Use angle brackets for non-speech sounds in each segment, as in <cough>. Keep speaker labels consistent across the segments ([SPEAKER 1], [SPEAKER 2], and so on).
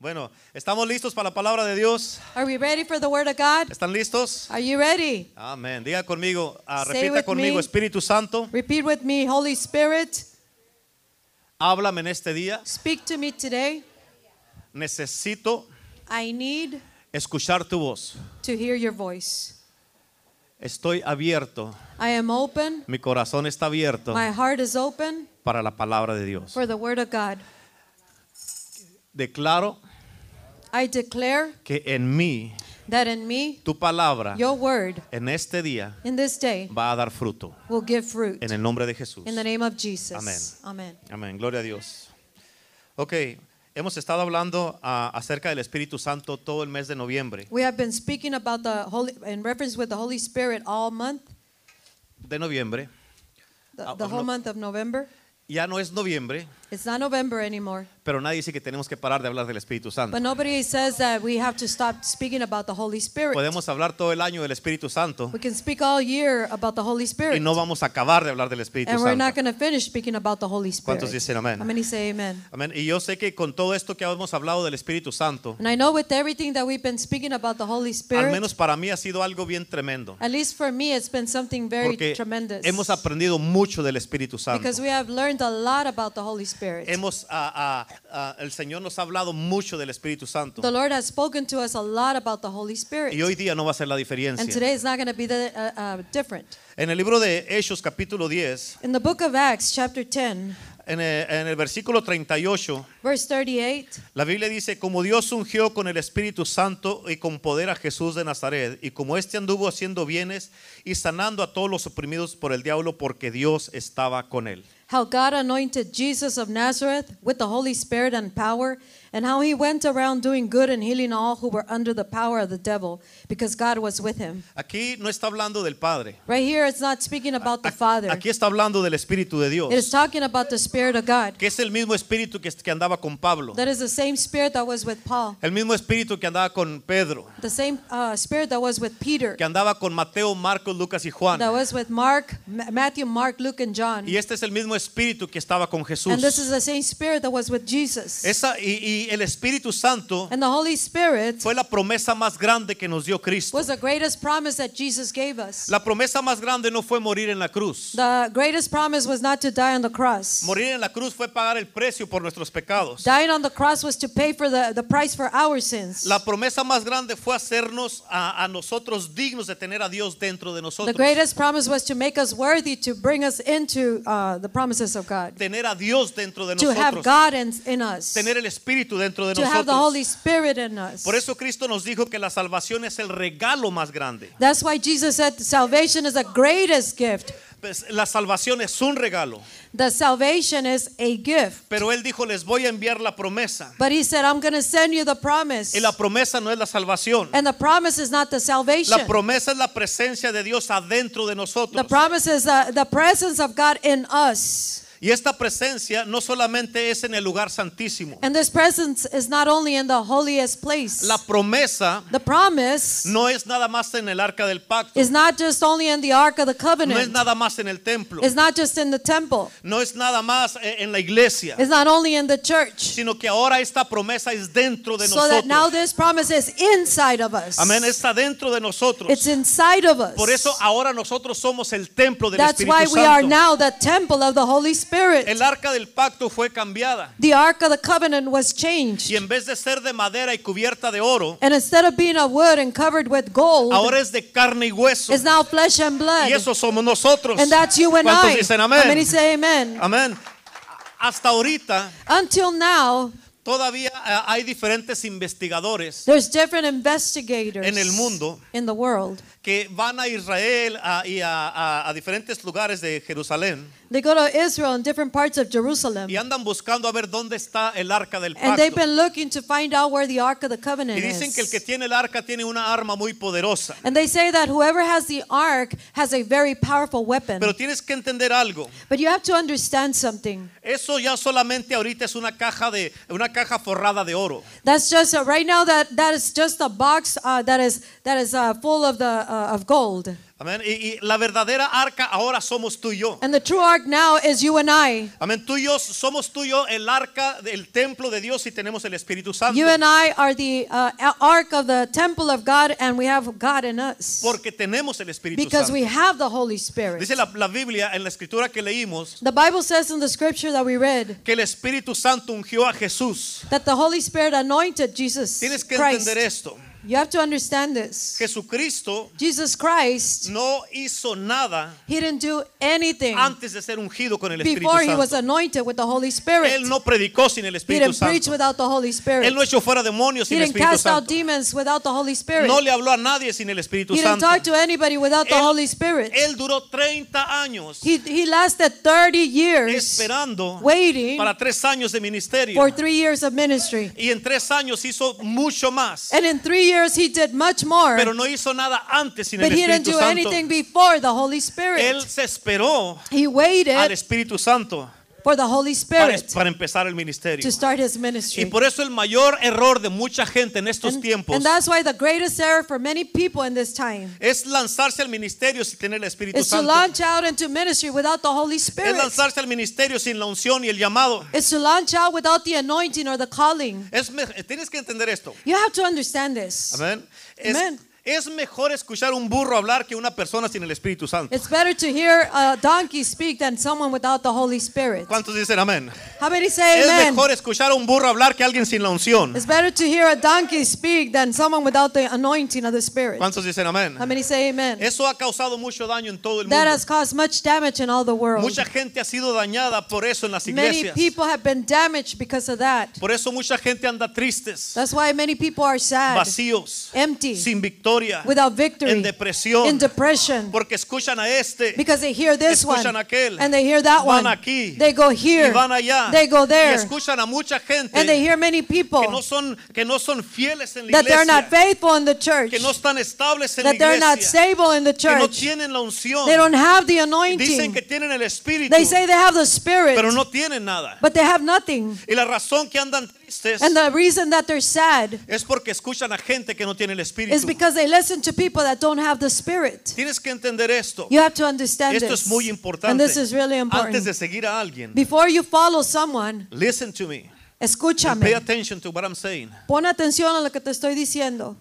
[SPEAKER 1] Bueno, ¿estamos listos para la palabra de Dios?
[SPEAKER 2] Are we ready for the Word of God?
[SPEAKER 1] ¿Están listos?
[SPEAKER 2] Are you ready?
[SPEAKER 1] Amén. Diga conmigo, ah,
[SPEAKER 2] Say
[SPEAKER 1] repita
[SPEAKER 2] with
[SPEAKER 1] conmigo,
[SPEAKER 2] me.
[SPEAKER 1] Espíritu Santo,
[SPEAKER 2] Repeat with me Holy Spirit,
[SPEAKER 1] háblame en este día.
[SPEAKER 2] speak to me today.
[SPEAKER 1] Necesito
[SPEAKER 2] I need
[SPEAKER 1] escuchar tu voz.
[SPEAKER 2] to hear your voice.
[SPEAKER 1] Estoy abierto,
[SPEAKER 2] I am open,
[SPEAKER 1] mi corazón está abierto
[SPEAKER 2] my heart is open
[SPEAKER 1] para la palabra de Dios.
[SPEAKER 2] for the Word of God.
[SPEAKER 1] Declaro
[SPEAKER 2] I declare
[SPEAKER 1] que en mí
[SPEAKER 2] that in me,
[SPEAKER 1] tu palabra
[SPEAKER 2] your Word
[SPEAKER 1] en este día
[SPEAKER 2] in this day
[SPEAKER 1] va a dar fruto.
[SPEAKER 2] will give fruit.
[SPEAKER 1] En el nombre de Jesús.
[SPEAKER 2] In the name of Jesus. Amen.
[SPEAKER 1] Amén, gloria a Dios. Ok, hemos estado hablando ah, acerca del Espíritu Santo todo el mes de noviembre.
[SPEAKER 2] We have been speaking about the Holy, in reference with the Holy Spirit all month,
[SPEAKER 1] De noviembre.
[SPEAKER 2] the,
[SPEAKER 1] Ah,
[SPEAKER 2] the
[SPEAKER 1] of
[SPEAKER 2] whole
[SPEAKER 1] no-
[SPEAKER 2] month of November.
[SPEAKER 1] Ya no es noviembre,
[SPEAKER 2] It's not November anymore.
[SPEAKER 1] pero nadie dice que tenemos que parar de hablar del Espíritu Santo.
[SPEAKER 2] But nobody says that we have to stop speaking about the Holy Spirit.
[SPEAKER 1] Podemos hablar todo el año del Espíritu Santo
[SPEAKER 2] we can speak all year about the Holy
[SPEAKER 1] y
[SPEAKER 2] Spirit.
[SPEAKER 1] no vamos a acabar de hablar del Espíritu
[SPEAKER 2] and we're not
[SPEAKER 1] Santo.
[SPEAKER 2] going to finish speaking about the Holy Spirit.
[SPEAKER 1] ¿Cuántos dicen amén?
[SPEAKER 2] How many say amen?
[SPEAKER 1] Amén. Y yo sé que con todo esto que hemos hablado del Espíritu Santo,
[SPEAKER 2] And I know with everything that we've been speaking about the Holy
[SPEAKER 1] al
[SPEAKER 2] Spirit,
[SPEAKER 1] menos para mí ha sido algo bien tremendo.
[SPEAKER 2] at least for me, it's been something very
[SPEAKER 1] Porque
[SPEAKER 2] tremendous.
[SPEAKER 1] hemos aprendido mucho del Espíritu Santo.
[SPEAKER 2] because we have learned a lot about the Holy Spirit.
[SPEAKER 1] Hemos, ah, ah, ah, el Señor nos ha hablado mucho del Espíritu Santo.
[SPEAKER 2] the Lord has spoken to us a lot about the Holy Spirit.
[SPEAKER 1] Y hoy día no va a ser la diferencia.
[SPEAKER 2] and today is not going to be the, uh, uh, different.
[SPEAKER 1] En el libro de Hechos capítulo 10,
[SPEAKER 2] In the book of Acts, chapter 10,
[SPEAKER 1] en el, en el versículo 38,
[SPEAKER 2] verse 38.
[SPEAKER 1] la Biblia dice, como Dios ungió con el Espíritu Santo y con poder a Jesús de Nazaret, y como éste anduvo haciendo bienes y sanando a todos los oprimidos por el diablo, porque Dios estaba con él.
[SPEAKER 2] how God anointed Jesus of Nazareth with the Holy Spirit and power, and how he went around doing good and healing all who were under the power of the devil, because God was with him.
[SPEAKER 1] Aquí no está hablando del Padre.
[SPEAKER 2] Right here, it's not speaking about the
[SPEAKER 1] Aquí-
[SPEAKER 2] Father,
[SPEAKER 1] Aquí está hablando del Espíritu de Dios,
[SPEAKER 2] it is talking about the Spirit of God.
[SPEAKER 1] que es el mismo Espíritu que- que andaba con Pablo,
[SPEAKER 2] That is the same Spirit that was with Paul,
[SPEAKER 1] el mismo Espíritu que andaba con Pedro,
[SPEAKER 2] the same uh, Spirit that was with Peter,
[SPEAKER 1] que andaba con Mateo, Marcos, Lucas y Juan.
[SPEAKER 2] that was with Mark, Ma- Matthew, Mark, Luke, and John.
[SPEAKER 1] Y este es el mismo espíritu que estaba con
[SPEAKER 2] And
[SPEAKER 1] Jesús.
[SPEAKER 2] this is the same Spirit that was with Jesus.
[SPEAKER 1] Esa, y, y el Espíritu Santo
[SPEAKER 2] And the Holy Spirit
[SPEAKER 1] fue la promesa más grande que nos dio Cristo.
[SPEAKER 2] was the greatest promise that Jesus gave us.
[SPEAKER 1] La promesa más grande no fue morir en la cruz.
[SPEAKER 2] The greatest promise was not to die on the cross.
[SPEAKER 1] Morir en la cruz fue pagar el precio por nuestros pecados.
[SPEAKER 2] Dying on the cross was to pay for the, the price for our sins.
[SPEAKER 1] La promesa más grande fue hacernos a, a nosotros dignos de tener a Dios dentro de
[SPEAKER 2] The
[SPEAKER 1] nosotros.
[SPEAKER 2] greatest promise was to make us worthy to bring us into uh, the promises of God.
[SPEAKER 1] Tener a Dios dentro de
[SPEAKER 2] To have
[SPEAKER 1] nosotros.
[SPEAKER 2] God in, in us.
[SPEAKER 1] Tener el Espíritu dentro de
[SPEAKER 2] To have the Holy
[SPEAKER 1] nosotros.
[SPEAKER 2] Spirit in us.
[SPEAKER 1] Por eso Cristo nos dijo que la salvación es el regalo más grande.
[SPEAKER 2] That's why Jesus said salvation is the greatest gift.
[SPEAKER 1] Pues, La salvación es un regalo.
[SPEAKER 2] The salvation is a gift.
[SPEAKER 1] Pero él dijo, les voy a enviar la promesa.
[SPEAKER 2] But he said, I'm going to send you the promise.
[SPEAKER 1] Y la promesa no es la salvación.
[SPEAKER 2] And the promise is not the salvation.
[SPEAKER 1] La promesa es la presencia de Dios adentro de
[SPEAKER 2] The
[SPEAKER 1] nosotros.
[SPEAKER 2] promise is uh, the presence of God in us.
[SPEAKER 1] Y esta presencia no solamente es en el lugar santísimo.
[SPEAKER 2] And this presence is not only in the holiest place.
[SPEAKER 1] La promesa
[SPEAKER 2] the promise
[SPEAKER 1] no es nada más en el arca del pacto.
[SPEAKER 2] is not just only in the Ark of
[SPEAKER 1] No
[SPEAKER 2] the
[SPEAKER 1] es
[SPEAKER 2] Covenant.
[SPEAKER 1] nada más en el templo.
[SPEAKER 2] It's not just in the temple.
[SPEAKER 1] No es nada más eh, en la iglesia.
[SPEAKER 2] It's not only in the church.
[SPEAKER 1] Sino que ahora esta promesa es dentro de
[SPEAKER 2] So that now
[SPEAKER 1] nosotros.
[SPEAKER 2] this promise is inside of us.
[SPEAKER 1] Amén. Está dentro de nosotros.
[SPEAKER 2] It's inside of us.
[SPEAKER 1] Por eso ahora nosotros somos el templo del
[SPEAKER 2] That's why
[SPEAKER 1] Espíritu
[SPEAKER 2] we are
[SPEAKER 1] Santo.
[SPEAKER 2] now the temple of the Holy Spirit.
[SPEAKER 1] El arca del pacto fue cambiada.
[SPEAKER 2] The Ark of the Covenant was
[SPEAKER 1] Y
[SPEAKER 2] changed.
[SPEAKER 1] en vez de ser de madera y cubierta de oro,
[SPEAKER 2] And instead of being of wood and covered with gold,
[SPEAKER 1] ahora es de carne y hueso.
[SPEAKER 2] it's now flesh and blood.
[SPEAKER 1] Y eso somos nosotros.
[SPEAKER 2] And that's you and
[SPEAKER 1] ¿Cuántos
[SPEAKER 2] I.
[SPEAKER 1] dicen
[SPEAKER 2] How many
[SPEAKER 1] amén? Ah.
[SPEAKER 2] say amen?
[SPEAKER 1] Amén. Hasta ahorita
[SPEAKER 2] Until now,
[SPEAKER 1] todavía eh, hay diferentes investigadores
[SPEAKER 2] There's different investigators
[SPEAKER 1] En el mundo.
[SPEAKER 2] in the world.
[SPEAKER 1] que van a Israel a- y a, a- a diferentes lugares de Jerusalén
[SPEAKER 2] They go to Israel in different parts of Jerusalem,
[SPEAKER 1] y andan buscando a ver dónde está el arca del
[SPEAKER 2] and they've
[SPEAKER 1] pacto.
[SPEAKER 2] been looking to find out where the Ark of the
[SPEAKER 1] Y
[SPEAKER 2] Covenant
[SPEAKER 1] dicen que el que
[SPEAKER 2] is.
[SPEAKER 1] tiene el arca tiene una arma muy poderosa.
[SPEAKER 2] And they say that whoever has the Ark has a very powerful weapon.
[SPEAKER 1] Pero tienes que entender algo.
[SPEAKER 2] but you have to understand something.
[SPEAKER 1] Eso ya solamente ahorita es una caja de una caja forrada de oro.
[SPEAKER 2] That's just uh, right now. That that is just a box uh, that is that is uh, full of the uh, of gold.
[SPEAKER 1] Amén. Y, y la verdadera arca ahora somos tú y yo.
[SPEAKER 2] And the true ark now is you and I.
[SPEAKER 1] Amén. Tú y yo somos tú y yo el arca del templo de Dios y tenemos el Espíritu Santo.
[SPEAKER 2] You and I are the uh, ark of the temple of God, and we have God in us
[SPEAKER 1] Porque tenemos el Espíritu
[SPEAKER 2] because we
[SPEAKER 1] Santo.
[SPEAKER 2] have the Holy Spirit.
[SPEAKER 1] Dice la, la Biblia en la escritura que leímos
[SPEAKER 2] The Bible says in the scripture that we read
[SPEAKER 1] que el Espíritu Santo ungió a Jesús.
[SPEAKER 2] that the Holy Spirit anointed Jesus
[SPEAKER 1] Tienes que
[SPEAKER 2] Christ.
[SPEAKER 1] entender esto.
[SPEAKER 2] You have to understand this.
[SPEAKER 1] Jesucristo
[SPEAKER 2] Jesus Christ,
[SPEAKER 1] no hizo nada
[SPEAKER 2] he didn't do anything
[SPEAKER 1] antes de ser ungido con el Espíritu
[SPEAKER 2] before he was
[SPEAKER 1] Santo.
[SPEAKER 2] anointed with the Holy Spirit.
[SPEAKER 1] Él no predicó sin el
[SPEAKER 2] He
[SPEAKER 1] Espíritu
[SPEAKER 2] didn't preach
[SPEAKER 1] Santo.
[SPEAKER 2] without the Holy Spirit.
[SPEAKER 1] Él no echó fuera demonios
[SPEAKER 2] He
[SPEAKER 1] sin el
[SPEAKER 2] didn't
[SPEAKER 1] Espíritu
[SPEAKER 2] cast out
[SPEAKER 1] Santo.
[SPEAKER 2] demons without the Holy Spirit.
[SPEAKER 1] No le habló a nadie sin el Espíritu
[SPEAKER 2] He didn't
[SPEAKER 1] Santo.
[SPEAKER 2] talk to anybody without the
[SPEAKER 1] Él-
[SPEAKER 2] Holy Spirit.
[SPEAKER 1] Él duró 30 años
[SPEAKER 2] He, he lasted 30 years
[SPEAKER 1] esperando
[SPEAKER 2] waiting
[SPEAKER 1] para tres años de ministerio.
[SPEAKER 2] for three years of ministry.
[SPEAKER 1] Y en tres años hizo mucho más.
[SPEAKER 2] And in three years, he did much more,
[SPEAKER 1] Pero no hizo nada antes sin
[SPEAKER 2] but
[SPEAKER 1] el
[SPEAKER 2] he didn't
[SPEAKER 1] Espíritu
[SPEAKER 2] do
[SPEAKER 1] Santo.
[SPEAKER 2] anything before the Holy
[SPEAKER 1] Él
[SPEAKER 2] Spirit.
[SPEAKER 1] se esperó
[SPEAKER 2] He
[SPEAKER 1] al
[SPEAKER 2] waited
[SPEAKER 1] Espíritu Santo
[SPEAKER 2] for the Holy
[SPEAKER 1] para,
[SPEAKER 2] Spirit
[SPEAKER 1] para empezar el ministerio.
[SPEAKER 2] to start his
[SPEAKER 1] Y
[SPEAKER 2] ministry.
[SPEAKER 1] por eso el mayor error de mucha gente en estos
[SPEAKER 2] And,
[SPEAKER 1] tiempos
[SPEAKER 2] and that's why the greatest error for many people in this time
[SPEAKER 1] es lanzarse al ministerio sin tener el Espíritu
[SPEAKER 2] is to
[SPEAKER 1] Santo.
[SPEAKER 2] launch out into ministry without the Holy
[SPEAKER 1] Es
[SPEAKER 2] Spirit.
[SPEAKER 1] lanzarse al ministerio sin la unción y el llamado.
[SPEAKER 2] It's to launch out without the anointing or the calling.
[SPEAKER 1] Es me- tienes que entender esto.
[SPEAKER 2] You have to understand this.
[SPEAKER 1] Amén. Es,
[SPEAKER 2] Amén.
[SPEAKER 1] es mejor escuchar un burro hablar que una persona sin el Espíritu Santo.
[SPEAKER 2] It's better to hear a donkey speak than someone without the Holy Spirit.
[SPEAKER 1] ¿Cuántos dicen amén?
[SPEAKER 2] How many say
[SPEAKER 1] Es
[SPEAKER 2] amen?
[SPEAKER 1] mejor escuchar a un burro hablar que a alguien sin la unción.
[SPEAKER 2] It's better to hear a donkey speak than someone without the anointing of the Spirit.
[SPEAKER 1] ¿Cuántos dicen amén?
[SPEAKER 2] How many say amen?
[SPEAKER 1] Eso ha causado mucho daño en todo el
[SPEAKER 2] That
[SPEAKER 1] mundo.
[SPEAKER 2] has caused much damage in all the world.
[SPEAKER 1] Mucha gente ha sido dañada por eso en las
[SPEAKER 2] Many
[SPEAKER 1] iglesias.
[SPEAKER 2] people have been damaged because of that.
[SPEAKER 1] Por eso mucha gente anda tristes,
[SPEAKER 2] That's why many people are sad,
[SPEAKER 1] vacíos,
[SPEAKER 2] empty,
[SPEAKER 1] sin victoria,
[SPEAKER 2] without victory,
[SPEAKER 1] en depresión,
[SPEAKER 2] in depression,
[SPEAKER 1] porque escuchan a este
[SPEAKER 2] because they hear this one
[SPEAKER 1] escuchan aquel,
[SPEAKER 2] and they hear that
[SPEAKER 1] van
[SPEAKER 2] one.
[SPEAKER 1] aquí,
[SPEAKER 2] They go here,
[SPEAKER 1] y van allá
[SPEAKER 2] they go
[SPEAKER 1] y
[SPEAKER 2] there,
[SPEAKER 1] escuchan a mucha gente
[SPEAKER 2] and they hear many people
[SPEAKER 1] que no son que no son fieles en la
[SPEAKER 2] that they're not
[SPEAKER 1] iglesia,
[SPEAKER 2] faithful in the church,
[SPEAKER 1] que no están estables en la
[SPEAKER 2] that they're not
[SPEAKER 1] iglesia,
[SPEAKER 2] stable in the
[SPEAKER 1] que no
[SPEAKER 2] church.
[SPEAKER 1] tienen la unción.
[SPEAKER 2] They don't have the
[SPEAKER 1] Dicen
[SPEAKER 2] anointing.
[SPEAKER 1] que tienen el espíritu,
[SPEAKER 2] They say they have the spirit,
[SPEAKER 1] pero no tienen nada.
[SPEAKER 2] but they have nothing.
[SPEAKER 1] Y la razón que andan tristes
[SPEAKER 2] And the reason that they're sad
[SPEAKER 1] es porque escuchan a gente que no tiene el
[SPEAKER 2] is
[SPEAKER 1] espíritu.
[SPEAKER 2] because they listen to people that don't have the spirit.
[SPEAKER 1] Tienes que entender esto.
[SPEAKER 2] You have to understand
[SPEAKER 1] Esto
[SPEAKER 2] this.
[SPEAKER 1] es muy
[SPEAKER 2] And
[SPEAKER 1] importante.
[SPEAKER 2] this is really
[SPEAKER 1] Antes de
[SPEAKER 2] important.
[SPEAKER 1] seguir a alguien,
[SPEAKER 2] Before you follow someone,
[SPEAKER 1] listen to me. And pay
[SPEAKER 2] escúchame.
[SPEAKER 1] attention to what I'm saying.
[SPEAKER 2] Pon atención a lo que te estoy diciendo.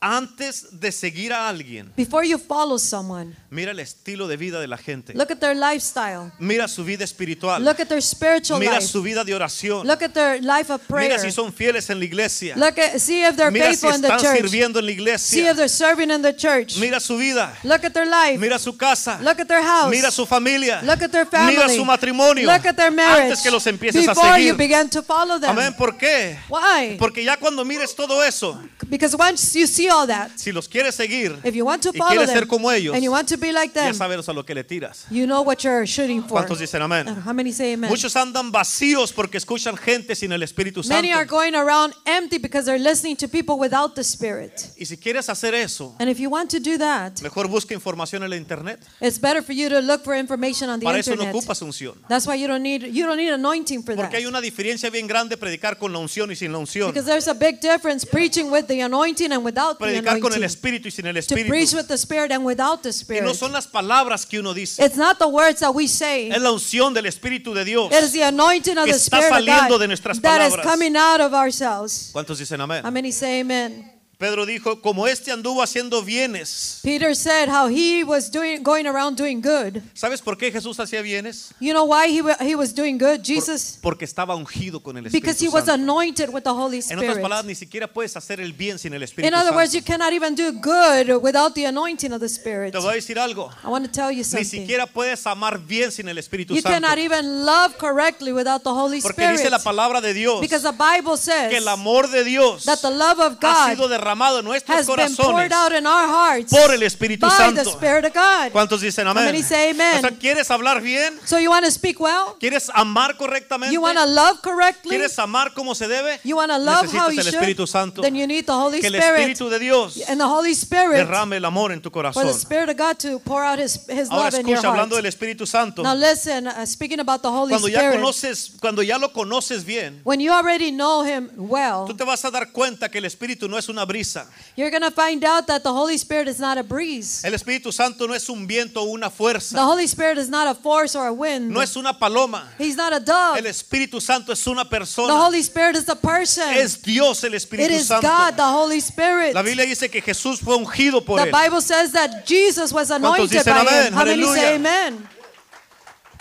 [SPEAKER 1] Antes de seguir a alguien,
[SPEAKER 2] Before you follow someone,
[SPEAKER 1] mira el estilo de vida de la gente.
[SPEAKER 2] look at their lifestyle.
[SPEAKER 1] Mira su vida espiritual.
[SPEAKER 2] Look at their spiritual
[SPEAKER 1] Mira
[SPEAKER 2] life.
[SPEAKER 1] su vida de oración.
[SPEAKER 2] Look at their life of
[SPEAKER 1] Mira
[SPEAKER 2] prayer.
[SPEAKER 1] si son fieles en la iglesia.
[SPEAKER 2] Look at see if they're
[SPEAKER 1] Mira si
[SPEAKER 2] faithful in the
[SPEAKER 1] están
[SPEAKER 2] church.
[SPEAKER 1] sirviendo en la
[SPEAKER 2] See
[SPEAKER 1] iglesia.
[SPEAKER 2] if they're serving in the church.
[SPEAKER 1] Mira su vida.
[SPEAKER 2] Look at their life.
[SPEAKER 1] Mira su casa.
[SPEAKER 2] Look at their house.
[SPEAKER 1] Mira su familia.
[SPEAKER 2] Look at their family.
[SPEAKER 1] Mira su matrimonio.
[SPEAKER 2] Look at their marriage.
[SPEAKER 1] Antes que los empieces a
[SPEAKER 2] Before you
[SPEAKER 1] seguir.
[SPEAKER 2] begin to follow them.
[SPEAKER 1] Amén. ¿Por qué?
[SPEAKER 2] Why?
[SPEAKER 1] Porque ya cuando mires todo eso,
[SPEAKER 2] Because once you see all that,
[SPEAKER 1] si los quieres seguir,
[SPEAKER 2] if you want to
[SPEAKER 1] Y
[SPEAKER 2] follow
[SPEAKER 1] quieres
[SPEAKER 2] them
[SPEAKER 1] ser como ellos,
[SPEAKER 2] and you want to be like
[SPEAKER 1] ya
[SPEAKER 2] them,
[SPEAKER 1] sabes a lo que le tiras.
[SPEAKER 2] you know what you're shooting for. Uh,
[SPEAKER 1] ¿Cuántos dicen amén?
[SPEAKER 2] How many say amen?
[SPEAKER 1] Muchos andan vacíos porque escuchan gente sin el Espíritu
[SPEAKER 2] Many are
[SPEAKER 1] Santo.
[SPEAKER 2] going around empty because they're listening to people without the Spirit.
[SPEAKER 1] Y si quieres hacer eso,
[SPEAKER 2] And if you want to do that,
[SPEAKER 1] mejor busca información en la internet.
[SPEAKER 2] it's better for you to look for information on the
[SPEAKER 1] Para eso no
[SPEAKER 2] internet.
[SPEAKER 1] ocupas unción.
[SPEAKER 2] That's why you don't need you don't need anointing for that.
[SPEAKER 1] Porque hay una diferencia bien grande predicar con la unción y sin la unción.
[SPEAKER 2] Because there's a big difference preaching with the anointing and without the
[SPEAKER 1] Predicar con el
[SPEAKER 2] anointing.
[SPEAKER 1] Espíritu y sin el
[SPEAKER 2] To preach
[SPEAKER 1] Espíritu.
[SPEAKER 2] with the Spirit and without the
[SPEAKER 1] Y no
[SPEAKER 2] Spirit.
[SPEAKER 1] son las palabras que uno dice.
[SPEAKER 2] It's not the words that we say.
[SPEAKER 1] Es la unción del Espíritu de Dios.
[SPEAKER 2] It is the anointing of
[SPEAKER 1] que
[SPEAKER 2] the
[SPEAKER 1] está
[SPEAKER 2] Spirit of
[SPEAKER 1] saliendo
[SPEAKER 2] God
[SPEAKER 1] de nuestras
[SPEAKER 2] that is
[SPEAKER 1] palabras.
[SPEAKER 2] coming out of ourselves.
[SPEAKER 1] ¿Cuántos dicen
[SPEAKER 2] How
[SPEAKER 1] amén?
[SPEAKER 2] many say amen?
[SPEAKER 1] Pedro dijo, como este anduvo haciendo bienes.
[SPEAKER 2] Peter said how he was doing going around doing good.
[SPEAKER 1] ¿Sabes por qué Jesús hacía bienes?
[SPEAKER 2] You know why he, wa- he was doing good? Jesus,
[SPEAKER 1] Porque estaba ungido con el
[SPEAKER 2] because he
[SPEAKER 1] Espíritu
[SPEAKER 2] was
[SPEAKER 1] Santo.
[SPEAKER 2] anointed with the Holy
[SPEAKER 1] En otras
[SPEAKER 2] Spirit.
[SPEAKER 1] palabras, ni siquiera puedes hacer el bien sin el Espíritu
[SPEAKER 2] In other words, you
[SPEAKER 1] Santo.
[SPEAKER 2] cannot even do good without the anointing of the Spirit.
[SPEAKER 1] Te voy a decir algo.
[SPEAKER 2] I want to tell you
[SPEAKER 1] Ni
[SPEAKER 2] something.
[SPEAKER 1] siquiera puedes amar bien sin el Espíritu
[SPEAKER 2] You cannot
[SPEAKER 1] Santo.
[SPEAKER 2] even love correctly without the Holy
[SPEAKER 1] Porque
[SPEAKER 2] Spirit.
[SPEAKER 1] dice la palabra de Dios
[SPEAKER 2] Because the Bible
[SPEAKER 1] que el
[SPEAKER 2] says
[SPEAKER 1] amor de Dios
[SPEAKER 2] that the love of
[SPEAKER 1] ha
[SPEAKER 2] God
[SPEAKER 1] sido derramado en nuestros
[SPEAKER 2] has been poured
[SPEAKER 1] corazones.
[SPEAKER 2] out in our hearts
[SPEAKER 1] por el Espíritu
[SPEAKER 2] by the
[SPEAKER 1] Santo.
[SPEAKER 2] Spirit of God.
[SPEAKER 1] ¿Cuántos dicen
[SPEAKER 2] How
[SPEAKER 1] amén?
[SPEAKER 2] many say amen?
[SPEAKER 1] O sea, ¿quieres hablar bien?
[SPEAKER 2] So you want to speak well?
[SPEAKER 1] ¿Quieres amar correctamente?
[SPEAKER 2] You want to love correctly?
[SPEAKER 1] ¿Quieres amar como se debe?
[SPEAKER 2] You want to love how
[SPEAKER 1] Necesitas
[SPEAKER 2] you
[SPEAKER 1] el Espíritu
[SPEAKER 2] should?
[SPEAKER 1] Santo.
[SPEAKER 2] Then you need the Holy
[SPEAKER 1] Que el
[SPEAKER 2] Spirit
[SPEAKER 1] Espíritu de Dios
[SPEAKER 2] and the Holy Spirit
[SPEAKER 1] derrame el amor en tu
[SPEAKER 2] for the
[SPEAKER 1] corazón.
[SPEAKER 2] Spirit of God to pour out His, his
[SPEAKER 1] Ahora
[SPEAKER 2] love in your
[SPEAKER 1] escucha, hablando
[SPEAKER 2] heart.
[SPEAKER 1] del Espíritu Santo,
[SPEAKER 2] Now listen, uh, speaking about the Holy
[SPEAKER 1] cuando ya
[SPEAKER 2] Spirit,
[SPEAKER 1] conoces, cuando ya lo conoces bien,
[SPEAKER 2] when you already know Him
[SPEAKER 1] tú
[SPEAKER 2] well,
[SPEAKER 1] te vas a dar cuenta que el Espíritu no es una brisa.
[SPEAKER 2] You're going to find out that the Holy Spirit is not a breeze.
[SPEAKER 1] El Espíritu Santo no es un viento o una
[SPEAKER 2] The
[SPEAKER 1] fuerza.
[SPEAKER 2] Holy Spirit is not a force or a wind.
[SPEAKER 1] No es una paloma.
[SPEAKER 2] He's not a dove.
[SPEAKER 1] El Espíritu Santo es una
[SPEAKER 2] The
[SPEAKER 1] persona.
[SPEAKER 2] Holy Spirit is a person.
[SPEAKER 1] Es Dios el
[SPEAKER 2] It
[SPEAKER 1] Espíritu
[SPEAKER 2] is God,
[SPEAKER 1] Santo.
[SPEAKER 2] the Holy Spirit.
[SPEAKER 1] La Biblia dice que Jesús fue ungido por
[SPEAKER 2] The
[SPEAKER 1] él.
[SPEAKER 2] Bible says that Jesus was anointed
[SPEAKER 1] dicen
[SPEAKER 2] by
[SPEAKER 1] amén?
[SPEAKER 2] him. How many
[SPEAKER 1] Aleluya.
[SPEAKER 2] say amen?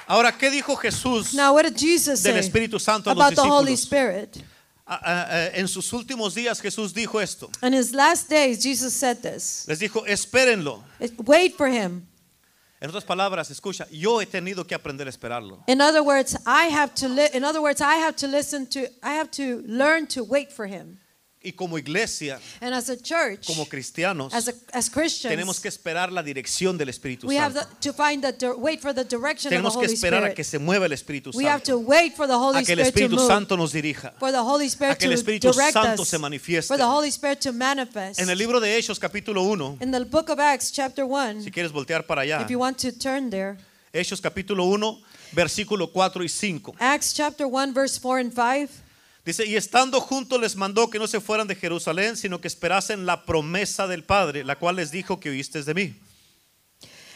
[SPEAKER 1] Ahora, ¿qué dijo Jesús
[SPEAKER 2] Now, what did Jesus
[SPEAKER 1] Del
[SPEAKER 2] say
[SPEAKER 1] Espíritu Santo a los
[SPEAKER 2] about the Holy
[SPEAKER 1] discípulos.
[SPEAKER 2] Spirit?
[SPEAKER 1] Ah, ah, ah, en sus últimos días? Jesús dijo esto.
[SPEAKER 2] In his last days, Jesus said this
[SPEAKER 1] Les dijo, espérenlo.
[SPEAKER 2] It- Wait for him.
[SPEAKER 1] En otras palabras, escucha, yo he tenido que aprender a esperarlo.
[SPEAKER 2] In other words, I have to li- in other words, I have to listen to I have to learn to wait for him.
[SPEAKER 1] Y como iglesia,
[SPEAKER 2] And as a church,
[SPEAKER 1] como cristianos,
[SPEAKER 2] as a,
[SPEAKER 1] tenemos
[SPEAKER 2] as Christians,
[SPEAKER 1] que esperar la dirección del Espíritu
[SPEAKER 2] we have the,
[SPEAKER 1] Santo.
[SPEAKER 2] to find the dir- wait for the direction of the
[SPEAKER 1] Tenemos que
[SPEAKER 2] Holy
[SPEAKER 1] esperar a
[SPEAKER 2] Spirit.
[SPEAKER 1] que se mueva el Espíritu
[SPEAKER 2] We have
[SPEAKER 1] Santo,
[SPEAKER 2] to wait for the
[SPEAKER 1] a
[SPEAKER 2] Holy
[SPEAKER 1] que el
[SPEAKER 2] Spirit to
[SPEAKER 1] Espíritu
[SPEAKER 2] move. Pues,
[SPEAKER 1] Santo nos dirija.
[SPEAKER 2] for the Holy
[SPEAKER 1] a
[SPEAKER 2] Spirit
[SPEAKER 1] que el
[SPEAKER 2] to
[SPEAKER 1] Espíritu
[SPEAKER 2] direct
[SPEAKER 1] Santo
[SPEAKER 2] us,
[SPEAKER 1] se manifieste.
[SPEAKER 2] for the Holy Spirit to manifest.
[SPEAKER 1] En el libro de Hechos, capítulo 1,
[SPEAKER 2] In the book of Acts, chapter 1,
[SPEAKER 1] si quieres voltear para allá,
[SPEAKER 2] if you want to turn there,
[SPEAKER 1] Hechos, capítulo 1, versículo 4 y 5.
[SPEAKER 2] Acts chapter 1, verse 4 and 5.
[SPEAKER 1] Dice, y estando juntos les mandó que no se fueran de Jerusalén, sino que esperasen la promesa del Padre, la cual les dijo que oísteis de mí.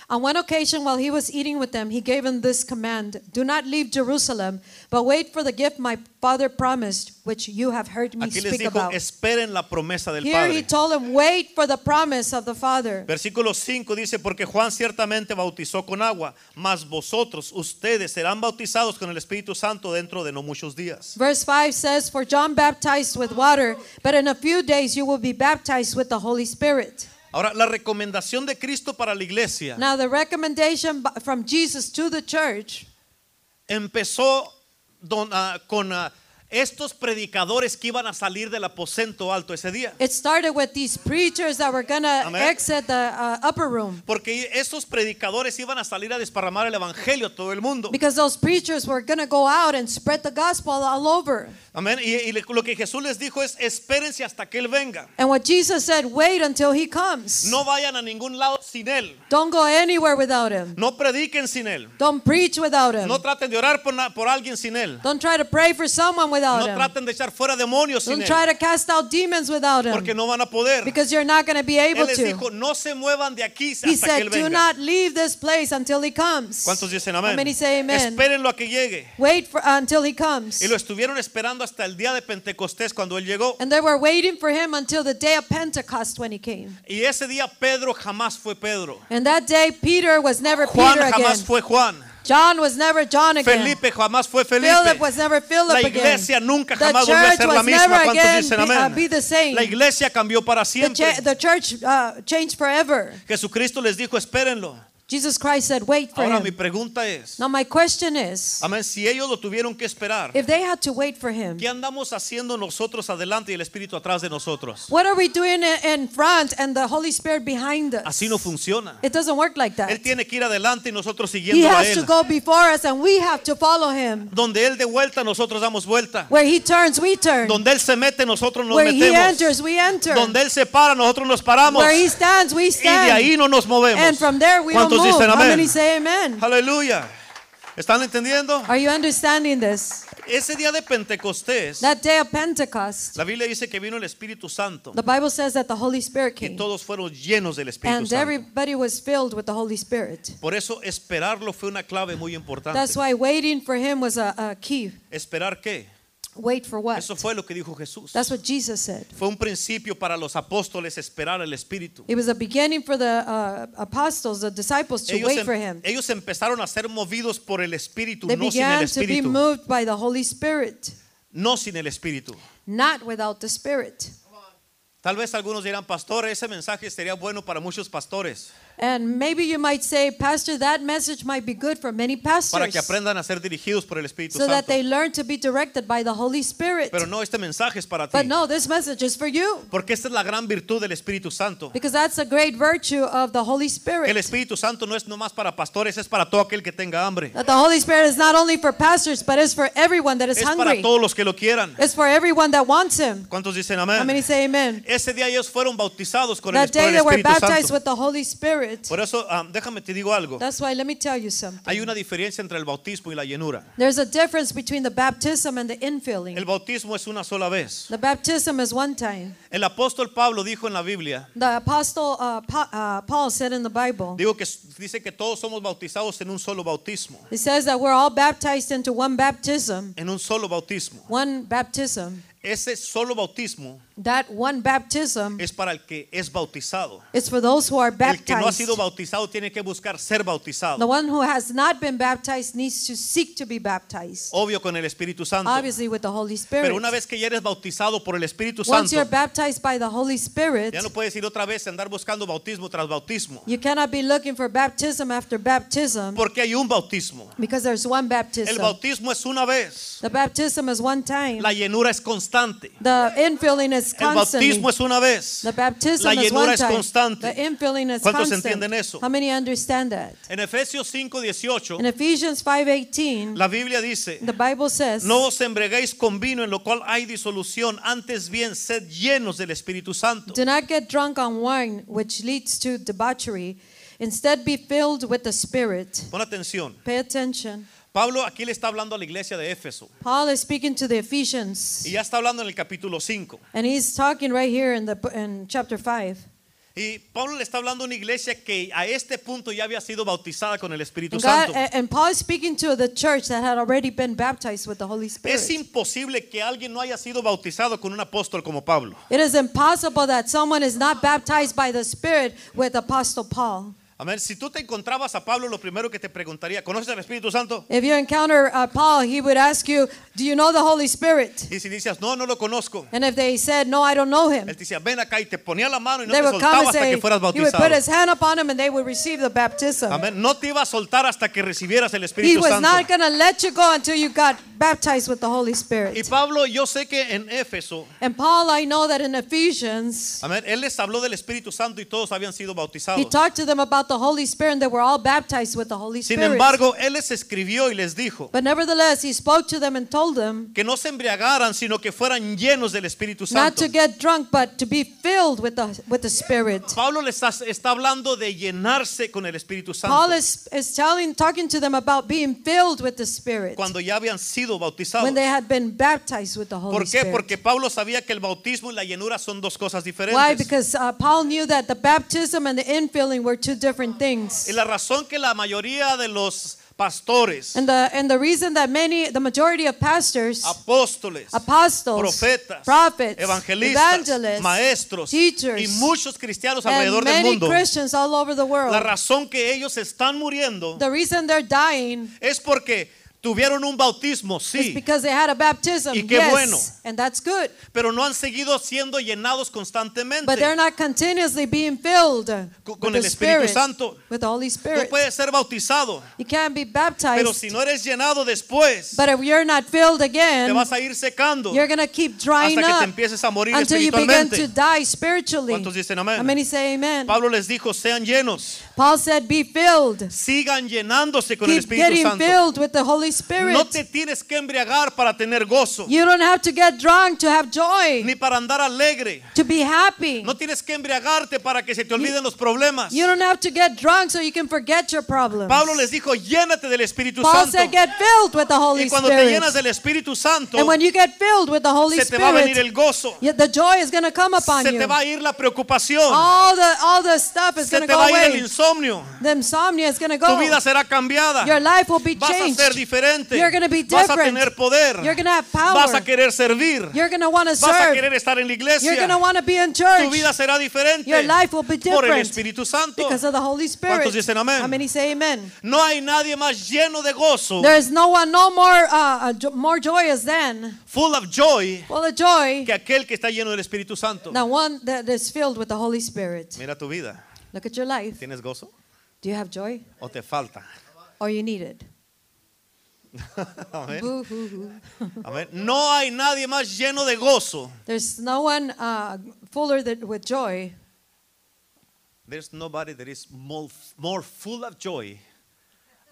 [SPEAKER 2] On one occasion, while he was eating with them, he gave them this command Do not leave Jerusalem, but wait for the gift my father promised, which you have heard me
[SPEAKER 1] Aquí les
[SPEAKER 2] speak
[SPEAKER 1] dijo,
[SPEAKER 2] about.
[SPEAKER 1] esperen la promesa del
[SPEAKER 2] Here
[SPEAKER 1] Padre.
[SPEAKER 2] he told them, Wait for the promise of the Father.
[SPEAKER 1] Versículo 5 dice, porque Juan ciertamente bautizó con agua, mas vosotros, ustedes serán bautizados con el Espíritu Santo dentro de no muchos días.
[SPEAKER 2] Verse 5 says, For John baptized with water, but in a few days you will be baptized with the Holy Spirit.
[SPEAKER 1] Ahora, la recomendación de Cristo para la iglesia
[SPEAKER 2] Now, the recommendation b- from Jesus to the church
[SPEAKER 1] empezó don- ah, con ah, estos predicadores que iban a salir del aposento alto ese día.
[SPEAKER 2] It started with these preachers that were gonna
[SPEAKER 1] Amen.
[SPEAKER 2] exit the uh, upper room
[SPEAKER 1] Porque esos predicadores iban a salir a desparramar el evangelio a todo el mundo.
[SPEAKER 2] because those preachers were gonna go out and spread the gospel all over.
[SPEAKER 1] Amén. Y, y le- lo que Jesús les dijo es: espérense hasta que Él venga.
[SPEAKER 2] And what Jesus said, wait until he comes.
[SPEAKER 1] No vayan a ningún lado sin Él.
[SPEAKER 2] Don't go anywhere without him.
[SPEAKER 1] No prediquen sin Él.
[SPEAKER 2] Don't preach without him.
[SPEAKER 1] No traten de orar por, na- por alguien sin Él.
[SPEAKER 2] Don't try to pray for someone without
[SPEAKER 1] No
[SPEAKER 2] him.
[SPEAKER 1] traten de echar fuera demonios sin
[SPEAKER 2] Don't
[SPEAKER 1] Él.
[SPEAKER 2] try to cast out demons without
[SPEAKER 1] Porque
[SPEAKER 2] him
[SPEAKER 1] no van a poder.
[SPEAKER 2] because you're not gonna be
[SPEAKER 1] Él
[SPEAKER 2] able
[SPEAKER 1] les
[SPEAKER 2] to.
[SPEAKER 1] dijo: no se muevan de aquí hasta que
[SPEAKER 2] He
[SPEAKER 1] Él
[SPEAKER 2] said, do
[SPEAKER 1] venga.
[SPEAKER 2] not leave this place until he comes.
[SPEAKER 1] ¿Cuántos dicen
[SPEAKER 2] How
[SPEAKER 1] amén?
[SPEAKER 2] many say amen?
[SPEAKER 1] Espérenlo a que llegue.
[SPEAKER 2] Wait for, uh, until he comes.
[SPEAKER 1] Y lo estuvieron esperando hasta el día de Pentecostés cuando Él llegó.
[SPEAKER 2] And they were waiting for him until the day of Pentecost when he came.
[SPEAKER 1] Y ese día Pedro jamás fue Pedro.
[SPEAKER 2] And that day, Peter was never
[SPEAKER 1] Juan
[SPEAKER 2] Peter again.
[SPEAKER 1] jamás fue Juan.
[SPEAKER 2] John was never John again.
[SPEAKER 1] Felipe jamás fue Felipe.
[SPEAKER 2] Philip was never Philip
[SPEAKER 1] la
[SPEAKER 2] again.
[SPEAKER 1] iglesia nunca
[SPEAKER 2] The
[SPEAKER 1] jamás volvió a
[SPEAKER 2] church
[SPEAKER 1] ser la
[SPEAKER 2] was
[SPEAKER 1] misma.
[SPEAKER 2] never
[SPEAKER 1] ¿Cuántos
[SPEAKER 2] again be,
[SPEAKER 1] dicen
[SPEAKER 2] uh,
[SPEAKER 1] amén?
[SPEAKER 2] be the
[SPEAKER 1] La
[SPEAKER 2] same.
[SPEAKER 1] iglesia cambió para
[SPEAKER 2] The,
[SPEAKER 1] siempre.
[SPEAKER 2] cha- the church uh, changed forever.
[SPEAKER 1] Jesucristo les dijo, espérenlo.
[SPEAKER 2] Jesus Christ said, wait for
[SPEAKER 1] Ahora mi
[SPEAKER 2] him.
[SPEAKER 1] pregunta es,
[SPEAKER 2] Now my question is,
[SPEAKER 1] amén, si ellos lo tuvieron que esperar,
[SPEAKER 2] if they had to wait for him,
[SPEAKER 1] ¿qué andamos haciendo nosotros adelante y el Espíritu atrás de nosotros?
[SPEAKER 2] what are we doing in- in front and the Holy Spirit behind us?
[SPEAKER 1] Así no funciona.
[SPEAKER 2] It doesn't work like
[SPEAKER 1] Él
[SPEAKER 2] that.
[SPEAKER 1] tiene que ir adelante y nosotros
[SPEAKER 2] He
[SPEAKER 1] siguiendo a
[SPEAKER 2] has to
[SPEAKER 1] Él.
[SPEAKER 2] go before us and we have to follow him.
[SPEAKER 1] Donde Él de vuelta, nosotros damos vuelta.
[SPEAKER 2] Where he turns, we turn.
[SPEAKER 1] Donde Él se mete, nosotros nos
[SPEAKER 2] Where he
[SPEAKER 1] metemos.
[SPEAKER 2] enters, we enter.
[SPEAKER 1] Donde Él se para, nosotros nos paramos.
[SPEAKER 2] Where he stands, we
[SPEAKER 1] Y de
[SPEAKER 2] stand.
[SPEAKER 1] ahí no nos movemos.
[SPEAKER 2] And from there we
[SPEAKER 1] ¿Cuántos
[SPEAKER 2] don't move.
[SPEAKER 1] dicen
[SPEAKER 2] How
[SPEAKER 1] amén?
[SPEAKER 2] many say amen?
[SPEAKER 1] Aleluya. ¿Están entendiendo?
[SPEAKER 2] Are you understanding this?
[SPEAKER 1] Ese día de Pentecostés,
[SPEAKER 2] That day of Pentecost,
[SPEAKER 1] la Biblia dice que vino el Espíritu Santo
[SPEAKER 2] the Bible says that the Holy Spirit
[SPEAKER 1] y
[SPEAKER 2] came.
[SPEAKER 1] todos fueron llenos del Espíritu
[SPEAKER 2] And
[SPEAKER 1] Santo.
[SPEAKER 2] everybody was filled with the Holy Spirit.
[SPEAKER 1] Por eso esperarlo fue una clave muy importante.
[SPEAKER 2] That's why waiting for him was a, a key.
[SPEAKER 1] ¿Esperar qué?
[SPEAKER 2] Wait for what?
[SPEAKER 1] Eso fue lo que dijo Jesús.
[SPEAKER 2] That's what Jesus said.
[SPEAKER 1] Fue un principio para los apóstoles esperar el Espíritu.
[SPEAKER 2] It was a beginning for the uh, apostles, the disciples, to
[SPEAKER 1] Ellos,
[SPEAKER 2] wait
[SPEAKER 1] em-
[SPEAKER 2] for him.
[SPEAKER 1] ellos empezaron a ser movidos por el Espíritu,
[SPEAKER 2] They
[SPEAKER 1] no sin el
[SPEAKER 2] began to be
[SPEAKER 1] Espíritu.
[SPEAKER 2] moved by the Holy Spirit,
[SPEAKER 1] No sin el Espíritu.
[SPEAKER 2] not without the Spirit.
[SPEAKER 1] Tal vez algunos dirán, pastor, ese mensaje sería bueno para muchos pastores,
[SPEAKER 2] And maybe you might say, Pastor, that message might be good for many
[SPEAKER 1] para que
[SPEAKER 2] pastors
[SPEAKER 1] aprendan a ser dirigidos por el Espíritu
[SPEAKER 2] so
[SPEAKER 1] Santo.
[SPEAKER 2] that they learn to be directed by the Holy Spirit.
[SPEAKER 1] Pero no, este mensaje es para ti.
[SPEAKER 2] But no, this message is for you
[SPEAKER 1] Porque esta es la gran virtud del Espíritu Santo.
[SPEAKER 2] because that's a great virtue of the Holy
[SPEAKER 1] Que el
[SPEAKER 2] Spirit.
[SPEAKER 1] Espíritu Santo no es nomás para pastores, es para todo aquel que tenga hambre.
[SPEAKER 2] That the Holy Spirit is not only for pastors, but it's for everyone that is
[SPEAKER 1] Es para
[SPEAKER 2] hungry.
[SPEAKER 1] todos los que lo quieran.
[SPEAKER 2] It's for everyone that wants Him.
[SPEAKER 1] ¿Cuántos dicen
[SPEAKER 2] How many
[SPEAKER 1] amén?
[SPEAKER 2] say amen?
[SPEAKER 1] Ese día ellos fueron bautizados con el,
[SPEAKER 2] That
[SPEAKER 1] por
[SPEAKER 2] day
[SPEAKER 1] el
[SPEAKER 2] they were
[SPEAKER 1] Espíritu
[SPEAKER 2] baptized
[SPEAKER 1] Santo.
[SPEAKER 2] with the Holy Spirit.
[SPEAKER 1] Por eso, ah, déjame te digo algo.
[SPEAKER 2] That's why let me tell you something.
[SPEAKER 1] Hay una diferencia entre el bautismo y la llenura.
[SPEAKER 2] There's a difference between the baptism and the infilling.
[SPEAKER 1] El bautismo es una sola vez.
[SPEAKER 2] The baptism is one time.
[SPEAKER 1] El apóstol Pablo dijo en la Biblia,
[SPEAKER 2] The apostle uh, Pa- uh, Paul said in the Bible,
[SPEAKER 1] digo que dice que todos somos bautizados en un solo bautismo,
[SPEAKER 2] he says that we're all baptized into one baptism.
[SPEAKER 1] en un solo bautismo.
[SPEAKER 2] One baptism.
[SPEAKER 1] Ese solo bautismo
[SPEAKER 2] That one baptism
[SPEAKER 1] es para el que es bautizado.
[SPEAKER 2] is for those who are
[SPEAKER 1] El que no ha
[SPEAKER 2] baptized.
[SPEAKER 1] sido bautizado tiene que buscar ser
[SPEAKER 2] The
[SPEAKER 1] bautizado.
[SPEAKER 2] one who has not been baptized needs to seek to be baptized.
[SPEAKER 1] Obvio con el Espíritu Oh, Santo.
[SPEAKER 2] Obviously, with the Holy Spirit.
[SPEAKER 1] Pero una vez que ya eres bautizado por el Espíritu
[SPEAKER 2] Once
[SPEAKER 1] Santo,
[SPEAKER 2] you're baptized by the Holy Spirit,
[SPEAKER 1] ya no puedes ir otra vez a andar buscando bautismo tras bautismo.
[SPEAKER 2] you cannot be looking for baptism after baptism
[SPEAKER 1] Porque hay un bautismo.
[SPEAKER 2] because there's one
[SPEAKER 1] El
[SPEAKER 2] baptism.
[SPEAKER 1] bautismo es una vez.
[SPEAKER 2] The baptism is one time.
[SPEAKER 1] La llenura es constante.
[SPEAKER 2] The infilling is
[SPEAKER 1] El
[SPEAKER 2] constantly.
[SPEAKER 1] bautismo es una vez.
[SPEAKER 2] The baptism
[SPEAKER 1] La
[SPEAKER 2] is
[SPEAKER 1] llenura
[SPEAKER 2] one
[SPEAKER 1] es
[SPEAKER 2] time.
[SPEAKER 1] constante.
[SPEAKER 2] The infilling is
[SPEAKER 1] ¿Cuántos
[SPEAKER 2] constant.
[SPEAKER 1] entienden eso?
[SPEAKER 2] How many understand that?
[SPEAKER 1] En Efesios 5, 18,
[SPEAKER 2] In Ephesians 5:18,
[SPEAKER 1] la Biblia dice,
[SPEAKER 2] the Bible says,
[SPEAKER 1] no os embreguéis con vino en lo cual hay disolución, antes bien sed llenos del Espíritu Santo.
[SPEAKER 2] "Do not get drunk on wine, which leads to debauchery; instead, be filled with the Spirit."
[SPEAKER 1] Pon atención.
[SPEAKER 2] Pay attention.
[SPEAKER 1] Pablo aquí le está hablando a la iglesia de Éfeso.
[SPEAKER 2] Paul is speaking to the
[SPEAKER 1] Y
[SPEAKER 2] Ephesians,
[SPEAKER 1] ya está hablando en el capítulo 5.
[SPEAKER 2] and he's talking right here in the in chapter five.
[SPEAKER 1] Y Pablo le está hablando a una iglesia que a este punto ya había sido bautizada con el Espíritu
[SPEAKER 2] And, God,
[SPEAKER 1] Santo.
[SPEAKER 2] and and Paul is speaking to the church that had already been baptized with the Holy Spirit.
[SPEAKER 1] Es imposible que alguien no haya sido bautizado con un apóstol como Pablo.
[SPEAKER 2] It is impossible that someone is not baptized by the Spirit with Apostle Paul.
[SPEAKER 1] Amén. Si tú te encontrabas a Pablo, lo primero que te preguntaría, ¿conoces al Espíritu Santo?
[SPEAKER 2] If you encounter uh, Paul, he would ask you, Do you know the Holy Spirit?
[SPEAKER 1] Y si dices, no, no lo conozco.
[SPEAKER 2] And if they said, No, I don't know him,
[SPEAKER 1] Él te decía, ven acá y te ponía la mano y no
[SPEAKER 2] they
[SPEAKER 1] te
[SPEAKER 2] would
[SPEAKER 1] soltaba
[SPEAKER 2] come and
[SPEAKER 1] hasta
[SPEAKER 2] say,
[SPEAKER 1] que fueras
[SPEAKER 2] He would put his
[SPEAKER 1] bautizado.
[SPEAKER 2] hand upon him and they would receive the baptism.
[SPEAKER 1] Amén. No te iba a soltar hasta que recibieras el
[SPEAKER 2] He
[SPEAKER 1] Espíritu
[SPEAKER 2] was not
[SPEAKER 1] Santo.
[SPEAKER 2] going to let you go until you got baptized with the Holy
[SPEAKER 1] Y
[SPEAKER 2] Spirit.
[SPEAKER 1] Pablo, yo sé que en Éfeso,
[SPEAKER 2] And Paul, I know that in Ephesians,
[SPEAKER 1] amén, él les habló del Espíritu Santo y todos habían sido
[SPEAKER 2] he
[SPEAKER 1] bautizados.
[SPEAKER 2] talked to them about the Holy Spirit and they were all baptized with the Holy
[SPEAKER 1] Sin
[SPEAKER 2] Spirit.
[SPEAKER 1] embargo, él les escribió y les dijo
[SPEAKER 2] But nevertheless, he spoke to them and told them,
[SPEAKER 1] que no se embriagaran, sino que fueran llenos del Espíritu
[SPEAKER 2] not
[SPEAKER 1] Santo.
[SPEAKER 2] to get drunk but to be filled with the with the spirit
[SPEAKER 1] Pablo les está, está hablando de llenarse con el Espíritu
[SPEAKER 2] paul
[SPEAKER 1] Santo
[SPEAKER 2] is, is telling talking to them about being filled with the spirit
[SPEAKER 1] cuando ya habían sido bautizados.
[SPEAKER 2] when they had been baptized with the holy
[SPEAKER 1] ¿Por qué?
[SPEAKER 2] spirit
[SPEAKER 1] Porque Pablo sabía que el bautismo y la llenura son dos cosas
[SPEAKER 2] why
[SPEAKER 1] diferentes.
[SPEAKER 2] because uh, paul knew that the baptism and the infilling were two different
[SPEAKER 1] Y
[SPEAKER 2] things
[SPEAKER 1] la razón que la mayoría de los pastores,
[SPEAKER 2] and the and the reason that many the majority of pastors
[SPEAKER 1] apóstoles,
[SPEAKER 2] apostles
[SPEAKER 1] profetas,
[SPEAKER 2] prophets
[SPEAKER 1] evangelistas,
[SPEAKER 2] evangelists
[SPEAKER 1] maestros
[SPEAKER 2] teachers,
[SPEAKER 1] y muchos cristianos
[SPEAKER 2] and
[SPEAKER 1] alrededor del
[SPEAKER 2] many
[SPEAKER 1] mundo,
[SPEAKER 2] christians all over the world
[SPEAKER 1] la razón que ellos están muriendo
[SPEAKER 2] the reason they're dying
[SPEAKER 1] es porque tuvieron un bautismo,
[SPEAKER 2] is
[SPEAKER 1] sí,
[SPEAKER 2] because they had a baptism
[SPEAKER 1] Y qué
[SPEAKER 2] yes
[SPEAKER 1] bueno.
[SPEAKER 2] and that's good
[SPEAKER 1] pero no han seguido siendo llenados constantemente.
[SPEAKER 2] But they're not continuously being filled with
[SPEAKER 1] con
[SPEAKER 2] the
[SPEAKER 1] el Espíritu
[SPEAKER 2] Spirit,
[SPEAKER 1] Santo.
[SPEAKER 2] with the Holy
[SPEAKER 1] Tú
[SPEAKER 2] Spirit.
[SPEAKER 1] puedes ser bautizado,
[SPEAKER 2] you can't be
[SPEAKER 1] pero
[SPEAKER 2] baptized,
[SPEAKER 1] si no eres llenado después,
[SPEAKER 2] but if you're not filled
[SPEAKER 1] te
[SPEAKER 2] again,
[SPEAKER 1] vas a ir secando
[SPEAKER 2] you're going to keep drying
[SPEAKER 1] hasta que te
[SPEAKER 2] up
[SPEAKER 1] empieces a morir
[SPEAKER 2] until you begin to
[SPEAKER 1] espiritualmente.
[SPEAKER 2] die spiritually.
[SPEAKER 1] ¿Cuántos dicen amén?
[SPEAKER 2] How many say amen?
[SPEAKER 1] Pablo les dijo, sean llenos,
[SPEAKER 2] Paul said, be filled.
[SPEAKER 1] sigan llenándose con el
[SPEAKER 2] Keep
[SPEAKER 1] Espíritu
[SPEAKER 2] getting
[SPEAKER 1] Santo.
[SPEAKER 2] filled with the Holy Spirit.
[SPEAKER 1] No te tienes que embriagar para tener gozo,
[SPEAKER 2] you don't have to get drunk to have joy,
[SPEAKER 1] ni para andar alegre.
[SPEAKER 2] to be happy.
[SPEAKER 1] No tienes que embriagarte para que se te olviden los problemas.
[SPEAKER 2] you don't have to get drunk so you can forget your problems.
[SPEAKER 1] Pablo les dijo, llénate del Espíritu
[SPEAKER 2] Paul
[SPEAKER 1] Santo.
[SPEAKER 2] said, get filled with the Holy
[SPEAKER 1] Y cuando te
[SPEAKER 2] Spirit.
[SPEAKER 1] llenas del Espíritu Santo,
[SPEAKER 2] And when you get filled with the Holy
[SPEAKER 1] se te va a venir
[SPEAKER 2] Spirit,
[SPEAKER 1] el gozo,
[SPEAKER 2] yeah, the joy is going to come upon
[SPEAKER 1] se te
[SPEAKER 2] you.
[SPEAKER 1] va a ir la preocupación,
[SPEAKER 2] All the all the stuff is
[SPEAKER 1] se
[SPEAKER 2] going to
[SPEAKER 1] te
[SPEAKER 2] go
[SPEAKER 1] va a ir el
[SPEAKER 2] away.
[SPEAKER 1] insomnio,
[SPEAKER 2] The insomnia is going to
[SPEAKER 1] tu
[SPEAKER 2] go.
[SPEAKER 1] vida será cambiada.
[SPEAKER 2] Your life will be
[SPEAKER 1] Vas a ser
[SPEAKER 2] changed.
[SPEAKER 1] diferente.
[SPEAKER 2] You're gonna be
[SPEAKER 1] Vas a
[SPEAKER 2] different.
[SPEAKER 1] tener poder.
[SPEAKER 2] You're going to have
[SPEAKER 1] Vas a
[SPEAKER 2] power.
[SPEAKER 1] querer servir.
[SPEAKER 2] You're going to want to
[SPEAKER 1] Vas a
[SPEAKER 2] serve.
[SPEAKER 1] querer estar en la
[SPEAKER 2] You're going to
[SPEAKER 1] iglesia.
[SPEAKER 2] want to be in
[SPEAKER 1] Tu vida
[SPEAKER 2] church
[SPEAKER 1] será diferente
[SPEAKER 2] Your life will be
[SPEAKER 1] por el
[SPEAKER 2] different.
[SPEAKER 1] Espíritu Santo.
[SPEAKER 2] because of the Holy Spirit.
[SPEAKER 1] ¿Cuántos dicen amén?
[SPEAKER 2] How many say amen?
[SPEAKER 1] No hay nadie más lleno de gozo,
[SPEAKER 2] There is no one no more uh, uh, jo- more joyous than
[SPEAKER 1] full of joy,
[SPEAKER 2] well the joy
[SPEAKER 1] que aquel que está lleno del Espíritu Santo.
[SPEAKER 2] than one that is filled with the Holy Spirit.
[SPEAKER 1] Mira tu vida.
[SPEAKER 2] Look at your life.
[SPEAKER 1] ¿Tienes gozo
[SPEAKER 2] Do you have joy
[SPEAKER 1] o te falta? <laughs>
[SPEAKER 2] or you need it?
[SPEAKER 1] Amén.
[SPEAKER 2] Boo hoo hoo.
[SPEAKER 1] Amén. No hay nadie más lleno de gozo.
[SPEAKER 2] There's no one uh, fuller than with joy.
[SPEAKER 1] There's nobody that is more, more full of joy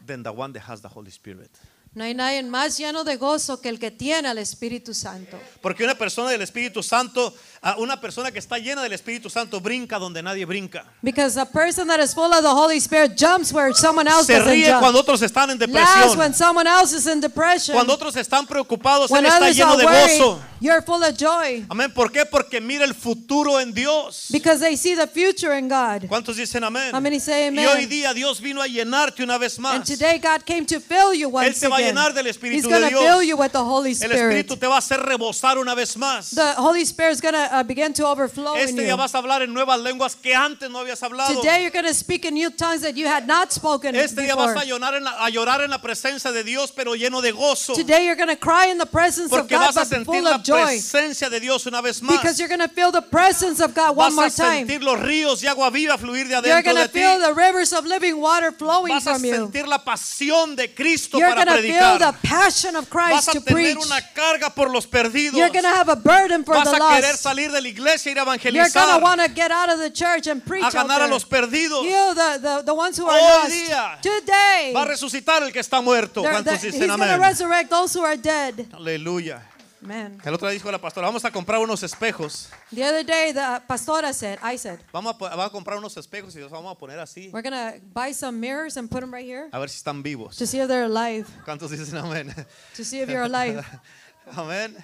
[SPEAKER 1] than the one that has the Holy Spirit.
[SPEAKER 2] No hay nadie más lleno de gozo que el que tiene al Espíritu Santo.
[SPEAKER 1] Porque una persona del Espíritu Santo, ah, una persona que está llena del Espíritu Santo brinca donde nadie brinca.
[SPEAKER 2] Because a person that is full of the Holy Spirit jumps where someone else
[SPEAKER 1] Se
[SPEAKER 2] doesn't
[SPEAKER 1] ríe
[SPEAKER 2] jump.
[SPEAKER 1] cuando otros están en
[SPEAKER 2] Laughs
[SPEAKER 1] depresión.
[SPEAKER 2] when someone else is in depression.
[SPEAKER 1] Cuando otros están preocupados,
[SPEAKER 2] when
[SPEAKER 1] él está
[SPEAKER 2] others
[SPEAKER 1] lleno
[SPEAKER 2] are
[SPEAKER 1] de
[SPEAKER 2] worried,
[SPEAKER 1] gozo.
[SPEAKER 2] you're full of joy.
[SPEAKER 1] Amén. ¿Por qué? Porque mira el futuro en Dios.
[SPEAKER 2] Because they see the future in God.
[SPEAKER 1] ¿Cuántos dicen amén?
[SPEAKER 2] How many say
[SPEAKER 1] Y hoy
[SPEAKER 2] amen?
[SPEAKER 1] día Dios vino a llenarte una vez más.
[SPEAKER 2] And today God came to fill you once
[SPEAKER 1] te va a
[SPEAKER 2] again.
[SPEAKER 1] llenar del Espíritu
[SPEAKER 2] He's
[SPEAKER 1] de
[SPEAKER 2] going to
[SPEAKER 1] Dios.
[SPEAKER 2] fill you with the Holy
[SPEAKER 1] el
[SPEAKER 2] Spirit.
[SPEAKER 1] Espíritu te va a hacer rebosar una vez más.
[SPEAKER 2] The Holy Spirit is going to uh, begin to overflow in
[SPEAKER 1] Este día
[SPEAKER 2] you.
[SPEAKER 1] vas a hablar en nuevas lenguas que antes no habías hablado.
[SPEAKER 2] Today you're going to speak in new tongues that you had not spoken
[SPEAKER 1] Este día
[SPEAKER 2] before.
[SPEAKER 1] vas a llorar, en la, a llorar en la presencia de Dios, pero lleno de gozo.
[SPEAKER 2] Today you're going to cry in the presence of
[SPEAKER 1] Porque
[SPEAKER 2] God
[SPEAKER 1] vas a
[SPEAKER 2] but
[SPEAKER 1] sentir
[SPEAKER 2] full
[SPEAKER 1] la
[SPEAKER 2] of joy.
[SPEAKER 1] presencia de Dios una vez más.
[SPEAKER 2] Because you're going to feel the presence of God one
[SPEAKER 1] Vas
[SPEAKER 2] more
[SPEAKER 1] a
[SPEAKER 2] time.
[SPEAKER 1] sentir los ríos y agua viva fluir de
[SPEAKER 2] You're
[SPEAKER 1] adentro
[SPEAKER 2] going
[SPEAKER 1] de
[SPEAKER 2] to feel
[SPEAKER 1] ti.
[SPEAKER 2] the rivers of living water flowing
[SPEAKER 1] Vas a
[SPEAKER 2] from you.
[SPEAKER 1] sentir la pasión de Cristo
[SPEAKER 2] You're
[SPEAKER 1] para
[SPEAKER 2] going to feel the
[SPEAKER 1] predicar.
[SPEAKER 2] passion of
[SPEAKER 1] Vas
[SPEAKER 2] Christ
[SPEAKER 1] a
[SPEAKER 2] to
[SPEAKER 1] tener
[SPEAKER 2] preach.
[SPEAKER 1] una carga por los perdidos.
[SPEAKER 2] You're going to have a burden for
[SPEAKER 1] Vas
[SPEAKER 2] the
[SPEAKER 1] a querer
[SPEAKER 2] lost.
[SPEAKER 1] salir de la iglesia ir a
[SPEAKER 2] You're going
[SPEAKER 1] evangelizar,
[SPEAKER 2] to want to get out of the church and preach
[SPEAKER 1] a
[SPEAKER 2] out
[SPEAKER 1] ganar a
[SPEAKER 2] there.
[SPEAKER 1] los perdidos.
[SPEAKER 2] You, the, the, the ones who are
[SPEAKER 1] Hoy
[SPEAKER 2] lost.
[SPEAKER 1] día
[SPEAKER 2] Today,
[SPEAKER 1] Va a resucitar el que está muerto.
[SPEAKER 2] they're-
[SPEAKER 1] ¿Cuántos
[SPEAKER 2] they're-
[SPEAKER 1] dicen
[SPEAKER 2] he's going to
[SPEAKER 1] amén?
[SPEAKER 2] resurrect those who are dead.
[SPEAKER 1] Aleluya.
[SPEAKER 2] Amen.
[SPEAKER 1] El otro día dijo la pastora, vamos a comprar unos espejos.
[SPEAKER 2] The other day, the pastora said, I said,
[SPEAKER 1] Vamos a, po- vamos a comprar unos espejos y los vamos a poner así.
[SPEAKER 2] we're going to buy some mirrors and put them right here
[SPEAKER 1] A ver si están vivos.
[SPEAKER 2] to see if they're alive,
[SPEAKER 1] ¿Cuántos dicen amén?
[SPEAKER 2] to see if you're alive.
[SPEAKER 1] <laughs> Amén.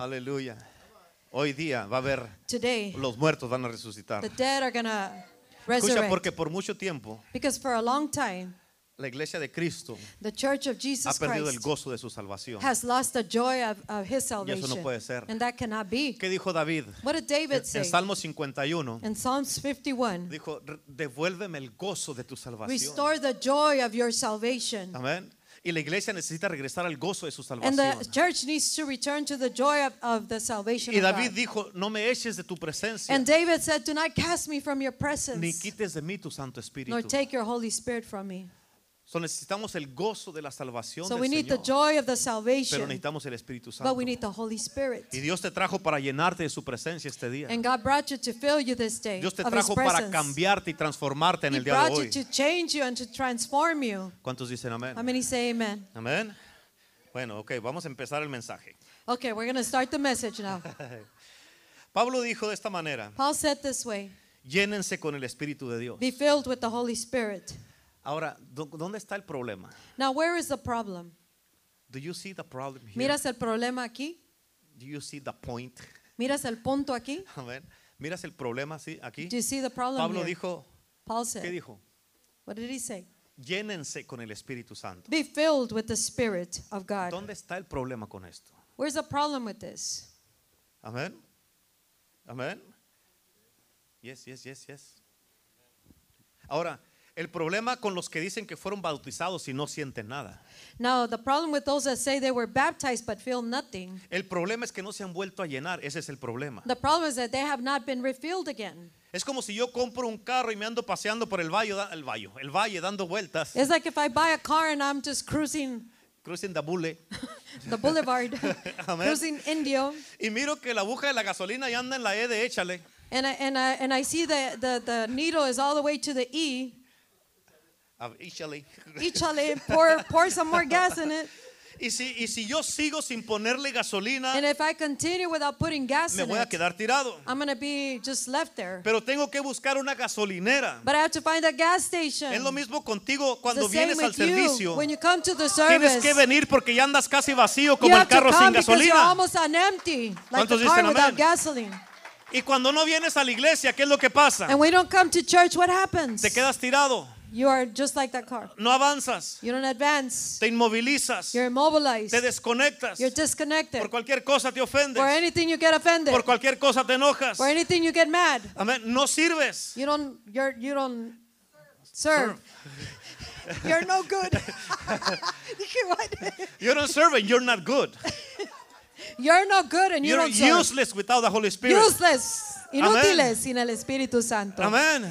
[SPEAKER 1] Aleluya. Hoy día va a haber,
[SPEAKER 2] Today,
[SPEAKER 1] los muertos van a resucitar.
[SPEAKER 2] the dead are going to
[SPEAKER 1] Escucha,
[SPEAKER 2] resurrect.
[SPEAKER 1] porque por mucho tiempo
[SPEAKER 2] Because for a long time,
[SPEAKER 1] la iglesia de Cristo
[SPEAKER 2] the church of
[SPEAKER 1] ha
[SPEAKER 2] Jesus
[SPEAKER 1] perdido el
[SPEAKER 2] Christ
[SPEAKER 1] gozo de su salvación.
[SPEAKER 2] has lost the joy of, of his salvation.
[SPEAKER 1] puede ser.
[SPEAKER 2] And that cannot be.
[SPEAKER 1] ¿Qué dijo David?
[SPEAKER 2] What did David
[SPEAKER 1] En
[SPEAKER 2] say?
[SPEAKER 1] Salmo 51
[SPEAKER 2] In Psalms 51,
[SPEAKER 1] dijo, "Re- devuélveme el gozo de tu salvación.
[SPEAKER 2] restore the joy of your salvation.
[SPEAKER 1] Amén. Y la iglesia necesita regresar al gozo de su
[SPEAKER 2] And the
[SPEAKER 1] salvación.
[SPEAKER 2] church needs to return to the joy of, of the salvation
[SPEAKER 1] Y
[SPEAKER 2] of
[SPEAKER 1] David
[SPEAKER 2] God.
[SPEAKER 1] dijo, no me eches de tu presencia,
[SPEAKER 2] And David said, Do not cast me from your
[SPEAKER 1] ni
[SPEAKER 2] presence,
[SPEAKER 1] quites de mí tu Santo
[SPEAKER 2] nor
[SPEAKER 1] Espíritu.
[SPEAKER 2] take your Holy Spirit from me.
[SPEAKER 1] So, necesitamos el gozo de la salvación
[SPEAKER 2] So
[SPEAKER 1] del
[SPEAKER 2] we need the
[SPEAKER 1] Señor,
[SPEAKER 2] joy of the
[SPEAKER 1] pero
[SPEAKER 2] salvation,
[SPEAKER 1] necesitamos el Espíritu Santo.
[SPEAKER 2] but we need the Holy Spirit.
[SPEAKER 1] Y Dios te trajo para llenarte de su presencia este día.
[SPEAKER 2] And God brought you to fill you this day
[SPEAKER 1] Dios te
[SPEAKER 2] of His
[SPEAKER 1] trajo para
[SPEAKER 2] presence.
[SPEAKER 1] cambiarte y transformarte en
[SPEAKER 2] he
[SPEAKER 1] el día de
[SPEAKER 2] brought you
[SPEAKER 1] hoy.
[SPEAKER 2] to change you and to transform you.
[SPEAKER 1] ¿Cuántos dicen amén?
[SPEAKER 2] How many say amen?
[SPEAKER 1] Amén. Bueno, ok, vamos a empezar el mensaje.
[SPEAKER 2] Okay, we're going to start the
[SPEAKER 1] <laughs>
[SPEAKER 2] message now.
[SPEAKER 1] Pablo dijo de esta manera,
[SPEAKER 2] Paul said this way
[SPEAKER 1] llénense con el Espíritu de Dios.
[SPEAKER 2] Be filled with the Holy Spirit.
[SPEAKER 1] Ahora, ¿dó- ¿dónde está el problema?
[SPEAKER 2] Now, where is the problem?
[SPEAKER 1] Do you see the problem here?
[SPEAKER 2] ¿Miras el problema aquí?
[SPEAKER 1] Do you see the point? <laughs>
[SPEAKER 2] ¿Miras el punto aquí?
[SPEAKER 1] Amén. ¿Miras el problema así aquí?
[SPEAKER 2] Do you see the problem
[SPEAKER 1] Pablo
[SPEAKER 2] here?
[SPEAKER 1] dijo,
[SPEAKER 2] Paul
[SPEAKER 1] ¿qué
[SPEAKER 2] said,
[SPEAKER 1] dijo?
[SPEAKER 2] what did he say?
[SPEAKER 1] Llénense con el Espíritu Santo.
[SPEAKER 2] Be filled with the Spirit of God.
[SPEAKER 1] ¿Dónde está el problema con esto?
[SPEAKER 2] Where's the problem with this?
[SPEAKER 1] Amén. Amén. Yes, yes, yes, yes. Ahora, el problema con los que dicen que fueron bautizados y no sienten nada.
[SPEAKER 2] Now, the problem with those that say they were baptized but feel nothing,
[SPEAKER 1] El problema es que no se han vuelto a llenar, ese es el problema.
[SPEAKER 2] the problem is that they have not been refilled again.
[SPEAKER 1] Es como si yo compro un carro y me ando paseando por el valle, da- el valle, el valle dando vueltas,
[SPEAKER 2] It's like if I buy a car and I'm just cruising
[SPEAKER 1] cruising the bullet,
[SPEAKER 2] the boulevard,
[SPEAKER 1] <laughs>
[SPEAKER 2] <laughs>
[SPEAKER 1] Amen.
[SPEAKER 2] cruising Indio,
[SPEAKER 1] y miro que la aguja de la gasolina ya anda en la E de échale.
[SPEAKER 2] and I, and I, and I see the, the, the needle is all the way to the E.
[SPEAKER 1] A- échale.
[SPEAKER 2] Each LA,
[SPEAKER 1] <laughs>
[SPEAKER 2] pour, pour some more gas in it.
[SPEAKER 1] Y si, y si yo sigo sin ponerle
[SPEAKER 2] And
[SPEAKER 1] gasolina,
[SPEAKER 2] if I continue without putting gas
[SPEAKER 1] me
[SPEAKER 2] in
[SPEAKER 1] voy a
[SPEAKER 2] it,
[SPEAKER 1] quedar tirado.
[SPEAKER 2] I'm going to be just left there.
[SPEAKER 1] Pero tengo que buscar una gasolinera.
[SPEAKER 2] But I have to find a gas station.
[SPEAKER 1] Es lo mismo contigo
[SPEAKER 2] It's
[SPEAKER 1] cuando
[SPEAKER 2] the same
[SPEAKER 1] vienes al
[SPEAKER 2] with you.
[SPEAKER 1] servicio.
[SPEAKER 2] When you come to the
[SPEAKER 1] Tienes
[SPEAKER 2] service,
[SPEAKER 1] que venir porque ya andas casi vacío
[SPEAKER 2] you
[SPEAKER 1] como el
[SPEAKER 2] have to
[SPEAKER 1] carro sin
[SPEAKER 2] come because you're
[SPEAKER 1] gasolina.
[SPEAKER 2] almost on empty, like
[SPEAKER 1] ¿Cuántos
[SPEAKER 2] the car
[SPEAKER 1] dicen
[SPEAKER 2] without
[SPEAKER 1] amén?
[SPEAKER 2] gasoline.
[SPEAKER 1] Y cuando no vienes a la iglesia, ¿qué es lo que pasa?
[SPEAKER 2] And we don't come to church, what happens?
[SPEAKER 1] Ah. Te quedas tirado,
[SPEAKER 2] You are just like that car.
[SPEAKER 1] no avanzas,
[SPEAKER 2] You don't advance.
[SPEAKER 1] te inmovilizas,
[SPEAKER 2] You're immobilized.
[SPEAKER 1] te desconectas.
[SPEAKER 2] You're
[SPEAKER 1] Por
[SPEAKER 2] disconnected.
[SPEAKER 1] cualquier cosa te
[SPEAKER 2] For
[SPEAKER 1] ofendes,
[SPEAKER 2] anything you get offended.
[SPEAKER 1] por cualquier cosa te enojas.
[SPEAKER 2] For anything you get mad.
[SPEAKER 1] Amén, no sirves.
[SPEAKER 2] You don't you're you don't serve. <laughs> you're no good. You get what?
[SPEAKER 1] You're not serving, you're not
[SPEAKER 2] <laughs>
[SPEAKER 1] good.
[SPEAKER 2] You're no good and you
[SPEAKER 1] You're
[SPEAKER 2] don't serve.
[SPEAKER 1] useless without the Holy Spirit.
[SPEAKER 2] Useless, inútiles sin el Espíritu Santo.
[SPEAKER 1] Amén.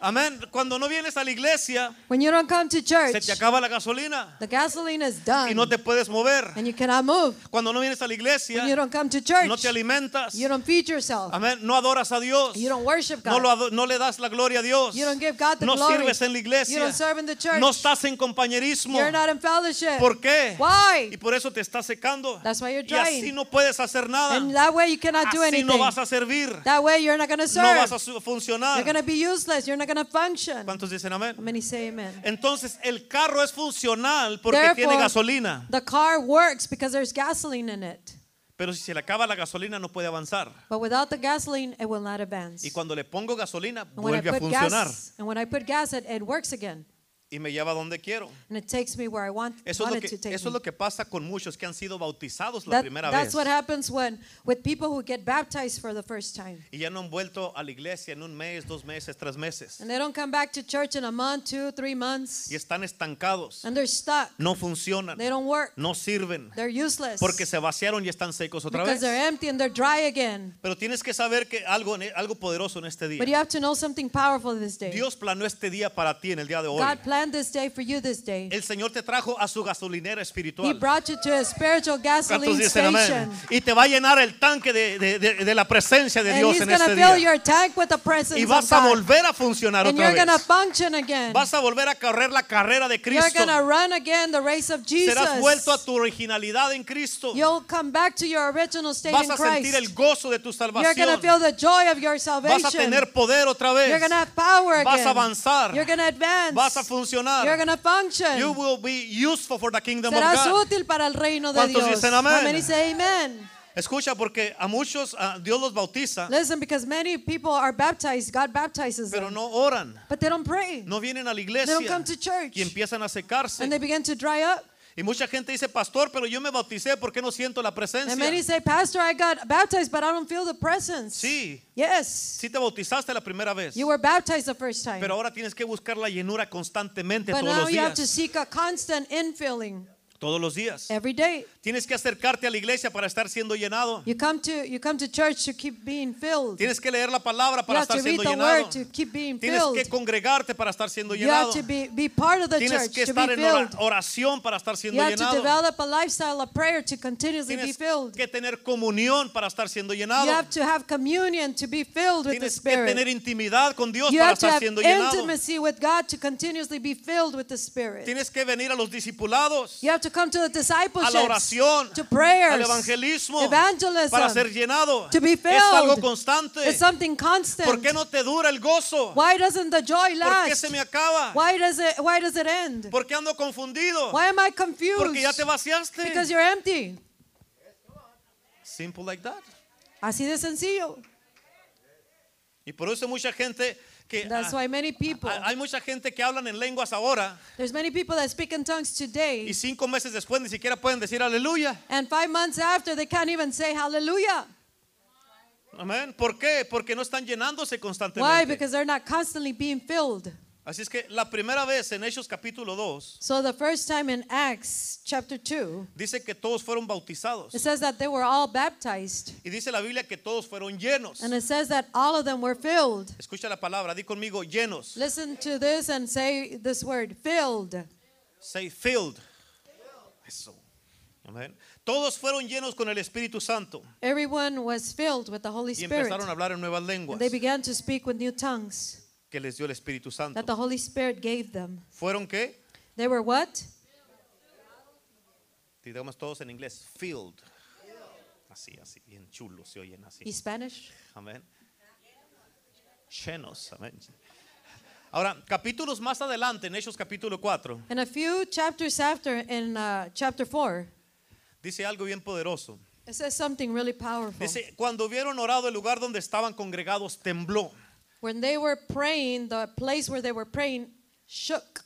[SPEAKER 1] Amén. Cuando no vienes a la iglesia,
[SPEAKER 2] When you don't come to
[SPEAKER 1] se
[SPEAKER 2] church,
[SPEAKER 1] te acaba la gasolina
[SPEAKER 2] the gasoline is
[SPEAKER 1] y no
[SPEAKER 2] done
[SPEAKER 1] te puedes mover.
[SPEAKER 2] and you cannot move.
[SPEAKER 1] Cuando no vienes a la
[SPEAKER 2] When you
[SPEAKER 1] iglesia,
[SPEAKER 2] don't come to
[SPEAKER 1] no te
[SPEAKER 2] church,
[SPEAKER 1] alimentas.
[SPEAKER 2] you don't feed yourself,
[SPEAKER 1] Amén. No adoras a Dios.
[SPEAKER 2] you don't worship
[SPEAKER 1] No, lo
[SPEAKER 2] God,
[SPEAKER 1] ado- no le das la gloria a Dios.
[SPEAKER 2] you don't give God the
[SPEAKER 1] No
[SPEAKER 2] glory,
[SPEAKER 1] sirves en la
[SPEAKER 2] you
[SPEAKER 1] iglesia.
[SPEAKER 2] don't serve in the church,
[SPEAKER 1] No estás en compañerismo.
[SPEAKER 2] you're not in fellowship.
[SPEAKER 1] ¿Por qué?
[SPEAKER 2] Why?
[SPEAKER 1] Y por eso te estás secando.
[SPEAKER 2] That's why you're
[SPEAKER 1] Y así
[SPEAKER 2] drying.
[SPEAKER 1] no puedes hacer
[SPEAKER 2] And
[SPEAKER 1] nada.
[SPEAKER 2] that way you cannot do
[SPEAKER 1] Así
[SPEAKER 2] anything.
[SPEAKER 1] no vas a servir.
[SPEAKER 2] That way you're not going to
[SPEAKER 1] No vas
[SPEAKER 2] serve.
[SPEAKER 1] a su-
[SPEAKER 2] You're going
[SPEAKER 1] funcionar.
[SPEAKER 2] to be useless. You're not going to function. How
[SPEAKER 1] ¿Cuántos dicen amén?
[SPEAKER 2] many say amen?
[SPEAKER 1] Entonces el carro es funcional porque tiene
[SPEAKER 2] Therefore-
[SPEAKER 1] gasolina.
[SPEAKER 2] The car works because there's gasoline in it.
[SPEAKER 1] Pero si se le acaba la gasolina no puede avanzar.
[SPEAKER 2] But without the gasoline, it will not advance.
[SPEAKER 1] Y cuando le pongo gasolina
[SPEAKER 2] And when, I
[SPEAKER 1] vuelve a
[SPEAKER 2] put
[SPEAKER 1] funcionar.
[SPEAKER 2] gas, and when I put gas, it, it works again.
[SPEAKER 1] Y me lleva a donde quiero.
[SPEAKER 2] And it takes me where I want,
[SPEAKER 1] Eso es,
[SPEAKER 2] want
[SPEAKER 1] lo
[SPEAKER 2] it
[SPEAKER 1] que,
[SPEAKER 2] to take
[SPEAKER 1] eso es
[SPEAKER 2] me.
[SPEAKER 1] lo que pasa con muchos que han sido bautizados la
[SPEAKER 2] That-
[SPEAKER 1] primera vez
[SPEAKER 2] that's what happens when with people who get baptized for the first time.
[SPEAKER 1] y ya no han vuelto a la iglesia en un mes, dos meses, tres meses
[SPEAKER 2] And they don't come back to church in a month, two, three months.
[SPEAKER 1] y están estancados,
[SPEAKER 2] And they're stuck.
[SPEAKER 1] no funcionan,
[SPEAKER 2] They don't work.
[SPEAKER 1] no sirven
[SPEAKER 2] They're useless.
[SPEAKER 1] porque se vaciaron y están secos otra
[SPEAKER 2] because
[SPEAKER 1] vez.
[SPEAKER 2] they're empty and they're dry again.
[SPEAKER 1] Pero tienes que saber que algo, en- algo poderoso en este
[SPEAKER 2] But you
[SPEAKER 1] día.
[SPEAKER 2] have to know something powerful this day.
[SPEAKER 1] Dios planeó este día para ti en el día de hoy.
[SPEAKER 2] God planned this day for you this day.
[SPEAKER 1] El Señor te trajo a su gasolinera
[SPEAKER 2] He
[SPEAKER 1] espiritual.
[SPEAKER 2] brought you to a spiritual
[SPEAKER 1] ¿Cuántos
[SPEAKER 2] gasoline
[SPEAKER 1] dicen amén?
[SPEAKER 2] station.
[SPEAKER 1] Y te va a llenar el tanque de, de- de- de la presencia de
[SPEAKER 2] And
[SPEAKER 1] Dios
[SPEAKER 2] he's
[SPEAKER 1] en
[SPEAKER 2] going
[SPEAKER 1] este
[SPEAKER 2] to fill
[SPEAKER 1] día.
[SPEAKER 2] your tank with the presence
[SPEAKER 1] Y
[SPEAKER 2] of
[SPEAKER 1] vas a
[SPEAKER 2] God.
[SPEAKER 1] volver a funcionar
[SPEAKER 2] And
[SPEAKER 1] otra
[SPEAKER 2] you're going to
[SPEAKER 1] vez.
[SPEAKER 2] function again.
[SPEAKER 1] Vas a volver a correr la carrera de
[SPEAKER 2] You're
[SPEAKER 1] Cristo.
[SPEAKER 2] going to run again the race of
[SPEAKER 1] Serás vuelto a
[SPEAKER 2] Jesus.
[SPEAKER 1] tu originalidad en Cristo.
[SPEAKER 2] You'll come back to your original state
[SPEAKER 1] Vas
[SPEAKER 2] in
[SPEAKER 1] a sentir el
[SPEAKER 2] Christ.
[SPEAKER 1] gozo de tu
[SPEAKER 2] You're going to
[SPEAKER 1] salvación.
[SPEAKER 2] feel the joy of your
[SPEAKER 1] Vas a
[SPEAKER 2] salvation.
[SPEAKER 1] tener poder otra vez.
[SPEAKER 2] You're going to have power
[SPEAKER 1] Vas a
[SPEAKER 2] again.
[SPEAKER 1] avanzar.
[SPEAKER 2] You're going to
[SPEAKER 1] Vas a
[SPEAKER 2] advance. You're
[SPEAKER 1] funcionar.
[SPEAKER 2] going to
[SPEAKER 1] You
[SPEAKER 2] function.
[SPEAKER 1] will be useful for the kingdom of
[SPEAKER 2] Serás
[SPEAKER 1] God.
[SPEAKER 2] útil para el reino de
[SPEAKER 1] ¿Cuántos
[SPEAKER 2] Dios.
[SPEAKER 1] dicen
[SPEAKER 2] How
[SPEAKER 1] amén?
[SPEAKER 2] many say amen?
[SPEAKER 1] Escucha, porque a muchos ah, Dios los bautiza,
[SPEAKER 2] Listen, because many people are baptized, God baptizes
[SPEAKER 1] pero
[SPEAKER 2] them,
[SPEAKER 1] no oran.
[SPEAKER 2] but they don't pray.
[SPEAKER 1] No vienen a la
[SPEAKER 2] They don't
[SPEAKER 1] iglesia
[SPEAKER 2] come to church,
[SPEAKER 1] y empiezan a secarse.
[SPEAKER 2] and they begin to dry up.
[SPEAKER 1] Y mucha gente dice, pastor, pero yo me bauticé, ¿por qué no siento la
[SPEAKER 2] And
[SPEAKER 1] presencia?
[SPEAKER 2] many say, Pastor, I got baptized, but I don't feel the presence.
[SPEAKER 1] Sí,
[SPEAKER 2] Yes,
[SPEAKER 1] sí te bautizaste la primera vez.
[SPEAKER 2] you were baptized the first time,
[SPEAKER 1] Pero ahora tienes que buscar la llenura constantemente
[SPEAKER 2] but
[SPEAKER 1] todos
[SPEAKER 2] now
[SPEAKER 1] los
[SPEAKER 2] you have to
[SPEAKER 1] días.
[SPEAKER 2] seek a constant infilling
[SPEAKER 1] Todos los días.
[SPEAKER 2] every day.
[SPEAKER 1] Tienes que acercarte a la iglesia para estar siendo llenado.
[SPEAKER 2] You come to you come to church to keep being filled.
[SPEAKER 1] Tienes que leer la palabra
[SPEAKER 2] You
[SPEAKER 1] para
[SPEAKER 2] have
[SPEAKER 1] estar
[SPEAKER 2] to read
[SPEAKER 1] siendo
[SPEAKER 2] the
[SPEAKER 1] llenado.
[SPEAKER 2] word to keep being
[SPEAKER 1] Tienes
[SPEAKER 2] filled.
[SPEAKER 1] que congregarte para estar siendo
[SPEAKER 2] You
[SPEAKER 1] llenado.
[SPEAKER 2] have to be, be part of the
[SPEAKER 1] Tienes
[SPEAKER 2] church
[SPEAKER 1] que
[SPEAKER 2] to
[SPEAKER 1] estar
[SPEAKER 2] be
[SPEAKER 1] en ora-
[SPEAKER 2] filled.
[SPEAKER 1] oración para estar
[SPEAKER 2] You
[SPEAKER 1] siendo
[SPEAKER 2] have to
[SPEAKER 1] llenado.
[SPEAKER 2] develop a lifestyle of prayer to continuously be
[SPEAKER 1] Tienes
[SPEAKER 2] filled.
[SPEAKER 1] que tener comunión para estar siendo
[SPEAKER 2] You
[SPEAKER 1] llenado.
[SPEAKER 2] have to have communion to be filled with the
[SPEAKER 1] Tienes que
[SPEAKER 2] Spirit.
[SPEAKER 1] tener intimidad con Dios
[SPEAKER 2] You
[SPEAKER 1] para
[SPEAKER 2] have to
[SPEAKER 1] estar
[SPEAKER 2] have
[SPEAKER 1] siendo llenado.
[SPEAKER 2] intimacy with God to continuously be filled with the Spirit.
[SPEAKER 1] Tienes que venir a los discipulados,
[SPEAKER 2] You have to come to the
[SPEAKER 1] a
[SPEAKER 2] discipleship,
[SPEAKER 1] la oración,
[SPEAKER 2] to prayers,
[SPEAKER 1] al evangelismo,
[SPEAKER 2] evangelism.
[SPEAKER 1] para ser llenado.
[SPEAKER 2] to be
[SPEAKER 1] Es algo
[SPEAKER 2] filled.
[SPEAKER 1] constante.
[SPEAKER 2] It's something constant.
[SPEAKER 1] ¿Por qué no te dura el gozo?
[SPEAKER 2] Why doesn't the joy
[SPEAKER 1] ¿Por qué se
[SPEAKER 2] last?
[SPEAKER 1] me acaba?
[SPEAKER 2] Why does it Why does it end?
[SPEAKER 1] ¿Por qué ando confundido?
[SPEAKER 2] Why am I confused?
[SPEAKER 1] Porque ya te vaciaste.
[SPEAKER 2] Because you're empty.
[SPEAKER 1] Simple like that.
[SPEAKER 2] Así de sencillo.
[SPEAKER 1] Y por eso mucha gente que
[SPEAKER 2] That's
[SPEAKER 1] ah,
[SPEAKER 2] why many people.
[SPEAKER 1] ah, hay mucha gente que hablan en lenguas ahora
[SPEAKER 2] There's many people that speak in tongues today,
[SPEAKER 1] y cinco meses después ni siquiera pueden decir aleluya.
[SPEAKER 2] and five months after they can't even say hallelujah.
[SPEAKER 1] Amén. ¿Por qué? Porque no están llenándose
[SPEAKER 2] Why?
[SPEAKER 1] constantemente.
[SPEAKER 2] Because they're not constantly being filled.
[SPEAKER 1] Así es que la primera vez en Hechos capítulo 2
[SPEAKER 2] So the first time in Acts chapter 2,
[SPEAKER 1] dice que todos fueron bautizados
[SPEAKER 2] it says that they were all baptized.
[SPEAKER 1] y dice la Biblia que todos fueron llenos.
[SPEAKER 2] And it says that all of them were filled.
[SPEAKER 1] Escucha la palabra, di conmigo llenos.
[SPEAKER 2] Listen to this and say this word filled.
[SPEAKER 1] Say filled. Eso. Amén. Todos fueron llenos con el Espíritu Santo
[SPEAKER 2] Everyone was filled with the Holy
[SPEAKER 1] y
[SPEAKER 2] Spirit.
[SPEAKER 1] empezaron a hablar en nuevas lenguas
[SPEAKER 2] And they began to speak with new tongues
[SPEAKER 1] que les dio el Espíritu
[SPEAKER 2] that
[SPEAKER 1] Santo.
[SPEAKER 2] the Holy Spirit gave them.
[SPEAKER 1] ¿Fueron qué?
[SPEAKER 2] They were what?
[SPEAKER 1] digamos todos en inglés, filled. Así, así, bien chulo, se oyen así.
[SPEAKER 2] In Spanish?
[SPEAKER 1] Amén. Llenos, amén. Ahora, capítulos más adelante, en Hechos capítulo 4,
[SPEAKER 2] And a few chapters after, in uh, chapter 4,
[SPEAKER 1] dice algo bien poderoso.
[SPEAKER 2] it says something really powerful.
[SPEAKER 1] Dice, cuando hubieron orado el lugar donde estaban congregados tembló
[SPEAKER 2] When they were praying, the place where they were praying shook,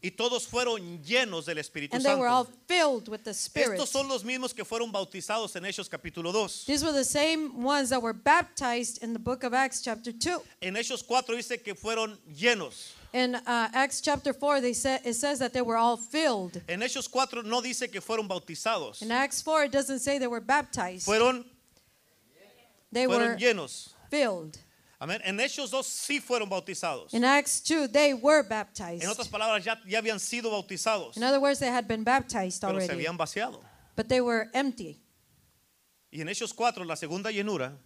[SPEAKER 1] y todos fueron llenos del Espíritu
[SPEAKER 2] and they were all
[SPEAKER 1] Santo.
[SPEAKER 2] filled with the Spirit.
[SPEAKER 1] Estos son los mismos que fueron bautizados en Hechos capítulo 2.
[SPEAKER 2] These were the same ones that were baptized in the book of Acts, chapter 2.
[SPEAKER 1] En Hechos 4 dice que fueron llenos.
[SPEAKER 2] In uh, Acts chapter 4, they said it says that they were all filled.
[SPEAKER 1] En Hechos 4 no dice que fueron bautizados.
[SPEAKER 2] In Acts 4, it doesn't say they were baptized,
[SPEAKER 1] Fueron
[SPEAKER 2] they
[SPEAKER 1] fueron
[SPEAKER 2] were
[SPEAKER 1] llenos.
[SPEAKER 2] filled.
[SPEAKER 1] Amén. En Hechos 2 sí fueron bautizados.
[SPEAKER 2] In Acts 2, they were
[SPEAKER 1] En otras
[SPEAKER 2] baptized.
[SPEAKER 1] palabras, ya, ya habían sido bautizados,
[SPEAKER 2] In other words, they had been baptized
[SPEAKER 1] pero se
[SPEAKER 2] already,
[SPEAKER 1] habían vaciado.
[SPEAKER 2] but they were empty.
[SPEAKER 1] Y en Hechos 4, la segunda llenura,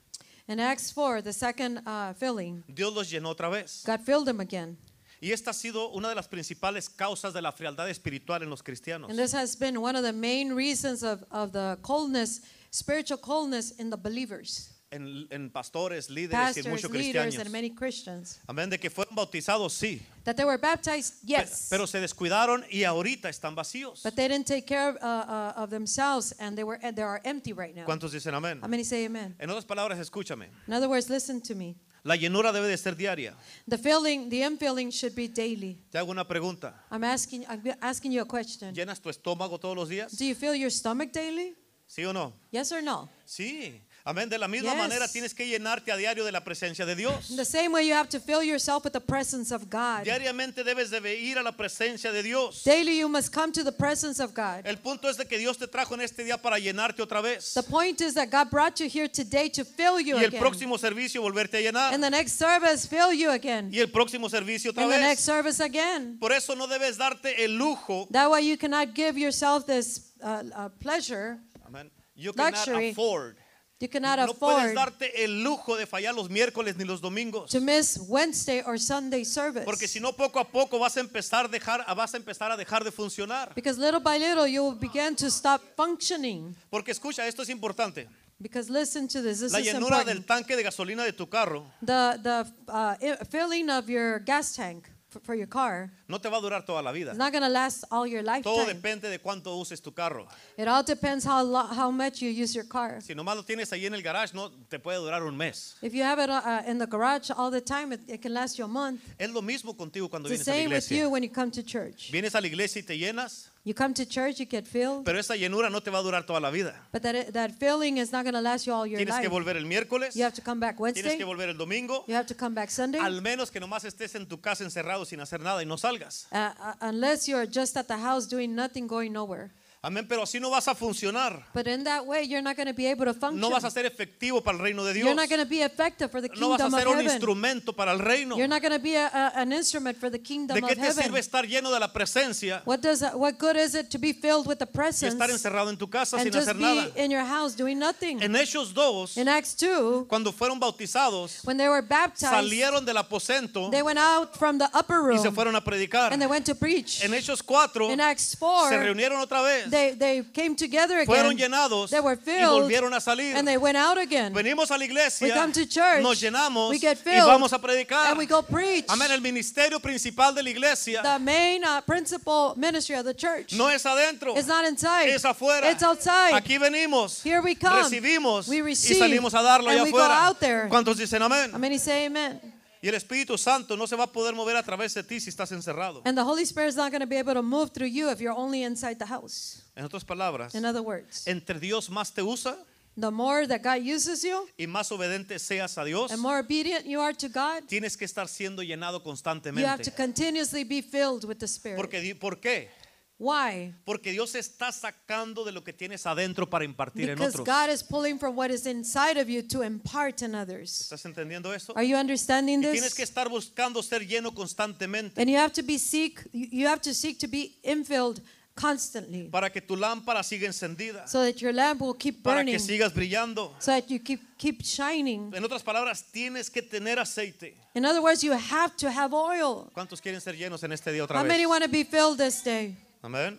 [SPEAKER 2] In Acts 4, the second uh, filling,
[SPEAKER 1] Dios los llenó otra vez.
[SPEAKER 2] God filled them again.
[SPEAKER 1] Y esta ha sido una de las principales causas de la frialdad espiritual en los cristianos.
[SPEAKER 2] And this has been one of the main reasons of, of the coldness, spiritual coldness in the believers,
[SPEAKER 1] En, en pastores, líderes y en
[SPEAKER 2] pastors,
[SPEAKER 1] muchos
[SPEAKER 2] leaders, and
[SPEAKER 1] cristianos.
[SPEAKER 2] many Christians.
[SPEAKER 1] Amén, de que fueron bautizados, sí.
[SPEAKER 2] That they were baptized,
[SPEAKER 1] Pe-
[SPEAKER 2] yes,
[SPEAKER 1] Pero se descuidaron y ahorita están vacíos.
[SPEAKER 2] but they didn't take care of, uh, uh, of themselves, and they were and they are empty right now.
[SPEAKER 1] ¿Cuántos dicen amén?
[SPEAKER 2] How many say amen?
[SPEAKER 1] En otras palabras, escúchame.
[SPEAKER 2] In other words, listen to me.
[SPEAKER 1] La llenura debe de ser diaria.
[SPEAKER 2] The filling, the infilling should be daily.
[SPEAKER 1] Te hago una pregunta.
[SPEAKER 2] I'm asking, I'm asking you a question.
[SPEAKER 1] ¿Llenas tu estómago todos los días?
[SPEAKER 2] Do you fill your stomach daily?
[SPEAKER 1] ¿Sí o no?
[SPEAKER 2] Yes or no?
[SPEAKER 1] Sí. Amén. De la misma
[SPEAKER 2] Yes.
[SPEAKER 1] manera tienes que llenarte a diario de la presencia de Dios.
[SPEAKER 2] In the same way, you have to fill yourself with the presence of God.
[SPEAKER 1] Diariamente debes de ir a la presencia de Dios.
[SPEAKER 2] Daily, you must come to the presence of God.
[SPEAKER 1] El punto es de que Dios te trajo en este día para llenarte otra vez.
[SPEAKER 2] The point is that God brought you here today to fill you
[SPEAKER 1] Y el
[SPEAKER 2] again.
[SPEAKER 1] próximo servicio volverte a
[SPEAKER 2] In
[SPEAKER 1] llenar.
[SPEAKER 2] the next service, fill you again.
[SPEAKER 1] Y el próximo servicio otra
[SPEAKER 2] In the
[SPEAKER 1] vez.
[SPEAKER 2] next service, again.
[SPEAKER 1] Por eso no debes darte el lujo.
[SPEAKER 2] That way, you cannot give yourself this uh, uh, pleasure.
[SPEAKER 1] Amén. You cannot
[SPEAKER 2] Luxury.
[SPEAKER 1] afford.
[SPEAKER 2] You cannot
[SPEAKER 1] No puedes
[SPEAKER 2] afford
[SPEAKER 1] darte el lujo de fallar los miércoles ni los domingos.
[SPEAKER 2] to miss Wednesday or Sunday
[SPEAKER 1] Porque
[SPEAKER 2] service.
[SPEAKER 1] si no poco a poco vas a empezar a dejar vas a empezar a dejar de funcionar.
[SPEAKER 2] Because little by little, you will begin to stop functioning.
[SPEAKER 1] Porque escucha, esto es importante.
[SPEAKER 2] Because listen to this. This
[SPEAKER 1] La
[SPEAKER 2] is
[SPEAKER 1] llenura del
[SPEAKER 2] important.
[SPEAKER 1] tanque de gasolina de tu carro
[SPEAKER 2] The the uh, i- filling of your gas tank for, for your car
[SPEAKER 1] no te va a durar toda la vida.
[SPEAKER 2] is not going to last all your
[SPEAKER 1] Todo
[SPEAKER 2] lifetime.
[SPEAKER 1] depende de cuánto uses tu carro.
[SPEAKER 2] It all depends how lo- how much you use your car.
[SPEAKER 1] Si nomás lo tienes ahí en el garage, no te puede durar un mes.
[SPEAKER 2] If you have it uh, in the garage all the time, it, it can last you a month.
[SPEAKER 1] Es lo mismo contigo cuando
[SPEAKER 2] It's
[SPEAKER 1] vienes a
[SPEAKER 2] the
[SPEAKER 1] la
[SPEAKER 2] same with you
[SPEAKER 1] iglesia.
[SPEAKER 2] when you come to church.
[SPEAKER 1] Vienes a la iglesia y te llenas,
[SPEAKER 2] You come to church, you get filled,
[SPEAKER 1] pero esa llenura no te va a durar toda la vida.
[SPEAKER 2] but that that filling is not going to last you all your
[SPEAKER 1] Tienes que
[SPEAKER 2] life.
[SPEAKER 1] volver el miércoles,
[SPEAKER 2] You have to come back
[SPEAKER 1] tienes
[SPEAKER 2] Wednesday.
[SPEAKER 1] que volver el domingo,
[SPEAKER 2] You have to come back Sunday.
[SPEAKER 1] al menos que nomás estés en tu casa encerrado sin hacer nada y no salgas.
[SPEAKER 2] Uh, uh, unless you're just at the house doing nothing, going nowhere.
[SPEAKER 1] Amén, pero así no vas a funcionar.
[SPEAKER 2] But in that way, you're not going to be able to function.
[SPEAKER 1] No vas a ser efectivo para el reino de Dios.
[SPEAKER 2] You're not going to be effective for the
[SPEAKER 1] No vas a
[SPEAKER 2] kingdom
[SPEAKER 1] ser
[SPEAKER 2] of
[SPEAKER 1] un
[SPEAKER 2] heaven.
[SPEAKER 1] instrumento para el reino.
[SPEAKER 2] You're not going to be a, a- an instrument for the kingdom
[SPEAKER 1] ¿De qué
[SPEAKER 2] of
[SPEAKER 1] te
[SPEAKER 2] heaven.
[SPEAKER 1] sirve estar lleno de la presencia
[SPEAKER 2] What does what good is it to be filled with the
[SPEAKER 1] y
[SPEAKER 2] presence
[SPEAKER 1] estar encerrado en tu casa
[SPEAKER 2] and
[SPEAKER 1] sin
[SPEAKER 2] just
[SPEAKER 1] hacer
[SPEAKER 2] be
[SPEAKER 1] nada?
[SPEAKER 2] in your house doing nothing?
[SPEAKER 1] En Hechos 2,
[SPEAKER 2] in Acts 2,
[SPEAKER 1] cuando fueron bautizados,
[SPEAKER 2] when they were baptized,
[SPEAKER 1] salieron del aposento
[SPEAKER 2] they went out from the upper
[SPEAKER 1] y se
[SPEAKER 2] room
[SPEAKER 1] fueron a predicar.
[SPEAKER 2] and they went to preach.
[SPEAKER 1] En Hechos 4
[SPEAKER 2] in Acts
[SPEAKER 1] se
[SPEAKER 2] 4,
[SPEAKER 1] reunieron otra vez,
[SPEAKER 2] they, they came together
[SPEAKER 1] fueron
[SPEAKER 2] again.
[SPEAKER 1] llenados
[SPEAKER 2] they were
[SPEAKER 1] y
[SPEAKER 2] filled
[SPEAKER 1] volvieron a salir.
[SPEAKER 2] and they went out again.
[SPEAKER 1] Venimos a la iglesia,
[SPEAKER 2] We come to church,
[SPEAKER 1] nos llenamos
[SPEAKER 2] we get
[SPEAKER 1] y
[SPEAKER 2] filled,
[SPEAKER 1] vamos a predicar.
[SPEAKER 2] and we go preach.
[SPEAKER 1] Amén, el ministerio principal de la iglesia
[SPEAKER 2] The main uh, principal ministry of the church
[SPEAKER 1] no es adentro,
[SPEAKER 2] is not inside.
[SPEAKER 1] es afuera.
[SPEAKER 2] It's outside.
[SPEAKER 1] Aquí venimos,
[SPEAKER 2] Here we come.
[SPEAKER 1] recibimos
[SPEAKER 2] We
[SPEAKER 1] y
[SPEAKER 2] receive,
[SPEAKER 1] salimos a darlo allá
[SPEAKER 2] and we go
[SPEAKER 1] afuera.
[SPEAKER 2] out there.
[SPEAKER 1] ¿Cuántos dicen amén?
[SPEAKER 2] How many say amen?
[SPEAKER 1] Y el Espíritu Santo no se va a poder mover a través de ti si estás encerrado.
[SPEAKER 2] And the Holy Spirit is not going to be able to move through you if you're only inside the house.
[SPEAKER 1] En otras palabras,
[SPEAKER 2] In other words,
[SPEAKER 1] entre Dios más te usa
[SPEAKER 2] the more that God uses you
[SPEAKER 1] y más obediente seas a Dios,
[SPEAKER 2] and more obedient you are to God,
[SPEAKER 1] tienes que estar siendo llenado
[SPEAKER 2] you have to
[SPEAKER 1] constantemente.
[SPEAKER 2] continuously be filled with the Spirit.
[SPEAKER 1] Porque, di- ¿Por qué?
[SPEAKER 2] Why?
[SPEAKER 1] Porque Dios está sacando de lo que tienes adentro para impartir en
[SPEAKER 2] Because
[SPEAKER 1] otros.
[SPEAKER 2] God is pulling from what is inside of you to impart in others.
[SPEAKER 1] ¿Estás entendiendo eso?
[SPEAKER 2] Are you understanding
[SPEAKER 1] Y tienes
[SPEAKER 2] this?
[SPEAKER 1] que estar buscando ser lleno constantemente
[SPEAKER 2] And you have to be seek you you have to seek to be infilled constantly
[SPEAKER 1] para que tu lámpara siga encendida,
[SPEAKER 2] so that your lamp will keep
[SPEAKER 1] para que
[SPEAKER 2] burning so
[SPEAKER 1] sigas brillando.
[SPEAKER 2] that you keep keep shining.
[SPEAKER 1] En otras palabras, tienes que tener aceite.
[SPEAKER 2] In other words, you have to have oil.
[SPEAKER 1] ¿Cuántos quieren ser llenos en este día otra
[SPEAKER 2] How many
[SPEAKER 1] vez?
[SPEAKER 2] want to be filled this day?
[SPEAKER 1] Amén.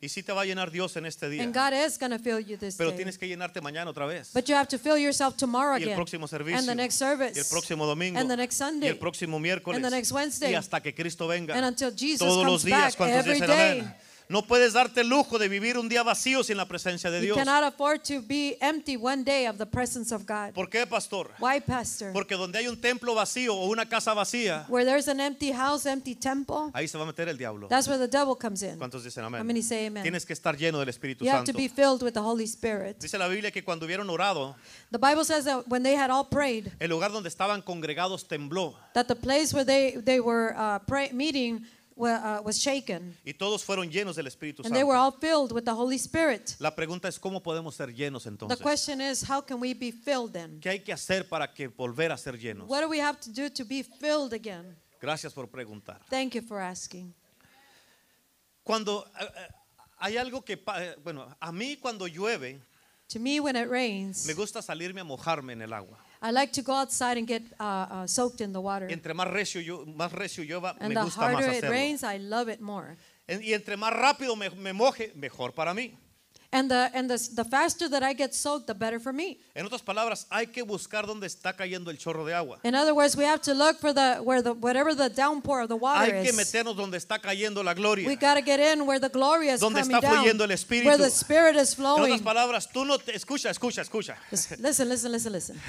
[SPEAKER 1] Y sí te va a llenar Dios en este día,
[SPEAKER 2] And God is going to fill you this
[SPEAKER 1] pero
[SPEAKER 2] day.
[SPEAKER 1] tienes que llenarte mañana otra vez.
[SPEAKER 2] But you have to fill yourself tomorrow
[SPEAKER 1] y el
[SPEAKER 2] again.
[SPEAKER 1] próximo servicio
[SPEAKER 2] and the next
[SPEAKER 1] y el
[SPEAKER 2] service.
[SPEAKER 1] próximo domingo
[SPEAKER 2] and the next
[SPEAKER 1] y
[SPEAKER 2] Sunday.
[SPEAKER 1] el próximo miércoles
[SPEAKER 2] and the next Wednesday.
[SPEAKER 1] y hasta que Cristo venga
[SPEAKER 2] And until Jesus
[SPEAKER 1] todos los
[SPEAKER 2] comes
[SPEAKER 1] días
[SPEAKER 2] back
[SPEAKER 1] cuantos
[SPEAKER 2] every
[SPEAKER 1] dicen
[SPEAKER 2] day.
[SPEAKER 1] amén no puedes darte el lujo de vivir un día vacío sin la presencia de
[SPEAKER 2] You
[SPEAKER 1] Dios
[SPEAKER 2] cannot afford to be empty one day of the presence of God.
[SPEAKER 1] ¿por qué pastor?
[SPEAKER 2] Why, Pastor?
[SPEAKER 1] porque donde hay un templo vacío o una casa vacía
[SPEAKER 2] Where there's an empty house, empty temple,
[SPEAKER 1] ahí se va a meter el diablo
[SPEAKER 2] that's where the devil comes in.
[SPEAKER 1] ¿cuántos dicen
[SPEAKER 2] How
[SPEAKER 1] amén?
[SPEAKER 2] many say amen?
[SPEAKER 1] tienes que estar lleno del Espíritu
[SPEAKER 2] You have to
[SPEAKER 1] Santo
[SPEAKER 2] be filled with the Holy Spirit.
[SPEAKER 1] dice la Biblia que cuando hubieron orado
[SPEAKER 2] The Bible says that when they had all prayed,
[SPEAKER 1] el lugar donde estaban congregados tembló
[SPEAKER 2] that the place where they, they were uh, pray, meeting wa- uh, was shaken,
[SPEAKER 1] y todos fueron llenos del Espíritu
[SPEAKER 2] and they were
[SPEAKER 1] Santo.
[SPEAKER 2] all filled with the Holy Spirit.
[SPEAKER 1] La pregunta es cómo podemos ser llenos
[SPEAKER 2] The
[SPEAKER 1] entonces.
[SPEAKER 2] question is, how can we be filled then?
[SPEAKER 1] ¿Qué hay que hacer para que volver a ser llenos?
[SPEAKER 2] What do we have to do to be filled again?
[SPEAKER 1] Gracias por preguntar.
[SPEAKER 2] Thank you for asking.
[SPEAKER 1] Cuando eh, eh, hay algo que, pa- eh, bueno, a mí cuando llueve
[SPEAKER 2] To me, when it rains,
[SPEAKER 1] me gusta salirme a mojarme en el agua.
[SPEAKER 2] I like to go outside and get uh, uh, soaked in the water.
[SPEAKER 1] Entre más recio yo, más recio llueva,
[SPEAKER 2] And
[SPEAKER 1] me
[SPEAKER 2] the
[SPEAKER 1] gusta más
[SPEAKER 2] harder it
[SPEAKER 1] hacerlo.
[SPEAKER 2] rains, I love it more.
[SPEAKER 1] En- Y entre más rápido me, me moje, mejor para mí.
[SPEAKER 2] And the and the, the faster that I get soaked, the better for me.
[SPEAKER 1] En otras palabras, hay que buscar dónde está cayendo el chorro de agua.
[SPEAKER 2] In other words, we have to look for the where the whatever the downpour of the water
[SPEAKER 1] Hay que
[SPEAKER 2] is.
[SPEAKER 1] meternos donde está cayendo la
[SPEAKER 2] We
[SPEAKER 1] gloria.
[SPEAKER 2] got to get in where the glory is
[SPEAKER 1] Donde
[SPEAKER 2] coming
[SPEAKER 1] está
[SPEAKER 2] down,
[SPEAKER 1] fluyendo el Espíritu.
[SPEAKER 2] where the Spirit is
[SPEAKER 1] En otras
[SPEAKER 2] flowing.
[SPEAKER 1] palabras, tú no te escucha, escucha, escucha.
[SPEAKER 2] Just listen, listen, listen, listen.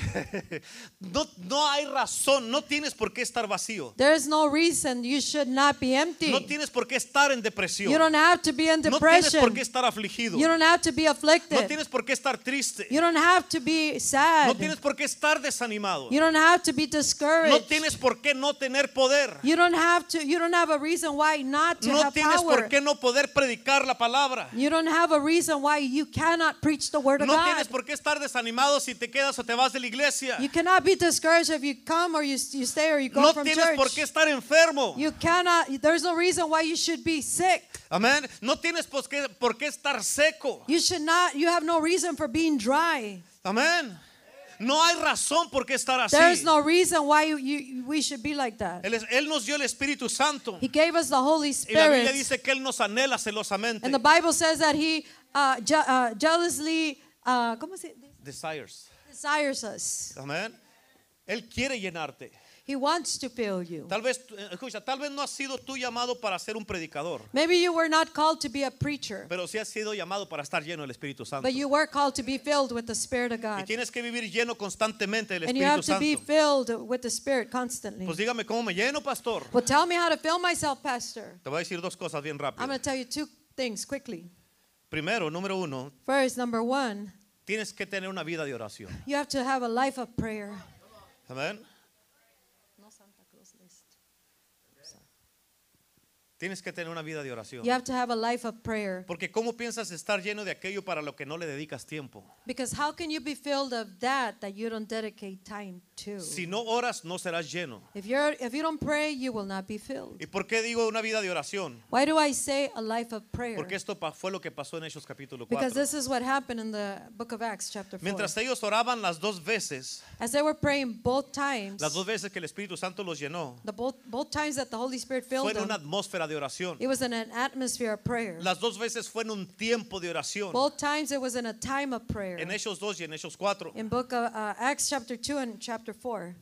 [SPEAKER 1] No, no hay razón, no tienes por qué estar vacío.
[SPEAKER 2] There is no reason you should not be empty.
[SPEAKER 1] No tienes por qué estar en
[SPEAKER 2] You
[SPEAKER 1] depresión.
[SPEAKER 2] don't have to be in
[SPEAKER 1] No tienes
[SPEAKER 2] depression.
[SPEAKER 1] por qué estar afligido.
[SPEAKER 2] You don't have to be
[SPEAKER 1] No
[SPEAKER 2] afflicted.
[SPEAKER 1] tienes por qué estar triste.
[SPEAKER 2] You don't have to be
[SPEAKER 1] No
[SPEAKER 2] sad.
[SPEAKER 1] tienes por qué estar desanimado.
[SPEAKER 2] You don't have to be discouraged.
[SPEAKER 1] No tienes por qué no tener poder.
[SPEAKER 2] You don't have to. You don't have a reason why not to
[SPEAKER 1] No
[SPEAKER 2] have
[SPEAKER 1] tienes
[SPEAKER 2] power.
[SPEAKER 1] por qué no poder predicar la palabra.
[SPEAKER 2] You don't have a reason why you cannot preach the word of
[SPEAKER 1] No
[SPEAKER 2] God.
[SPEAKER 1] tienes por qué estar desanimado si te quedas o te vas de la iglesia.
[SPEAKER 2] You cannot be discouraged if you come or you, you stay or you go
[SPEAKER 1] No
[SPEAKER 2] from
[SPEAKER 1] tienes
[SPEAKER 2] church.
[SPEAKER 1] por qué estar enfermo.
[SPEAKER 2] You cannot. There's no reason why you should be sick.
[SPEAKER 1] Amén. No tienes por qué, por qué estar seco.
[SPEAKER 2] You should not. You have no reason for being dry.
[SPEAKER 1] Amén. No hay razón por qué estar así.
[SPEAKER 2] There's no reason why you, you we should be like that.
[SPEAKER 1] Él, es- Él nos dio el Espíritu Santo.
[SPEAKER 2] He gave us the Holy
[SPEAKER 1] Y la Biblia
[SPEAKER 2] Spirit,
[SPEAKER 1] dice que Él nos anhela celosamente.
[SPEAKER 2] and the Bible says that He uh, je- uh, jealously uh, ¿cómo se dice?
[SPEAKER 1] Desires.
[SPEAKER 2] desires us.
[SPEAKER 1] Amén. Él quiere llenarte.
[SPEAKER 2] He wants to fill you.
[SPEAKER 1] Tal vez, tú- eh, escucha, tal vez no has sido tú llamado para ser un predicador,
[SPEAKER 2] Maybe you were not called to be a preacher,
[SPEAKER 1] pero sí has sido llamado para estar lleno del Espíritu Santo.
[SPEAKER 2] but you were called to be filled with the Spirit of
[SPEAKER 1] Y
[SPEAKER 2] God.
[SPEAKER 1] tienes que vivir lleno constantemente del
[SPEAKER 2] And you have
[SPEAKER 1] Espíritu
[SPEAKER 2] to be
[SPEAKER 1] Santo.
[SPEAKER 2] filled with the Spirit constantly.
[SPEAKER 1] Pues dígame cómo me lleno, pastor.
[SPEAKER 2] Well, tell me how to fill myself, Pastor.
[SPEAKER 1] Te voy a decir dos cosas bien
[SPEAKER 2] I'm
[SPEAKER 1] rápido.
[SPEAKER 2] going to tell you two things quickly.
[SPEAKER 1] Primero, número uno,
[SPEAKER 2] First, number one,
[SPEAKER 1] tienes que tener una vida de oración.
[SPEAKER 2] you have to have a life of prayer.
[SPEAKER 1] Amén. Tienes que tener una vida de oración.
[SPEAKER 2] You have to have a life of prayer.
[SPEAKER 1] Porque ¿cómo piensas estar lleno de aquello para lo que no le dedicas tiempo?
[SPEAKER 2] Because how can you be filled of that that you don't dedicate time to?
[SPEAKER 1] Si no oras, no serás lleno.
[SPEAKER 2] If you're if you don't pray, you will not be filled.
[SPEAKER 1] ¿Y por qué digo una vida de oración?
[SPEAKER 2] Why do I say a life of prayer?
[SPEAKER 1] Porque esto pa- fue lo que pasó en Hechos capítulo 4.
[SPEAKER 2] Because this is what happened in the book of Acts chapter 4.
[SPEAKER 1] Mientras ellos oraban las dos veces,
[SPEAKER 2] As they were praying both times,
[SPEAKER 1] las dos veces que el Espíritu Santo los llenó,
[SPEAKER 2] the both both times that the Holy Spirit filled
[SPEAKER 1] fue en
[SPEAKER 2] them,
[SPEAKER 1] una atmósfera de oración.
[SPEAKER 2] it was in an atmosphere of prayer.
[SPEAKER 1] Las dos veces fue en un tiempo de oración.
[SPEAKER 2] Both times it was in a time of prayer.
[SPEAKER 1] En Hechos 2 y en Hechos 4.
[SPEAKER 2] in book of uh, Acts chapter 2 and chapter 4.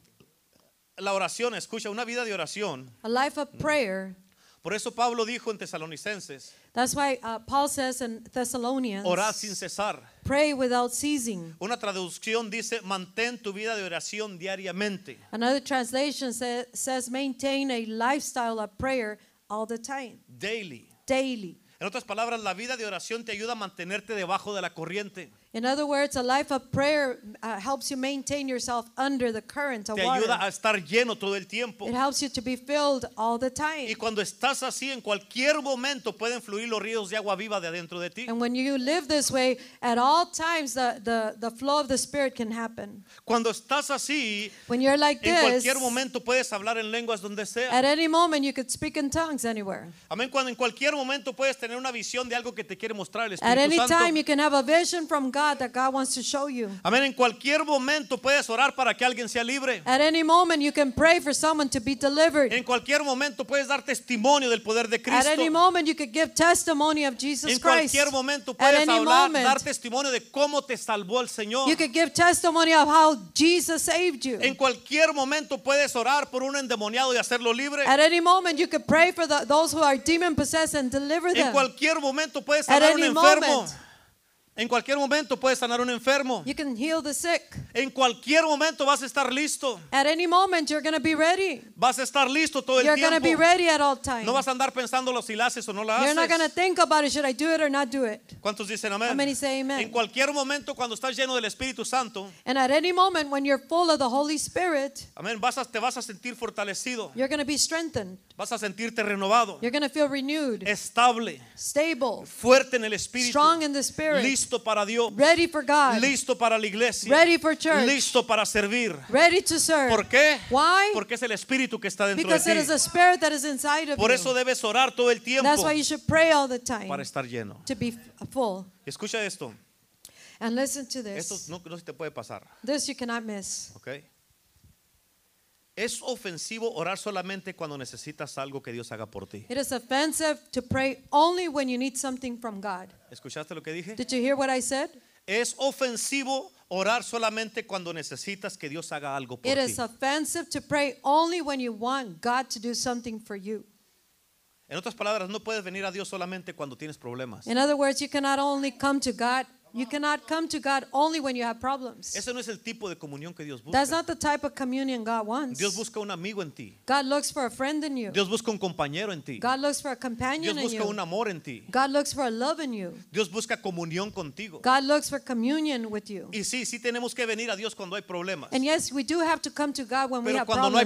[SPEAKER 1] La oración, escucha, una vida de oración.
[SPEAKER 2] A life of prayer.
[SPEAKER 1] Por eso Pablo dijo en Tesalonicenses,
[SPEAKER 2] That's why uh, Paul says in Thessalonians,
[SPEAKER 1] orad sin cesar.
[SPEAKER 2] pray without ceasing.
[SPEAKER 1] Una traducción dice, mantén tu vida de oración diariamente.
[SPEAKER 2] Another translation sa- says maintain a lifestyle of prayer all the time,
[SPEAKER 1] Daily.
[SPEAKER 2] daily.
[SPEAKER 1] En otras palabras, la vida de oración te ayuda a mantenerte debajo de la corriente.
[SPEAKER 2] In other words, a life of prayer uh, helps you maintain yourself under the current of
[SPEAKER 1] Te ayuda
[SPEAKER 2] water.
[SPEAKER 1] a estar lleno todo el tiempo.
[SPEAKER 2] It helps you to be filled all the time.
[SPEAKER 1] Y cuando estás así, en cualquier momento pueden fluir los ríos de agua viva de adentro de ti.
[SPEAKER 2] And when you live this way, at all times the, the, the flow of the Spirit can happen.
[SPEAKER 1] Cuando estás así,
[SPEAKER 2] When you're like
[SPEAKER 1] en
[SPEAKER 2] this,
[SPEAKER 1] cualquier momento puedes hablar en lenguas donde sea.
[SPEAKER 2] at any moment you could speak in tongues anywhere.
[SPEAKER 1] Amén. Cuando en cualquier momento puedes tener una visión de algo que te quiere mostrar el
[SPEAKER 2] At any
[SPEAKER 1] Espíritu
[SPEAKER 2] time
[SPEAKER 1] Santo.
[SPEAKER 2] you can have a vision from God that God wants to show you.
[SPEAKER 1] Amén. En cualquier momento puedes orar para que alguien sea libre.
[SPEAKER 2] At any moment you can pray for someone to be delivered.
[SPEAKER 1] En cualquier momento puedes dar testimonio del poder de
[SPEAKER 2] At any
[SPEAKER 1] Cristo.
[SPEAKER 2] moment you could give testimony of Jesus
[SPEAKER 1] En
[SPEAKER 2] Christ.
[SPEAKER 1] cualquier momento
[SPEAKER 2] At
[SPEAKER 1] puedes
[SPEAKER 2] any
[SPEAKER 1] hablar, dar
[SPEAKER 2] moment
[SPEAKER 1] testimonio de cómo te salvó el Señor.
[SPEAKER 2] you could give testimony of how Jesus saved you.
[SPEAKER 1] En cualquier momento puedes orar por un endemoniado y hacerlo libre.
[SPEAKER 2] At any moment you could pray for the, those who are demon possessed and deliver
[SPEAKER 1] En
[SPEAKER 2] them.
[SPEAKER 1] cualquier momento puedes
[SPEAKER 2] At
[SPEAKER 1] sanar a un
[SPEAKER 2] any
[SPEAKER 1] enfermo.
[SPEAKER 2] moment
[SPEAKER 1] En cualquier momento puedes sanar a un enfermo.
[SPEAKER 2] You can heal the sick.
[SPEAKER 1] En cualquier momento vas a estar listo.
[SPEAKER 2] At any moment, you're going to be ready.
[SPEAKER 1] Vas a estar listo todo el
[SPEAKER 2] You're going to be
[SPEAKER 1] tiempo.
[SPEAKER 2] ready at all times.
[SPEAKER 1] No vas a andar pensando lo si la haces o no la
[SPEAKER 2] You're not going to
[SPEAKER 1] haces.
[SPEAKER 2] think about it. Should I do it or not do it?
[SPEAKER 1] ¿Cuántos dicen
[SPEAKER 2] How
[SPEAKER 1] amén?
[SPEAKER 2] many say amen?
[SPEAKER 1] En cualquier momento cuando estás lleno del Espíritu Santo,
[SPEAKER 2] And at any moment, when you're full of the Holy Spirit,
[SPEAKER 1] amén, vas a, te vas a sentir fortalecido,
[SPEAKER 2] you're going to be strengthened.
[SPEAKER 1] vas a sentirte renovado,
[SPEAKER 2] You're going to feel renewed,
[SPEAKER 1] estable,
[SPEAKER 2] stable,
[SPEAKER 1] fuerte en el Eh, Espíritu,
[SPEAKER 2] strong in the Spirit,
[SPEAKER 1] listo para Dios,
[SPEAKER 2] ready for God,
[SPEAKER 1] listo para la iglesia,
[SPEAKER 2] Ready for church.
[SPEAKER 1] listo para servir.
[SPEAKER 2] ready to serve.
[SPEAKER 1] ¿Por qué?
[SPEAKER 2] Why?
[SPEAKER 1] Porque es el Espíritu que está dentro de
[SPEAKER 2] Because it is
[SPEAKER 1] ti.
[SPEAKER 2] a spirit that is inside of
[SPEAKER 1] Por eso
[SPEAKER 2] you.
[SPEAKER 1] debes orar todo el tiempo
[SPEAKER 2] That's why you should pray all the
[SPEAKER 1] para
[SPEAKER 2] time
[SPEAKER 1] estar lleno.
[SPEAKER 2] to be f- full.
[SPEAKER 1] Escucha esto.
[SPEAKER 2] And listen to
[SPEAKER 1] Esto
[SPEAKER 2] this.
[SPEAKER 1] no, no se te puede pasar.
[SPEAKER 2] This you cannot miss.
[SPEAKER 1] ¿ok? Es ofensivo orar solamente cuando necesitas algo que Dios haga por ti.
[SPEAKER 2] It is offensive to pray only when you need something from God.
[SPEAKER 1] ¿Escuchaste lo que dije?
[SPEAKER 2] Did you hear what I said?
[SPEAKER 1] Es ofensivo orar solamente cuando necesitas que Dios haga algo por
[SPEAKER 2] It
[SPEAKER 1] ti.
[SPEAKER 2] is offensive to pray only when you want God to do something for you.
[SPEAKER 1] En otras palabras, no puedes venir a Dios solamente cuando tienes problemas.
[SPEAKER 2] In other words, you cannot only come to God, you cannot come to God only when you have problems.
[SPEAKER 1] Ese no es el tipo de comunión que Dios
[SPEAKER 2] That's
[SPEAKER 1] busca.
[SPEAKER 2] not the type of communion God
[SPEAKER 1] Dios
[SPEAKER 2] wants.
[SPEAKER 1] busca un amigo en ti.
[SPEAKER 2] God looks for a friend in you.
[SPEAKER 1] Dios busca un compañero en ti.
[SPEAKER 2] God looks for a
[SPEAKER 1] Dios
[SPEAKER 2] companion in
[SPEAKER 1] busca un
[SPEAKER 2] you.
[SPEAKER 1] amor en ti.
[SPEAKER 2] God looks for a love in you.
[SPEAKER 1] Dios busca comunión contigo.
[SPEAKER 2] God looks for communion with you.
[SPEAKER 1] Y sí, sí tenemos que venir a Dios cuando hay problemas.
[SPEAKER 2] And yes, we do have to come to God when we
[SPEAKER 1] Pero
[SPEAKER 2] have
[SPEAKER 1] cuando no hay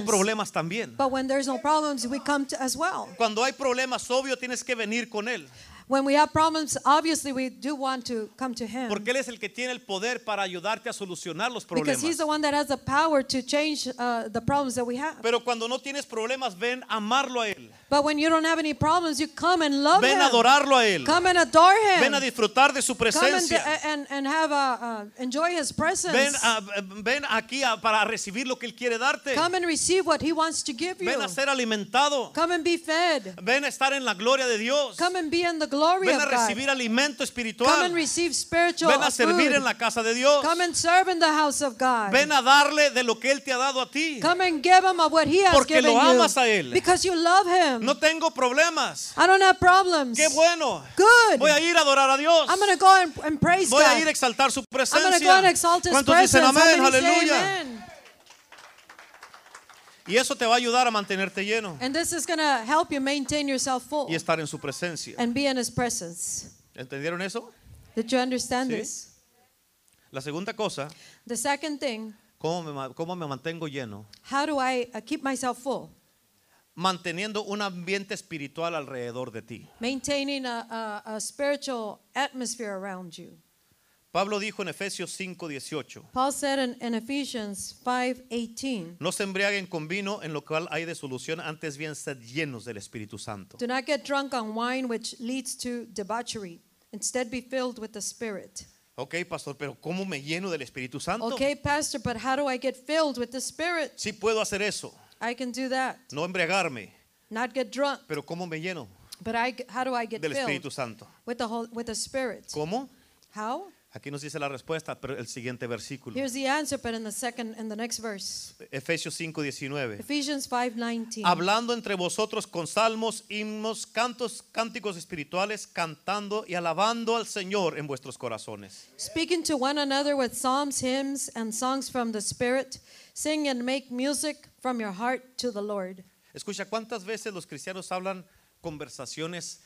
[SPEAKER 1] problemas
[SPEAKER 2] problems.
[SPEAKER 1] también.
[SPEAKER 2] But when there's no problems, we come to as well.
[SPEAKER 1] Cuando hay problemas, obvio, tienes que venir con Él.
[SPEAKER 2] When we have problems, obviously we do want to come to Him.
[SPEAKER 1] Porque Él es el que tiene el poder para ayudarte a solucionar los
[SPEAKER 2] Because
[SPEAKER 1] problemas.
[SPEAKER 2] he's the one that has the power to change uh, the problems that we have.
[SPEAKER 1] Pero cuando no tienes problemas, ven a amarlo a Él.
[SPEAKER 2] But when you don't have any problems, you come and love
[SPEAKER 1] Ven a
[SPEAKER 2] him.
[SPEAKER 1] adorarlo a Él.
[SPEAKER 2] Come and adore him.
[SPEAKER 1] Ven a disfrutar de su
[SPEAKER 2] come and,
[SPEAKER 1] presencia.
[SPEAKER 2] and, and have a, uh, enjoy his presence.
[SPEAKER 1] Ven, a- ven aquí a- para recibir lo que Él quiere darte.
[SPEAKER 2] come and receive what he wants to give you.
[SPEAKER 1] Ven a ser alimentado.
[SPEAKER 2] come and be fed.
[SPEAKER 1] Ven a estar en la gloria de Dios.
[SPEAKER 2] Come and be in the glory
[SPEAKER 1] Ven a
[SPEAKER 2] of God.
[SPEAKER 1] recibir alimento
[SPEAKER 2] Come and
[SPEAKER 1] espiritual.
[SPEAKER 2] receive spiritual
[SPEAKER 1] Ven a
[SPEAKER 2] food.
[SPEAKER 1] servir en la casa de Dios.
[SPEAKER 2] mm, Come and serve in the house of God.
[SPEAKER 1] Ven a darle de lo que Él te ha dado a ti.
[SPEAKER 2] Come and give him of what he has
[SPEAKER 1] Porque
[SPEAKER 2] given
[SPEAKER 1] lo amas
[SPEAKER 2] you.
[SPEAKER 1] a él.
[SPEAKER 2] Because you love him.
[SPEAKER 1] No tengo problemas.
[SPEAKER 2] I don't have problems.
[SPEAKER 1] Qué bueno.
[SPEAKER 2] Good.
[SPEAKER 1] Voy a ir a adorar a Dios.
[SPEAKER 2] I'm going to go and, and praise
[SPEAKER 1] Voy
[SPEAKER 2] God.
[SPEAKER 1] a ir a exaltar su
[SPEAKER 2] I'm going to go
[SPEAKER 1] presencia.
[SPEAKER 2] and exalt His
[SPEAKER 1] ¿Cuántos
[SPEAKER 2] presence.
[SPEAKER 1] dicen
[SPEAKER 2] How
[SPEAKER 1] amén?
[SPEAKER 2] many say
[SPEAKER 1] Aleluya.
[SPEAKER 2] amen?
[SPEAKER 1] Y eso te va a ayudar a mantenerte lleno
[SPEAKER 2] And this is going to help you maintain yourself full
[SPEAKER 1] y estar en su presencia.
[SPEAKER 2] and be in His presence.
[SPEAKER 1] ¿Entendieron eso?
[SPEAKER 2] Did you understand
[SPEAKER 1] Sí.
[SPEAKER 2] this?
[SPEAKER 1] La segunda cosa,
[SPEAKER 2] The second thing,
[SPEAKER 1] ¿cómo me, ma- cómo me mantengo lleno?
[SPEAKER 2] how do I uh, keep myself full?
[SPEAKER 1] Manteniendo un ambiente espiritual alrededor de ti.
[SPEAKER 2] Maintaining a, a, a spiritual atmosphere around you.
[SPEAKER 1] Pablo dijo en Efesios 5:18,
[SPEAKER 2] Paul said in, in Ephesians 5:18,
[SPEAKER 1] no se embriaguen con vino en lo cual hay desolución, antes bien sed llenos del Espíritu Santo.
[SPEAKER 2] "Do not get drunk on wine, which leads to debauchery. Instead, be filled with the Spirit."
[SPEAKER 1] Ok, pastor, pero ¿cómo me lleno del Espíritu Santo?
[SPEAKER 2] Okay, pastor, but how do I get filled with the Spirit?
[SPEAKER 1] Sí puedo hacer eso,
[SPEAKER 2] I can do that.
[SPEAKER 1] no embriagarme,
[SPEAKER 2] Not get drunk,
[SPEAKER 1] pero ¿cómo me lleno
[SPEAKER 2] but I how do I get
[SPEAKER 1] del Espíritu
[SPEAKER 2] filled
[SPEAKER 1] Santo?
[SPEAKER 2] with the whole with the Spirit?
[SPEAKER 1] ¿Cómo?
[SPEAKER 2] How?
[SPEAKER 1] Aquí nos dice la respuesta, pero el siguiente versículo.
[SPEAKER 2] Here's the answer, but in the second in the next verse.
[SPEAKER 1] Efesios 5:19.
[SPEAKER 2] Ephesians 5:19.
[SPEAKER 1] Hablando entre vosotros con salmos, himnos, cantos, cánticos espirituales, cantando y alabando al Señor en vuestros corazones.
[SPEAKER 2] Speaking to one another with psalms, hymns, and songs from the Spirit, sing and make music from your heart to the Lord.
[SPEAKER 1] Escucha, ¿cuántas veces los cristianos hablan conversaciones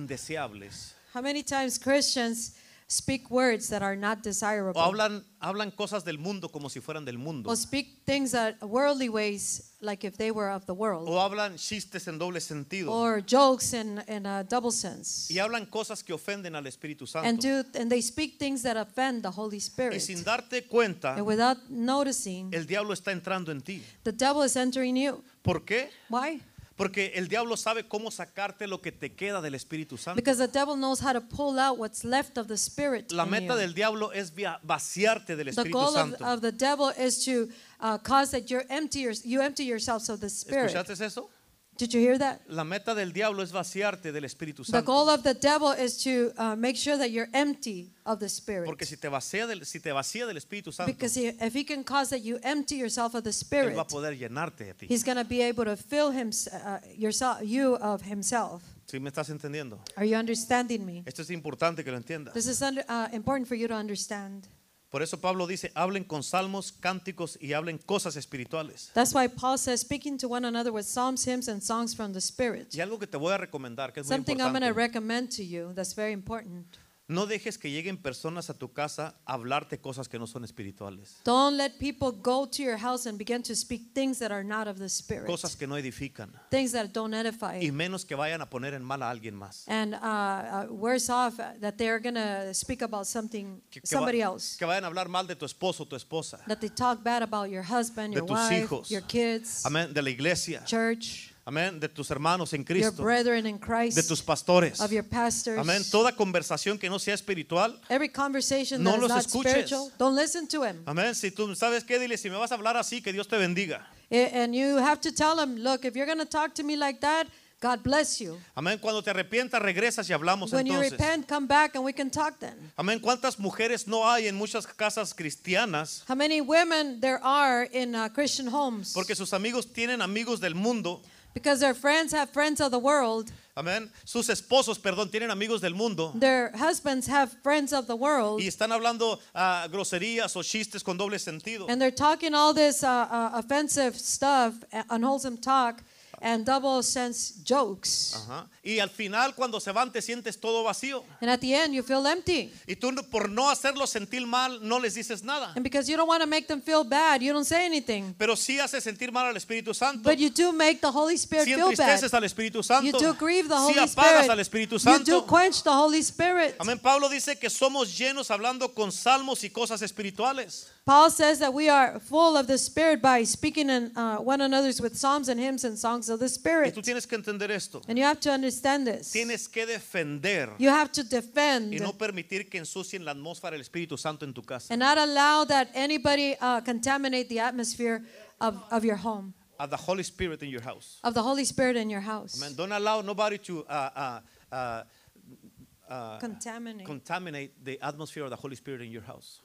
[SPEAKER 1] indeseables?
[SPEAKER 2] How many times Christians speak words that are not
[SPEAKER 1] O
[SPEAKER 2] desirable
[SPEAKER 1] hablan, hablan cosas del mundo como si fueran del mundo.
[SPEAKER 2] or speak things that worldly ways like if they were of the world
[SPEAKER 1] O hablan chistes en doble sentido.
[SPEAKER 2] or jokes in in a double sense.
[SPEAKER 1] Y hablan cosas que ofenden al Espíritu
[SPEAKER 2] and
[SPEAKER 1] Santo.
[SPEAKER 2] do and they speak things that offend the Holy
[SPEAKER 1] Y
[SPEAKER 2] Spirit.
[SPEAKER 1] sin darte cuenta,
[SPEAKER 2] And without noticing,
[SPEAKER 1] el diablo está entrando en ti.
[SPEAKER 2] the devil is entering you.
[SPEAKER 1] ¿Por qué?
[SPEAKER 2] Why?
[SPEAKER 1] Porque el diablo sabe cómo sacarte lo que te queda del Espíritu Santo.
[SPEAKER 2] Because the devil knows how to pull out what's left of the spirit.
[SPEAKER 1] La
[SPEAKER 2] in
[SPEAKER 1] meta
[SPEAKER 2] you.
[SPEAKER 1] del diablo es via- vaciarte del
[SPEAKER 2] the
[SPEAKER 1] Espíritu
[SPEAKER 2] goal of,
[SPEAKER 1] Santo.
[SPEAKER 2] of the devil is to uh, cause that you're empty, your- you empty yourselves of the spirit.
[SPEAKER 1] ¿Escuchaste eso?
[SPEAKER 2] Did you hear that?
[SPEAKER 1] La meta del diablo es vaciarte del Espíritu
[SPEAKER 2] The goal
[SPEAKER 1] Santo.
[SPEAKER 2] of the devil is to uh, make sure that you're empty of the spirit.
[SPEAKER 1] Porque si te vacía del, si te vacía del Espíritu Santo,
[SPEAKER 2] because he, if he can cause that you empty yourself of the
[SPEAKER 1] él
[SPEAKER 2] spirit,
[SPEAKER 1] va a poder llenarte de ti.
[SPEAKER 2] he's going to be able to fill him, uh, yourself, you of himself.
[SPEAKER 1] ¿Sí me estás entendiendo?
[SPEAKER 2] Are you understanding me?
[SPEAKER 1] Esto es importante que lo entiendas.
[SPEAKER 2] This is under, uh, important for you to understand.
[SPEAKER 1] Por eso Pablo dice, hablen con salmos, cánticos y hablen cosas espirituales.
[SPEAKER 2] That's why Paul says, speaking to one another with psalms, hymns, and songs from the Spirit.
[SPEAKER 1] Y algo que te voy a recomendar, que es muy
[SPEAKER 2] Something I'm going to
[SPEAKER 1] importante.
[SPEAKER 2] recommend to you that's very important.
[SPEAKER 1] No dejes que lleguen personas a tu casa a hablarte cosas que no son espirituales.
[SPEAKER 2] Don't let people go to your house and begin to speak things that are not of the Spirit,
[SPEAKER 1] Cosas que no edifican.
[SPEAKER 2] things that don't edify,
[SPEAKER 1] Y menos que vayan a poner en mal a alguien más.
[SPEAKER 2] and uh, uh, worse off, uh, that they're going to speak about something,
[SPEAKER 1] Que, que va-
[SPEAKER 2] somebody else.
[SPEAKER 1] que vayan a hablar mal de tu esposo o tu esposa.
[SPEAKER 2] That they talk bad about your husband,
[SPEAKER 1] De
[SPEAKER 2] your
[SPEAKER 1] tus
[SPEAKER 2] wife,
[SPEAKER 1] hijos.
[SPEAKER 2] your kids,
[SPEAKER 1] Amén. De la iglesia.
[SPEAKER 2] church,
[SPEAKER 1] Amén. De tus hermanos en
[SPEAKER 2] your
[SPEAKER 1] Cristo.
[SPEAKER 2] brethren in
[SPEAKER 1] De
[SPEAKER 2] Christ,
[SPEAKER 1] tus pastores.
[SPEAKER 2] of your pastors.
[SPEAKER 1] Amén. Toda conversación que no sea espiritual.
[SPEAKER 2] Every conversation
[SPEAKER 1] No
[SPEAKER 2] that is
[SPEAKER 1] los
[SPEAKER 2] not
[SPEAKER 1] escuches. Ah.
[SPEAKER 2] spiritual, don't listen to him.
[SPEAKER 1] Amén. Si tú sabes qué, dile, si me vas a hablar así, que Dios te bendiga.
[SPEAKER 2] A- And you have to tell him, look, if you're going to talk to me like that, God bless you.
[SPEAKER 1] Amén. Cuando te arrepientas, regresas y hablamos
[SPEAKER 2] When you
[SPEAKER 1] entonces.
[SPEAKER 2] repent, come back and we can talk then.
[SPEAKER 1] Amén. ¿Cuántas mujeres no hay en muchas casas cristianas?
[SPEAKER 2] How many women there are in uh, Christian homes?
[SPEAKER 1] Porque sus amigos tienen amigos del mundo.
[SPEAKER 2] because their friends have friends of the world,
[SPEAKER 1] Amén. Sus esposos, perdón, tienen amigos del mundo.
[SPEAKER 2] their husbands have friends of the world,
[SPEAKER 1] Y están hablando ah, groserías o chistes con doble sentido.
[SPEAKER 2] and they're talking all this uh, uh, offensive stuff, uh, unwholesome talk, and double sense jokes.
[SPEAKER 1] Ajá. Y al final, cuando se van, te sientes todo vacío.
[SPEAKER 2] And at the end, you feel empty.
[SPEAKER 1] Y tú, no- por no hacerlos sentir mal, no les dices nada.
[SPEAKER 2] And because you don't want to make them feel bad, you don't say anything.
[SPEAKER 1] Pero sí hace sentir mal al Espíritu Santo.
[SPEAKER 2] But you do make the Holy Spirit
[SPEAKER 1] Si
[SPEAKER 2] feel bad.
[SPEAKER 1] entristeces al Espíritu
[SPEAKER 2] You
[SPEAKER 1] Santo.
[SPEAKER 2] do grieve the Holy
[SPEAKER 1] Si apagas al
[SPEAKER 2] Spirit.
[SPEAKER 1] Espíritu
[SPEAKER 2] You do
[SPEAKER 1] Santo.
[SPEAKER 2] quench the Holy Spirit.
[SPEAKER 1] Amén. Pablo dice que somos llenos hablando con salmos y cosas espirituales.
[SPEAKER 2] Paul says that we are full of the Spirit by speaking in uh, one another's with psalms and hymns and songs of the
[SPEAKER 1] Y
[SPEAKER 2] Spirit.
[SPEAKER 1] tú tienes que entender esto.
[SPEAKER 2] And you have to understand this.
[SPEAKER 1] Tienes que defender
[SPEAKER 2] You have to
[SPEAKER 1] y
[SPEAKER 2] defend
[SPEAKER 1] no permitir que ensucien la atmósfera del Espíritu Santo en tu casa.
[SPEAKER 2] and not allow that anybody uh, contaminate the atmosphere of, of your home,
[SPEAKER 1] At the Holy Spirit in your house.
[SPEAKER 2] of the Holy Spirit in your house.
[SPEAKER 1] Amen. Don't allow nobody to uh, uh, uh,
[SPEAKER 2] Contaminate.
[SPEAKER 1] contaminate the atmosphere of the Holy Spirit in your house.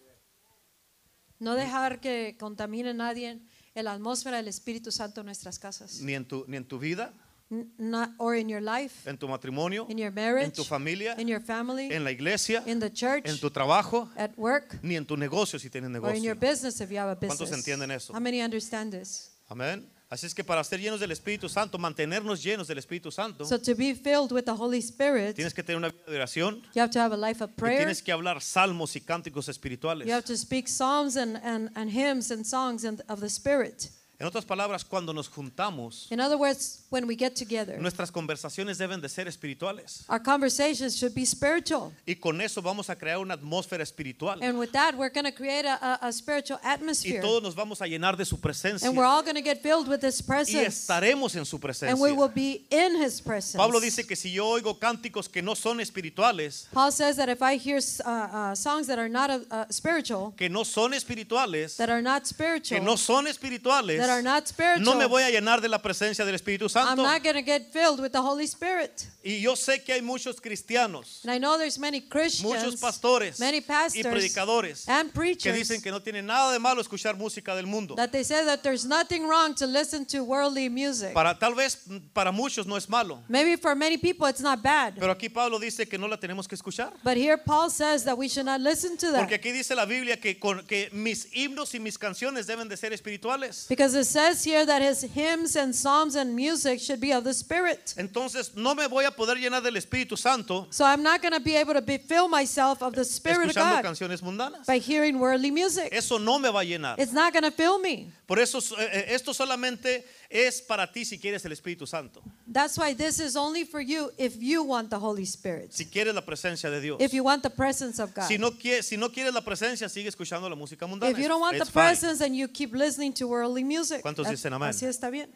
[SPEAKER 2] No dejar que contamine nadie en la atmósfera del Espíritu Santo en nuestras casas.
[SPEAKER 1] Ni en tu, ni en tu vida,
[SPEAKER 2] N- not, or in your life,
[SPEAKER 1] en tu matrimonio,
[SPEAKER 2] in your marriage,
[SPEAKER 1] en tu familia,
[SPEAKER 2] in your family,
[SPEAKER 1] en la iglesia,
[SPEAKER 2] in the church,
[SPEAKER 1] en tu trabajo,
[SPEAKER 2] at work,
[SPEAKER 1] ni en tu negocio si tienes
[SPEAKER 2] or in your
[SPEAKER 1] negocio.
[SPEAKER 2] business if you have a
[SPEAKER 1] ¿Cuántos
[SPEAKER 2] business.
[SPEAKER 1] entienden eso?
[SPEAKER 2] How many understand this?
[SPEAKER 1] Amén. Así es que para ser llenos del Espíritu Santo, mantenernos llenos del Espíritu Santo,
[SPEAKER 2] So to be filled with the Holy Spirit,
[SPEAKER 1] tienes que tener una vida de oración
[SPEAKER 2] you have to have a life of
[SPEAKER 1] y
[SPEAKER 2] prayer.
[SPEAKER 1] tienes que hablar salmos y cánticos espirituales.
[SPEAKER 2] You have to speak psalms and, and, and hymns and songs and, of the Spirit.
[SPEAKER 1] En otras palabras, cuando nos juntamos,
[SPEAKER 2] In other words, when we get together,
[SPEAKER 1] nuestras conversaciones deben de ser espirituales.
[SPEAKER 2] our conversations should be spiritual.
[SPEAKER 1] Y con eso vamos a crear una atmósfera espiritual.
[SPEAKER 2] And with that, we're going to create a, a, a spiritual
[SPEAKER 1] y
[SPEAKER 2] atmosphere.
[SPEAKER 1] todos nos vamos a llenar de su presencia
[SPEAKER 2] And we're all going to get filled with His
[SPEAKER 1] y
[SPEAKER 2] presence.
[SPEAKER 1] estaremos en su presencia.
[SPEAKER 2] And we will be in His presence.
[SPEAKER 1] Pablo dice que si yo oigo cánticos que no son espirituales,
[SPEAKER 2] Paul says that if I hear uh, uh, songs that are not uh, uh, spiritual,
[SPEAKER 1] que no son espirituales,
[SPEAKER 2] that are not
[SPEAKER 1] que
[SPEAKER 2] spiritual,
[SPEAKER 1] no son espirituales,
[SPEAKER 2] that are not
[SPEAKER 1] no
[SPEAKER 2] spiritual,
[SPEAKER 1] me voy a llenar de la presencia del Espíritu
[SPEAKER 2] I'm
[SPEAKER 1] Santo.
[SPEAKER 2] not going to get filled with the Holy Spirit.
[SPEAKER 1] Y yo sé que hay muchos cristianos,
[SPEAKER 2] And I know there's many Christians,
[SPEAKER 1] muchos pastores
[SPEAKER 2] many
[SPEAKER 1] y
[SPEAKER 2] pastors,
[SPEAKER 1] predicadores
[SPEAKER 2] and
[SPEAKER 1] que
[SPEAKER 2] preachers
[SPEAKER 1] dicen que no tiene nada de malo escuchar música del mundo.
[SPEAKER 2] that they say that there's nothing wrong to listen to worldly music.
[SPEAKER 1] Para tal vez para muchos no es malo,
[SPEAKER 2] Maybe for many people it's not bad.
[SPEAKER 1] pero aquí Pablo dice que no la tenemos que escuchar.
[SPEAKER 2] but here Paul says that we should not listen to that.
[SPEAKER 1] Porque aquí dice la Biblia que, con- que mis himnos y mis canciones deben de ser espirituales.
[SPEAKER 2] because it says here that his hymns and psalms and music should be of the Spirit.
[SPEAKER 1] Entonces no me voy a poder llenar del Espíritu Santo
[SPEAKER 2] So I'm not going to be able to be, fill myself of the Spirit of
[SPEAKER 1] escuchando
[SPEAKER 2] God
[SPEAKER 1] canciones mundanas.
[SPEAKER 2] by hearing worldly music.
[SPEAKER 1] Eso no me va a llenar.
[SPEAKER 2] It's not going to fill me.
[SPEAKER 1] Por eso eh, eh, esto solamente es para ti si quieres el Espíritu Santo,
[SPEAKER 2] That's why this is only for you if you want the Holy Spirit.
[SPEAKER 1] si quieres la presencia de Dios.
[SPEAKER 2] If you want the presence of God.
[SPEAKER 1] Si no, quie- si no quieres la presencia, sigue escuchando la música mundana.
[SPEAKER 2] If you don't want the
[SPEAKER 1] It's fine.
[SPEAKER 2] presence and you keep listening to worldly music.
[SPEAKER 1] ¿Cuántos dicen amén?
[SPEAKER 2] Así está bien.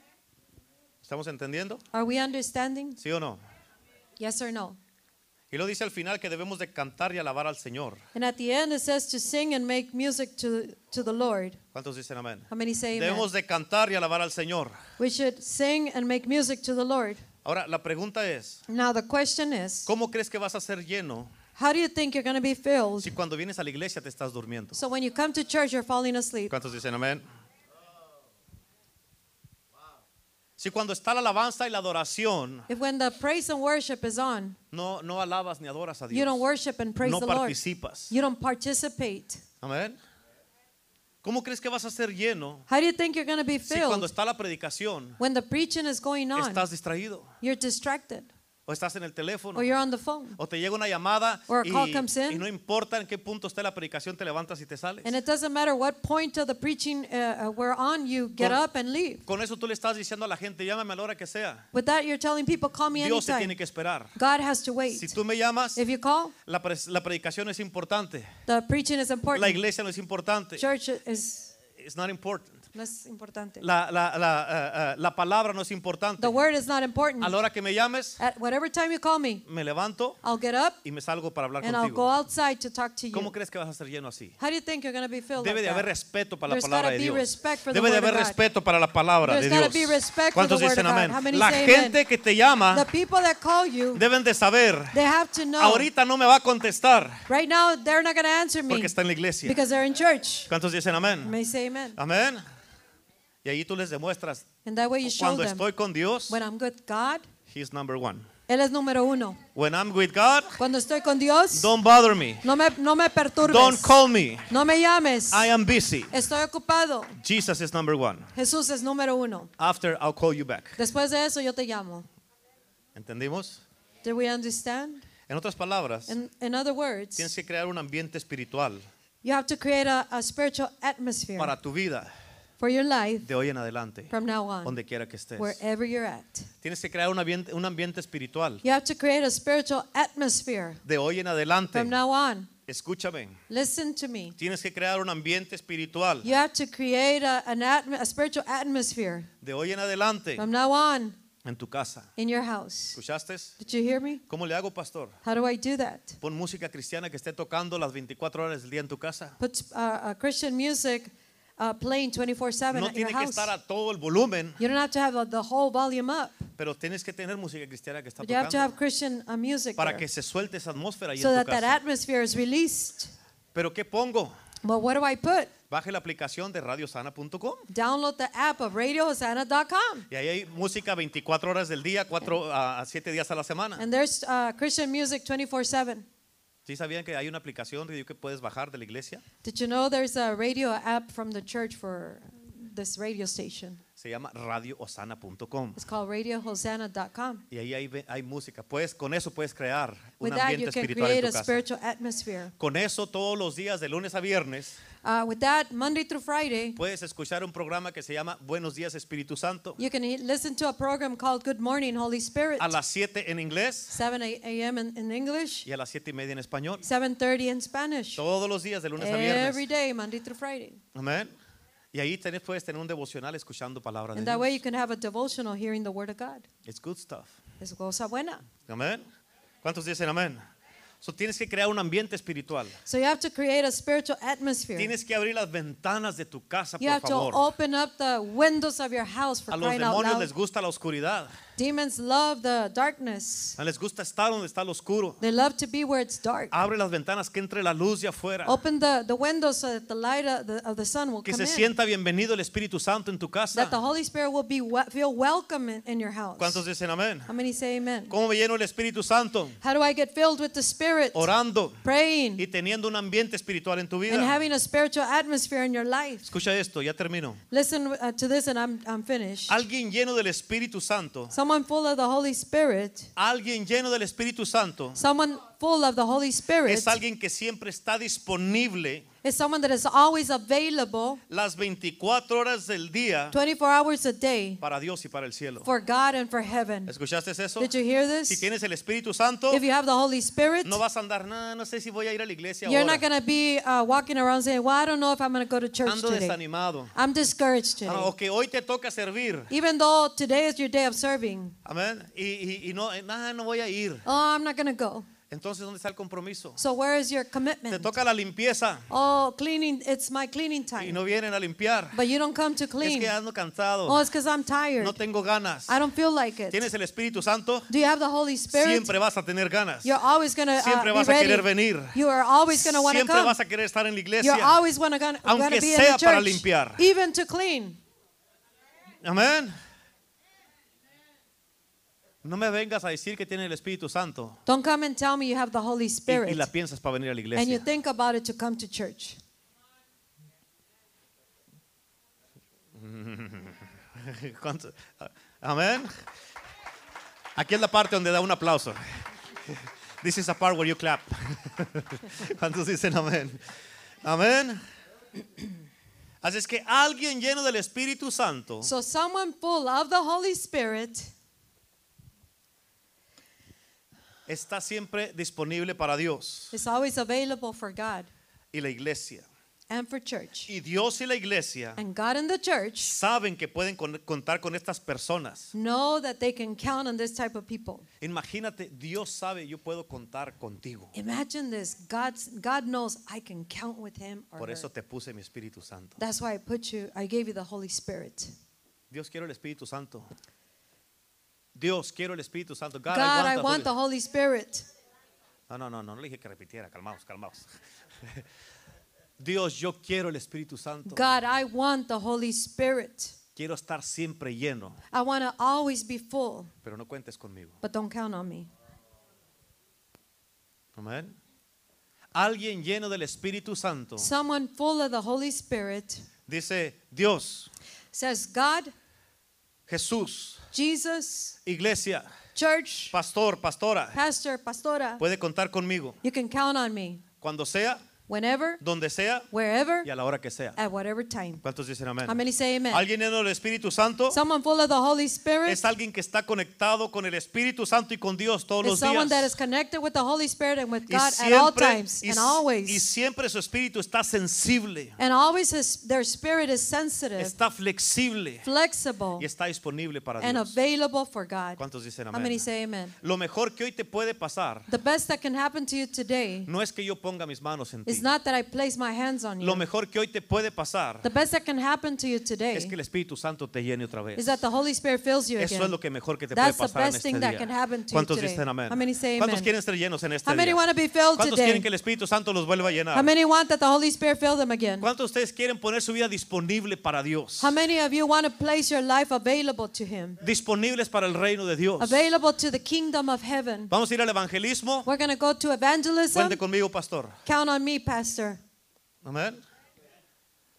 [SPEAKER 1] ¿Estamos entendiendo?
[SPEAKER 2] Are we understanding?
[SPEAKER 1] ¿Sí o no?
[SPEAKER 2] Yes or no?
[SPEAKER 1] Y lo dice al final que debemos de cantar y alabar al Señor.
[SPEAKER 2] And at the end it says to sing and make music to, to the Lord.
[SPEAKER 1] ¿Cuántos dicen amén?
[SPEAKER 2] How many say amen?
[SPEAKER 1] Debemos de cantar y alabar al Señor.
[SPEAKER 2] We should sing and make music to the Lord.
[SPEAKER 1] Ahora, la pregunta es,
[SPEAKER 2] Now the question is,
[SPEAKER 1] ¿cómo crees que vas a ser lleno
[SPEAKER 2] how do you think you're going to be filled?
[SPEAKER 1] si cuando vienes a la iglesia te estás durmiendo?
[SPEAKER 2] So when you come to church you're falling asleep.
[SPEAKER 1] ¿Cuántos dicen amén? Si cuando está la alabanza y la adoración,
[SPEAKER 2] If when the praise and worship is on,
[SPEAKER 1] no, no alabas ni adoras a
[SPEAKER 2] you don't
[SPEAKER 1] Dios.
[SPEAKER 2] worship and praise
[SPEAKER 1] No
[SPEAKER 2] the Lord.
[SPEAKER 1] participas.
[SPEAKER 2] You don't participate.
[SPEAKER 1] Amén. ¿Cómo crees que vas a ser lleno
[SPEAKER 2] How do you think you're going to be
[SPEAKER 1] si cuando
[SPEAKER 2] filled
[SPEAKER 1] está la predicación
[SPEAKER 2] when the preaching is going on?
[SPEAKER 1] estás distraído?
[SPEAKER 2] You're distracted
[SPEAKER 1] ¿O estás en el teléfono?
[SPEAKER 2] or you're on the phone.
[SPEAKER 1] ¿O te llega una llamada
[SPEAKER 2] Or a
[SPEAKER 1] y,
[SPEAKER 2] call comes in.
[SPEAKER 1] y no importa en qué punto esté la predicación, te levantas y te sales?
[SPEAKER 2] And it doesn't matter what point of the preaching uh, uh, we're on, you get
[SPEAKER 1] Con-
[SPEAKER 2] up and leave.
[SPEAKER 1] Con eso tú le estás diciendo a la gente, llámame a la hora que sea.
[SPEAKER 2] With that, you're telling people, call me
[SPEAKER 1] Dios se
[SPEAKER 2] anytime.
[SPEAKER 1] tiene que esperar.
[SPEAKER 2] God has to wait.
[SPEAKER 1] Si tú me llamas,
[SPEAKER 2] If you call,
[SPEAKER 1] la, pres- la predicación es importante.
[SPEAKER 2] the preaching is
[SPEAKER 1] La
[SPEAKER 2] important.
[SPEAKER 1] iglesia no es importante.
[SPEAKER 2] Church is
[SPEAKER 1] It's not important.
[SPEAKER 2] less importante.
[SPEAKER 1] La, la- la, eh, eh, la palabra no es importante.
[SPEAKER 2] The word is not important.
[SPEAKER 1] A la hora que me llames,
[SPEAKER 2] At whatever time you call me,
[SPEAKER 1] me levanto
[SPEAKER 2] I'll get up
[SPEAKER 1] y me salgo para hablar
[SPEAKER 2] and I'll go
[SPEAKER 1] contigo.
[SPEAKER 2] outside to talk to
[SPEAKER 1] ¿Cómo
[SPEAKER 2] you.
[SPEAKER 1] crees que vas a ser lleno así?
[SPEAKER 2] How do you think you're going to be filled?
[SPEAKER 1] Debe
[SPEAKER 2] like
[SPEAKER 1] de haber
[SPEAKER 2] that?
[SPEAKER 1] respeto para la
[SPEAKER 2] There's
[SPEAKER 1] palabra
[SPEAKER 2] gotta
[SPEAKER 1] de
[SPEAKER 2] be
[SPEAKER 1] Dios.
[SPEAKER 2] respect for the
[SPEAKER 1] Debe de
[SPEAKER 2] word of
[SPEAKER 1] haber
[SPEAKER 2] God.
[SPEAKER 1] respeto para la palabra de
[SPEAKER 2] There's gotta be
[SPEAKER 1] Dios.
[SPEAKER 2] respect for
[SPEAKER 1] ¿Cuántos
[SPEAKER 2] the word
[SPEAKER 1] dicen
[SPEAKER 2] of God?
[SPEAKER 1] amén?
[SPEAKER 2] How many
[SPEAKER 1] La
[SPEAKER 2] say amen?
[SPEAKER 1] gente que te llama
[SPEAKER 2] The people that call you,
[SPEAKER 1] deben de saber,
[SPEAKER 2] they have to know.
[SPEAKER 1] ahorita no me va a contestar
[SPEAKER 2] Right now, they're not going to answer me
[SPEAKER 1] porque está en la iglesia.
[SPEAKER 2] because they're in church.
[SPEAKER 1] ¿Cuántos dicen
[SPEAKER 2] You
[SPEAKER 1] amén?
[SPEAKER 2] may say amen.
[SPEAKER 1] Amén. Y ahí tú les demuestras,
[SPEAKER 2] And that way you show
[SPEAKER 1] cuando
[SPEAKER 2] them,
[SPEAKER 1] estoy con Dios,
[SPEAKER 2] when I'm with God,
[SPEAKER 1] He's number one.
[SPEAKER 2] Él es número uno.
[SPEAKER 1] When I'm with God,
[SPEAKER 2] Cuando estoy con Dios,
[SPEAKER 1] don't bother me.
[SPEAKER 2] no me, no me perturbes.
[SPEAKER 1] Don't call me.
[SPEAKER 2] No me llames.
[SPEAKER 1] I am busy.
[SPEAKER 2] Estoy ocupado.
[SPEAKER 1] Jesus is number one.
[SPEAKER 2] Jesús es número uno.
[SPEAKER 1] After, I'll call you back.
[SPEAKER 2] Después de eso yo te llamo.
[SPEAKER 1] ¿Entendimos?
[SPEAKER 2] Do we understand?
[SPEAKER 1] En otras palabras,
[SPEAKER 2] In, in other words,
[SPEAKER 1] tienes que crear un ambiente espiritual
[SPEAKER 2] you have to create a, a spiritual atmosphere
[SPEAKER 1] para tu vida
[SPEAKER 2] for your life
[SPEAKER 1] de hoy en adelante,
[SPEAKER 2] from now on,
[SPEAKER 1] donde quiera que estés.
[SPEAKER 2] wherever you're at.
[SPEAKER 1] Tienes que crear un ambiente, un ambiente espiritual
[SPEAKER 2] You have to create a spiritual atmosphere
[SPEAKER 1] de hoy en adelante.
[SPEAKER 2] from now on.
[SPEAKER 1] Escúchame.
[SPEAKER 2] Listen to me.
[SPEAKER 1] Tienes que crear un ambiente espiritual
[SPEAKER 2] You have to create a, an atm- a spiritual atmosphere
[SPEAKER 1] de hoy en adelante
[SPEAKER 2] from now on
[SPEAKER 1] en tu casa.
[SPEAKER 2] in your house.
[SPEAKER 1] ¿Escuchaste?
[SPEAKER 2] Did you hear me?
[SPEAKER 1] ¿Cómo le hago, pastor?
[SPEAKER 2] How do I do that?
[SPEAKER 1] Pon música cristiana que esté tocando las 24 horas del día en tu casa.
[SPEAKER 2] Put uh, uh, Christian music uh, playing 24 7
[SPEAKER 1] No
[SPEAKER 2] at your
[SPEAKER 1] tiene que
[SPEAKER 2] house.
[SPEAKER 1] estar a todo el volumen,
[SPEAKER 2] You don't have to have uh, the whole volume up,
[SPEAKER 1] pero tienes que tener música cristiana que está
[SPEAKER 2] but you have to
[SPEAKER 1] tocando
[SPEAKER 2] have Christian uh, music
[SPEAKER 1] para
[SPEAKER 2] there
[SPEAKER 1] que se suelte esa atmósfera ahí
[SPEAKER 2] so
[SPEAKER 1] en
[SPEAKER 2] that
[SPEAKER 1] tu
[SPEAKER 2] that
[SPEAKER 1] casa.
[SPEAKER 2] atmosphere is released.
[SPEAKER 1] ¿Pero qué pongo?
[SPEAKER 2] Well, what do I put?
[SPEAKER 1] Baje la aplicación de radiosana.com
[SPEAKER 2] Download the app of RadioHosanna.com.
[SPEAKER 1] y ahí hay música 24 horas del día, 4 a 7 días a la semana.
[SPEAKER 2] And there's uh, Christian music 24 7.
[SPEAKER 1] ¿Sí sabían que hay una aplicación que puedes bajar de la iglesia?
[SPEAKER 2] Did you know there's a radio app from the church for this radio station?
[SPEAKER 1] Se llama radioosana.com.
[SPEAKER 2] It's called RadioHosanna.com.
[SPEAKER 1] Y ahí hay, hay música. Puedes, con eso puedes crear un
[SPEAKER 2] With that,
[SPEAKER 1] ambiente
[SPEAKER 2] you can
[SPEAKER 1] espiritual en
[SPEAKER 2] create
[SPEAKER 1] tu
[SPEAKER 2] a
[SPEAKER 1] casa.
[SPEAKER 2] spiritual atmosphere.
[SPEAKER 1] Con eso todos los días, de lunes a viernes,
[SPEAKER 2] Uh, with that, Monday through Friday,
[SPEAKER 1] puedes escuchar un programa que se llama Buenos Días Espíritu Santo.
[SPEAKER 2] You can he- listen to a program called Good Morning Holy Spirit,
[SPEAKER 1] A las 7 en inglés
[SPEAKER 2] 7 a- a.m. In, in English,
[SPEAKER 1] y a las 7 y media en español.
[SPEAKER 2] 7.30 in Spanish,
[SPEAKER 1] Todos los días, de lunes a
[SPEAKER 2] every
[SPEAKER 1] viernes.
[SPEAKER 2] day, Monday through Friday.
[SPEAKER 1] Amén. Y ahí tenés- puedes tener un devocional escuchando palabra de
[SPEAKER 2] And that way you
[SPEAKER 1] Dios.
[SPEAKER 2] can have a devotional hearing the Word of God.
[SPEAKER 1] It's good stuff.
[SPEAKER 2] Es cosa buena.
[SPEAKER 1] Amén. ¿Cuántos dicen amén? So, tienes que crear un ambiente espiritual.
[SPEAKER 2] So you have to create a spiritual atmosphere.
[SPEAKER 1] Tienes que abrir las ventanas de tu casa,
[SPEAKER 2] You
[SPEAKER 1] por
[SPEAKER 2] have to
[SPEAKER 1] favor.
[SPEAKER 2] open up the windows of your house for
[SPEAKER 1] A los
[SPEAKER 2] crying out
[SPEAKER 1] demonios
[SPEAKER 2] loud.
[SPEAKER 1] les gusta la oscuridad.
[SPEAKER 2] Demons love the darkness.
[SPEAKER 1] No les gusta estar donde está lo oscuro.
[SPEAKER 2] They love to be where it's dark.
[SPEAKER 1] Abre las ventanas que entre la luz de afuera.
[SPEAKER 2] Open the, the windows so that the light of the, of the sun will
[SPEAKER 1] Que
[SPEAKER 2] come
[SPEAKER 1] se
[SPEAKER 2] in.
[SPEAKER 1] sienta bienvenido el Espíritu Santo en tu
[SPEAKER 2] That the
[SPEAKER 1] casa.
[SPEAKER 2] Holy Spirit will be we- feel welcome in, in your house.
[SPEAKER 1] ¿Cuántos dicen amén?
[SPEAKER 2] How many say amen?
[SPEAKER 1] ¿Cómo me lleno el Espíritu Santo?
[SPEAKER 2] How do I get filled with the Spirit?
[SPEAKER 1] Orando y
[SPEAKER 2] Praying
[SPEAKER 1] teniendo un ambiente espiritual en tu
[SPEAKER 2] and
[SPEAKER 1] vida.
[SPEAKER 2] having a spiritual atmosphere in your life.
[SPEAKER 1] Escucha esto, ya termino.
[SPEAKER 2] Listen uh, to this, and I'm, I'm finished.
[SPEAKER 1] Alguien lleno del Espíritu Santo,
[SPEAKER 2] Someone full of the Holy Spirit,
[SPEAKER 1] alguien lleno del Espíritu Santo,
[SPEAKER 2] someone full of the Holy Spirit,
[SPEAKER 1] es alguien que siempre está disponible
[SPEAKER 2] is someone that is always available
[SPEAKER 1] las 24 horas del día
[SPEAKER 2] 24 hours a day
[SPEAKER 1] para Dios y para el cielo.
[SPEAKER 2] for God and for heaven.
[SPEAKER 1] ¿Escuchaste eso?
[SPEAKER 2] Did you hear
[SPEAKER 1] Si
[SPEAKER 2] this?
[SPEAKER 1] tienes el Espíritu Santo,
[SPEAKER 2] If you have the Holy Spirit,
[SPEAKER 1] no vas a andar, no, no sé si voy a ir a la iglesia
[SPEAKER 2] you're not
[SPEAKER 1] ahora.
[SPEAKER 2] going to be uh, walking around saying, Well, I don't know if I'm going to go to church
[SPEAKER 1] Ando
[SPEAKER 2] today.
[SPEAKER 1] desanimado.
[SPEAKER 2] I'm discouraged today.
[SPEAKER 1] Ah, o que hoy te toca servir.
[SPEAKER 2] Even though today is your day of serving,
[SPEAKER 1] Amén. Y, y- y no, eh, nah, no voy a ir.
[SPEAKER 2] oh, I'm not going to go.
[SPEAKER 1] Entonces, ¿dónde está el compromiso?
[SPEAKER 2] So where is your
[SPEAKER 1] Te
[SPEAKER 2] commitment?
[SPEAKER 1] toca la limpieza
[SPEAKER 2] Oh, cleaning, it's my cleaning
[SPEAKER 1] y
[SPEAKER 2] time.
[SPEAKER 1] no vienen a limpiar.
[SPEAKER 2] But you don't come to
[SPEAKER 1] Es
[SPEAKER 2] clean.
[SPEAKER 1] que ando cansado.
[SPEAKER 2] Oh, it's because I'm tired.
[SPEAKER 1] No tengo ganas.
[SPEAKER 2] I don't feel like it.
[SPEAKER 1] Tienes el Espíritu Santo,
[SPEAKER 2] Do you have the Holy Spirit?
[SPEAKER 1] siempre vas a tener ganas.
[SPEAKER 2] You're always going to
[SPEAKER 1] Siempre
[SPEAKER 2] uh,
[SPEAKER 1] vas
[SPEAKER 2] be
[SPEAKER 1] a querer
[SPEAKER 2] ready.
[SPEAKER 1] venir.
[SPEAKER 2] You are always going to want to
[SPEAKER 1] Siempre
[SPEAKER 2] come.
[SPEAKER 1] vas a querer estar en la
[SPEAKER 2] You're
[SPEAKER 1] iglesia.
[SPEAKER 2] always going to gonna
[SPEAKER 1] Aunque
[SPEAKER 2] gonna be in
[SPEAKER 1] sea
[SPEAKER 2] the
[SPEAKER 1] para
[SPEAKER 2] church,
[SPEAKER 1] limpiar.
[SPEAKER 2] even to clean.
[SPEAKER 1] Amén. No me vengas a decir que tiene el Espíritu Santo
[SPEAKER 2] Don't come and tell me you have the Holy
[SPEAKER 1] y,
[SPEAKER 2] Spirit
[SPEAKER 1] y la piensas para venir a la
[SPEAKER 2] and you
[SPEAKER 1] iglesia.
[SPEAKER 2] think about it to come to church.
[SPEAKER 1] <laughs> ¿Cuánto? Amén. Aquí es la parte donde da un aplauso. This is the part where you clap. <laughs> ¿Cuántos dicen amén? Amén. Así es que alguien lleno del Espíritu Santo
[SPEAKER 2] So, someone full of the Holy Spirit
[SPEAKER 1] está siempre disponible para Dios
[SPEAKER 2] is always available for God
[SPEAKER 1] y la iglesia.
[SPEAKER 2] and for church.
[SPEAKER 1] Y Dios y la iglesia
[SPEAKER 2] And God and the church
[SPEAKER 1] saben que pueden con- contar con estas personas.
[SPEAKER 2] know that they can count on this type of people.
[SPEAKER 1] Imagínate, Dios sabe, yo puedo contar contigo.
[SPEAKER 2] Imagine this God's, God knows I can count with Him or
[SPEAKER 1] Por eso
[SPEAKER 2] her.
[SPEAKER 1] te puse mi Espíritu Santo.
[SPEAKER 2] That's why I put you, I gave you the Holy Spirit.
[SPEAKER 1] Dios quiero el Espíritu Santo. Dios quiero el Espíritu Santo. God, I
[SPEAKER 2] God, I
[SPEAKER 1] the
[SPEAKER 2] want the
[SPEAKER 1] Holy-
[SPEAKER 2] Holy Spirit.
[SPEAKER 1] No, no, no, no, no le dije que repitiera. Calmaos, calmaos. <laughs> Dios, yo quiero el Espíritu Santo.
[SPEAKER 2] God, I want the Holy Spirit.
[SPEAKER 1] Quiero estar siempre lleno,
[SPEAKER 2] I want to always be full,
[SPEAKER 1] pero no cuentes conmigo.
[SPEAKER 2] but don't count on me.
[SPEAKER 1] Amén. Alguien lleno del Espíritu Santo
[SPEAKER 2] Someone full of the Holy Spirit
[SPEAKER 1] dice, Dios,
[SPEAKER 2] says, God,
[SPEAKER 1] Jesús,
[SPEAKER 2] Jesus,
[SPEAKER 1] iglesia,
[SPEAKER 2] church,
[SPEAKER 1] pastor, pastora,
[SPEAKER 2] pastor, pastora,
[SPEAKER 1] puede contar conmigo
[SPEAKER 2] you can count on me
[SPEAKER 1] cuando sea,
[SPEAKER 2] whenever,
[SPEAKER 1] donde sea
[SPEAKER 2] wherever,
[SPEAKER 1] y a la hora que sea.
[SPEAKER 2] at whatever time.
[SPEAKER 1] ¿Cuántos dicen
[SPEAKER 2] How
[SPEAKER 1] amén?
[SPEAKER 2] many say amen?
[SPEAKER 1] Alguien lleno del Espíritu Santo
[SPEAKER 2] Someone full of the Holy Spirit
[SPEAKER 1] es alguien que está conectado con el Espíritu Santo y con Dios todos
[SPEAKER 2] is
[SPEAKER 1] los
[SPEAKER 2] someone that
[SPEAKER 1] días.
[SPEAKER 2] is connected with the Holy Spirit and with
[SPEAKER 1] Y
[SPEAKER 2] God at all
[SPEAKER 1] siempre-
[SPEAKER 2] times
[SPEAKER 1] y
[SPEAKER 2] and
[SPEAKER 1] s- y
[SPEAKER 2] always.
[SPEAKER 1] siempre su espíritu está sensible,
[SPEAKER 2] And always his, their spirit is sensitive,
[SPEAKER 1] está flexible
[SPEAKER 2] flexible,
[SPEAKER 1] y está disponible para
[SPEAKER 2] and
[SPEAKER 1] Dios.
[SPEAKER 2] available for God.
[SPEAKER 1] ¿Cuántos dicen
[SPEAKER 2] How many
[SPEAKER 1] amén?
[SPEAKER 2] say amen?
[SPEAKER 1] Lo mejor que hoy te puede pasar
[SPEAKER 2] The best that can happen to you today
[SPEAKER 1] no es que yo ponga mis manos en ti.
[SPEAKER 2] is not that I place my hands on
[SPEAKER 1] Lo
[SPEAKER 2] you.
[SPEAKER 1] mejor que hoy te puede pasar
[SPEAKER 2] The best that can happen to you today
[SPEAKER 1] es que el Espíritu Santo te llene otra vez.
[SPEAKER 2] is that the Holy Spirit fills you
[SPEAKER 1] Eso es lo
[SPEAKER 2] again.
[SPEAKER 1] que mejor que te puede
[SPEAKER 2] That's the
[SPEAKER 1] pasar en
[SPEAKER 2] best
[SPEAKER 1] este
[SPEAKER 2] thing that can
[SPEAKER 1] día.
[SPEAKER 2] happen to you
[SPEAKER 1] ¿Cuántos
[SPEAKER 2] today?
[SPEAKER 1] dicen amén?
[SPEAKER 2] How many say
[SPEAKER 1] ¿Cuántos
[SPEAKER 2] amen?
[SPEAKER 1] quieren ser llenos en este
[SPEAKER 2] How many
[SPEAKER 1] día?
[SPEAKER 2] wanna be filled
[SPEAKER 1] ¿Cuántos
[SPEAKER 2] today?
[SPEAKER 1] quieren que el Espíritu Santo los vuelva a
[SPEAKER 2] How
[SPEAKER 1] llenar?
[SPEAKER 2] many want that the Holy Spirit fill them again?
[SPEAKER 1] ¿Cuántos de ustedes quieren poner su vida disponible para Dios?
[SPEAKER 2] How many of you want to place your life available to Him?
[SPEAKER 1] Disponibles para el reino de Dios.
[SPEAKER 2] Available to the kingdom of heaven.
[SPEAKER 1] Vamos a ir al evangelismo.
[SPEAKER 2] We're going to go to
[SPEAKER 1] Cuente
[SPEAKER 2] evangelism.
[SPEAKER 1] conmigo, pastor.
[SPEAKER 2] Count on me, Pastor.
[SPEAKER 1] Amén.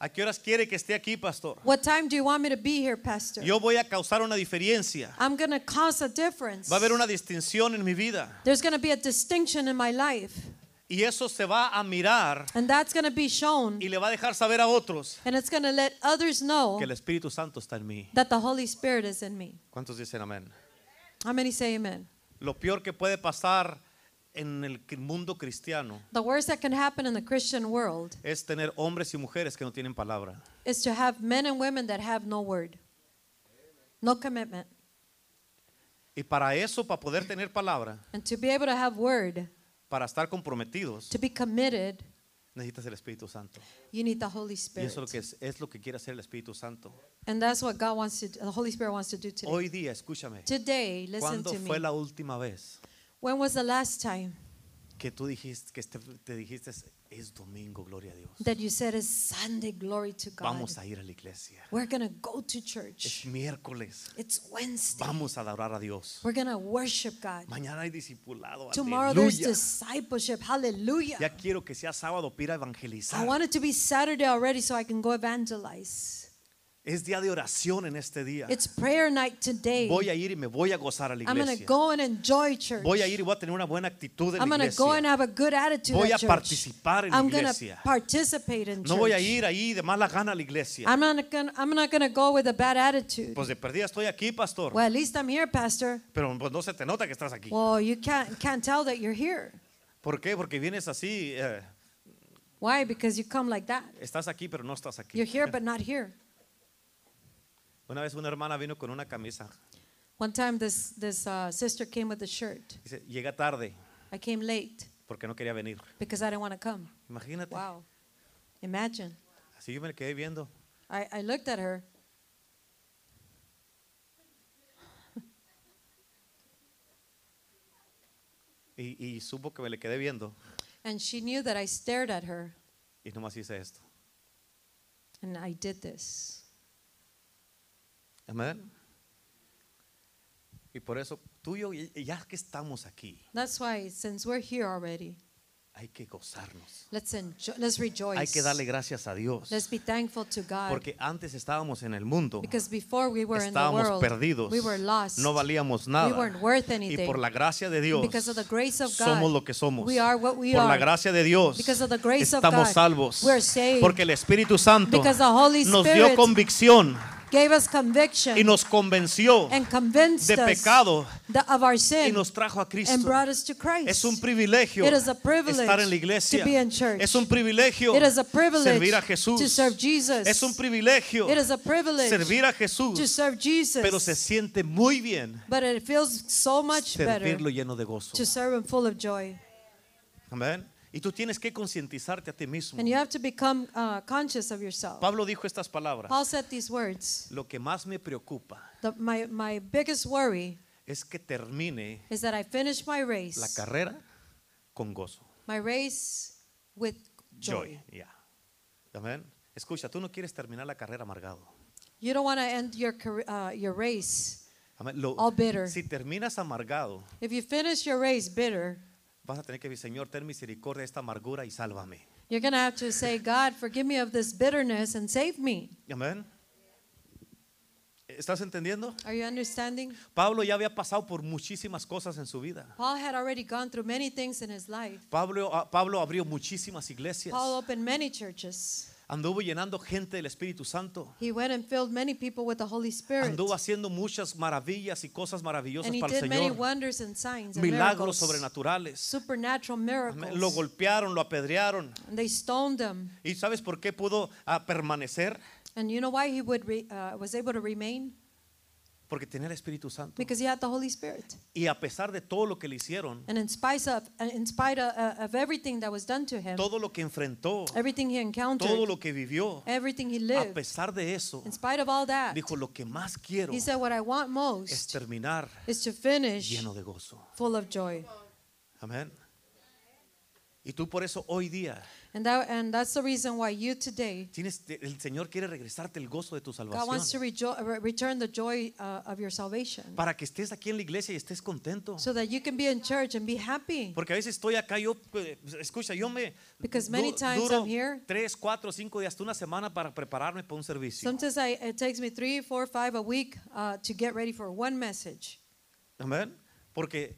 [SPEAKER 1] ¿A qué horas quiere que esté aquí, pastor?
[SPEAKER 2] What time do you want me to be here, Pastor?
[SPEAKER 1] Yo voy a causar una diferencia.
[SPEAKER 2] I'm going to cause a difference.
[SPEAKER 1] Va a haber una distinción en mi vida.
[SPEAKER 2] There's going to be a distinction in my life,
[SPEAKER 1] Y eso se va a mirar
[SPEAKER 2] and that's going to be shown,
[SPEAKER 1] y le va a dejar saber a otros
[SPEAKER 2] and it's going to let others know
[SPEAKER 1] que el Espíritu Santo está en mí.
[SPEAKER 2] that the Holy Spirit is in me.
[SPEAKER 1] ¿Cuántos dicen amén?
[SPEAKER 2] How many say amen?
[SPEAKER 1] Lo peor que puede pasar en el cri- mundo cristiano
[SPEAKER 2] The worst that can happen in the Christian world
[SPEAKER 1] es tener hombres y mujeres que no tienen palabra.
[SPEAKER 2] is to have men and women that have no word, no commitment.
[SPEAKER 1] Y para eso, para poder tener palabra,
[SPEAKER 2] And to be able to have word,
[SPEAKER 1] para estar comprometidos,
[SPEAKER 2] to be committed,
[SPEAKER 1] necesitas el Espíritu Santo.
[SPEAKER 2] you need the Holy
[SPEAKER 1] Y
[SPEAKER 2] Spirit.
[SPEAKER 1] eso es lo que, es, es lo que quiere hacer el Espíritu Santo.
[SPEAKER 2] And that's what God wants to do, the Holy Spirit wants to do today.
[SPEAKER 1] Hoy día, escúchame,
[SPEAKER 2] Today, listen
[SPEAKER 1] ¿cuándo
[SPEAKER 2] to
[SPEAKER 1] fue
[SPEAKER 2] me.
[SPEAKER 1] la última vez
[SPEAKER 2] When was the last time
[SPEAKER 1] que tú dijiste, que este- te dijiste, es domingo, gloria a Dios?
[SPEAKER 2] that you said it's Sunday, glory to God?
[SPEAKER 1] Vamos a ir a la iglesia.
[SPEAKER 2] We're going to go to church.
[SPEAKER 1] Es miércoles.
[SPEAKER 2] It's Wednesday.
[SPEAKER 1] Vamos a adorar a Dios.
[SPEAKER 2] We're going to worship God.
[SPEAKER 1] Mañana hay discipulado.
[SPEAKER 2] Tomorrow there's
[SPEAKER 1] Aleluya.
[SPEAKER 2] discipleship. Hallelujah.
[SPEAKER 1] Ya quiero que sea sábado para ir a
[SPEAKER 2] I
[SPEAKER 1] evangelizar.
[SPEAKER 2] want it to be Saturday already so I can go evangelize.
[SPEAKER 1] Es día de oración en este día.
[SPEAKER 2] It's prayer night today.
[SPEAKER 1] Voy a ir y me voy a gozar a la
[SPEAKER 2] I'm going to
[SPEAKER 1] iglesia.
[SPEAKER 2] go and enjoy church.
[SPEAKER 1] Voy a ir y voy a tener una buena actitud en
[SPEAKER 2] I'm
[SPEAKER 1] la
[SPEAKER 2] going to go and
[SPEAKER 1] iglesia.
[SPEAKER 2] have a good attitude
[SPEAKER 1] Voy a
[SPEAKER 2] at church.
[SPEAKER 1] participar en la
[SPEAKER 2] I'm going to
[SPEAKER 1] iglesia.
[SPEAKER 2] participate in
[SPEAKER 1] No
[SPEAKER 2] church.
[SPEAKER 1] voy a ir ahí de mala gana a la iglesia.
[SPEAKER 2] I'm not gonna, I'm not going to go with a bad attitude.
[SPEAKER 1] Pues de perdida estoy aquí, pastor.
[SPEAKER 2] well, at least I'm here, pastor.
[SPEAKER 1] Pero pues, no se te nota que estás aquí.
[SPEAKER 2] Well, you can't can't tell that you're here.
[SPEAKER 1] ¿Por qué? Porque vienes así, eh,
[SPEAKER 2] Why? Because you come like that.
[SPEAKER 1] estás aquí pero no estás aquí.
[SPEAKER 2] You're here but not here.
[SPEAKER 1] Una vez una hermana vino con una camisa.
[SPEAKER 2] One time, this this uh, sister came with a shirt.
[SPEAKER 1] Dice, llega tarde
[SPEAKER 2] I came late
[SPEAKER 1] porque no quería venir.
[SPEAKER 2] because I didn't want to come.
[SPEAKER 1] Imagínate.
[SPEAKER 2] Wow, imagine.
[SPEAKER 1] Así yo me quedé viendo.
[SPEAKER 2] I, I looked at her.
[SPEAKER 1] Y, y supo que me le quedé viendo.
[SPEAKER 2] And she knew that I stared at her,
[SPEAKER 1] Y nomás hice esto.
[SPEAKER 2] and I did this.
[SPEAKER 1] Amén. Y por eso tuyo, y y ya que estamos aquí,
[SPEAKER 2] That's why, since we're here already,
[SPEAKER 1] hay que gozarnos.
[SPEAKER 2] let's enjoy, let's rejoice.
[SPEAKER 1] Hay que darle gracias a Dios.
[SPEAKER 2] Pues, Let's be thankful to God.
[SPEAKER 1] Porque antes estábamos en el mundo.
[SPEAKER 2] because before we were in the
[SPEAKER 1] Estábamos
[SPEAKER 2] world,
[SPEAKER 1] perdidos.
[SPEAKER 2] we were lost.
[SPEAKER 1] No valíamos nada.
[SPEAKER 2] We weren't worth
[SPEAKER 1] y
[SPEAKER 2] anything.
[SPEAKER 1] por la gracia de Dios
[SPEAKER 2] Because of the grace of God,
[SPEAKER 1] somos lo que somos.
[SPEAKER 2] we are what we
[SPEAKER 1] por la
[SPEAKER 2] are.
[SPEAKER 1] gracia de Dios
[SPEAKER 2] Because of the grace of
[SPEAKER 1] estamos
[SPEAKER 2] God,
[SPEAKER 1] salvos.
[SPEAKER 2] we're saved.
[SPEAKER 1] Porque el Espíritu Santo
[SPEAKER 2] Because the Holy
[SPEAKER 1] nos dio
[SPEAKER 2] Spirit
[SPEAKER 1] convicción
[SPEAKER 2] gave us conviction
[SPEAKER 1] y nos convenció
[SPEAKER 2] and convinced
[SPEAKER 1] de
[SPEAKER 2] us
[SPEAKER 1] pecado
[SPEAKER 2] the- of our
[SPEAKER 1] y
[SPEAKER 2] sin
[SPEAKER 1] nos trajo a
[SPEAKER 2] and
[SPEAKER 1] Cristo.
[SPEAKER 2] brought us to Christ.
[SPEAKER 1] Es un privilegio
[SPEAKER 2] It is a privilege
[SPEAKER 1] estar en la iglesia.
[SPEAKER 2] to be in church.
[SPEAKER 1] Es un privilegio
[SPEAKER 2] It is a privilege
[SPEAKER 1] servir a Jesús.
[SPEAKER 2] to serve Jesus.
[SPEAKER 1] Es un privilegio
[SPEAKER 2] It is a privilege
[SPEAKER 1] servir a Jesús.
[SPEAKER 2] to serve Jesus.
[SPEAKER 1] Pero se siente muy bien
[SPEAKER 2] but it feels so much better
[SPEAKER 1] servirlo lleno de gozo.
[SPEAKER 2] to serve Him full of joy.
[SPEAKER 1] Amén. Y tú tienes que concientizarte a ti mismo.
[SPEAKER 2] And you have to become uh, conscious of yourself.
[SPEAKER 1] Pablo dijo estas palabras.
[SPEAKER 2] Paul said these words.
[SPEAKER 1] Lo que más me preocupa
[SPEAKER 2] The, my, my biggest worry
[SPEAKER 1] es que termine
[SPEAKER 2] is that I finish my race,
[SPEAKER 1] la carrera con gozo.
[SPEAKER 2] my race with joy.
[SPEAKER 1] Joy. Yeah. Amén. Escucha, tú no quieres terminar la carrera amargado.
[SPEAKER 2] You don't want to end your, car- uh, your race.
[SPEAKER 1] Amén. Lo-
[SPEAKER 2] All bitter.
[SPEAKER 1] Si terminas amargado,
[SPEAKER 2] If you finish your race bitter,
[SPEAKER 1] vas a tener que decir, Señor, ten misericordia de esta amargura y sálvame.
[SPEAKER 2] you're going to have to say, God, forgive me of this bitterness and save me.
[SPEAKER 1] Amén. ¿Estás entendiendo?
[SPEAKER 2] Are you understanding?
[SPEAKER 1] Pablo ya había pasado por muchísimas cosas en su vida.
[SPEAKER 2] Paul had already gone through many things in his life.
[SPEAKER 1] Pablo, ah, Pablo abrió muchísimas iglesias.
[SPEAKER 2] Paul opened many churches.
[SPEAKER 1] Anduvo llenando gente del Espíritu Santo.
[SPEAKER 2] He went and filled many people with the Holy Spirit.
[SPEAKER 1] Anduvo haciendo muchas maravillas y cosas maravillosas
[SPEAKER 2] And he
[SPEAKER 1] para el
[SPEAKER 2] did many
[SPEAKER 1] Señor.
[SPEAKER 2] wonders and signs and
[SPEAKER 1] Milagros
[SPEAKER 2] miracles,
[SPEAKER 1] sobrenaturales.
[SPEAKER 2] supernatural
[SPEAKER 1] Amén. Lo
[SPEAKER 2] miracles.
[SPEAKER 1] golpearon, lo apedrearon.
[SPEAKER 2] And they stoned him.
[SPEAKER 1] ¿Y sabes por qué pudo ah, permanecer?
[SPEAKER 2] And you know why he would re, uh, was able to remain?
[SPEAKER 1] Porque tenía el Espíritu Santo.
[SPEAKER 2] Because he had the Holy Spirit.
[SPEAKER 1] Y a pesar de todo lo que le hicieron,
[SPEAKER 2] And in spite of, and in spite of, uh, of everything that was done to him,
[SPEAKER 1] todo lo que enfrentó,
[SPEAKER 2] everything he
[SPEAKER 1] todo
[SPEAKER 2] encountered,
[SPEAKER 1] lo que vivió,
[SPEAKER 2] everything he
[SPEAKER 1] a
[SPEAKER 2] lived,
[SPEAKER 1] pesar de eso,
[SPEAKER 2] in spite of all that,
[SPEAKER 1] dijo, lo que más quiero
[SPEAKER 2] he said, What I want
[SPEAKER 1] es
[SPEAKER 2] most
[SPEAKER 1] terminar
[SPEAKER 2] is to finish
[SPEAKER 1] lleno de gozo.
[SPEAKER 2] full of joy.
[SPEAKER 1] Amén. Y tú por eso hoy día,
[SPEAKER 2] And, that, and that's the reason why you today,
[SPEAKER 1] tienes, el Señor quiere regresarte el gozo de tu
[SPEAKER 2] God wants to
[SPEAKER 1] salvación.
[SPEAKER 2] rejo- re- return the joy uh, of your salvation
[SPEAKER 1] Para que estés aquí en la iglesia y estés contento.
[SPEAKER 2] so that you can be in church and be happy.
[SPEAKER 1] Porque a veces estoy acá, yo, eh, escucha, yo me
[SPEAKER 2] Because many
[SPEAKER 1] du-
[SPEAKER 2] times
[SPEAKER 1] duro
[SPEAKER 2] I'm here.
[SPEAKER 1] tres, cuatro, cinco días, hasta una semana para prepararme para un servicio.
[SPEAKER 2] Sometimes I, it takes me three, four, five a week uh, to get ready for one message
[SPEAKER 1] Amén. Porque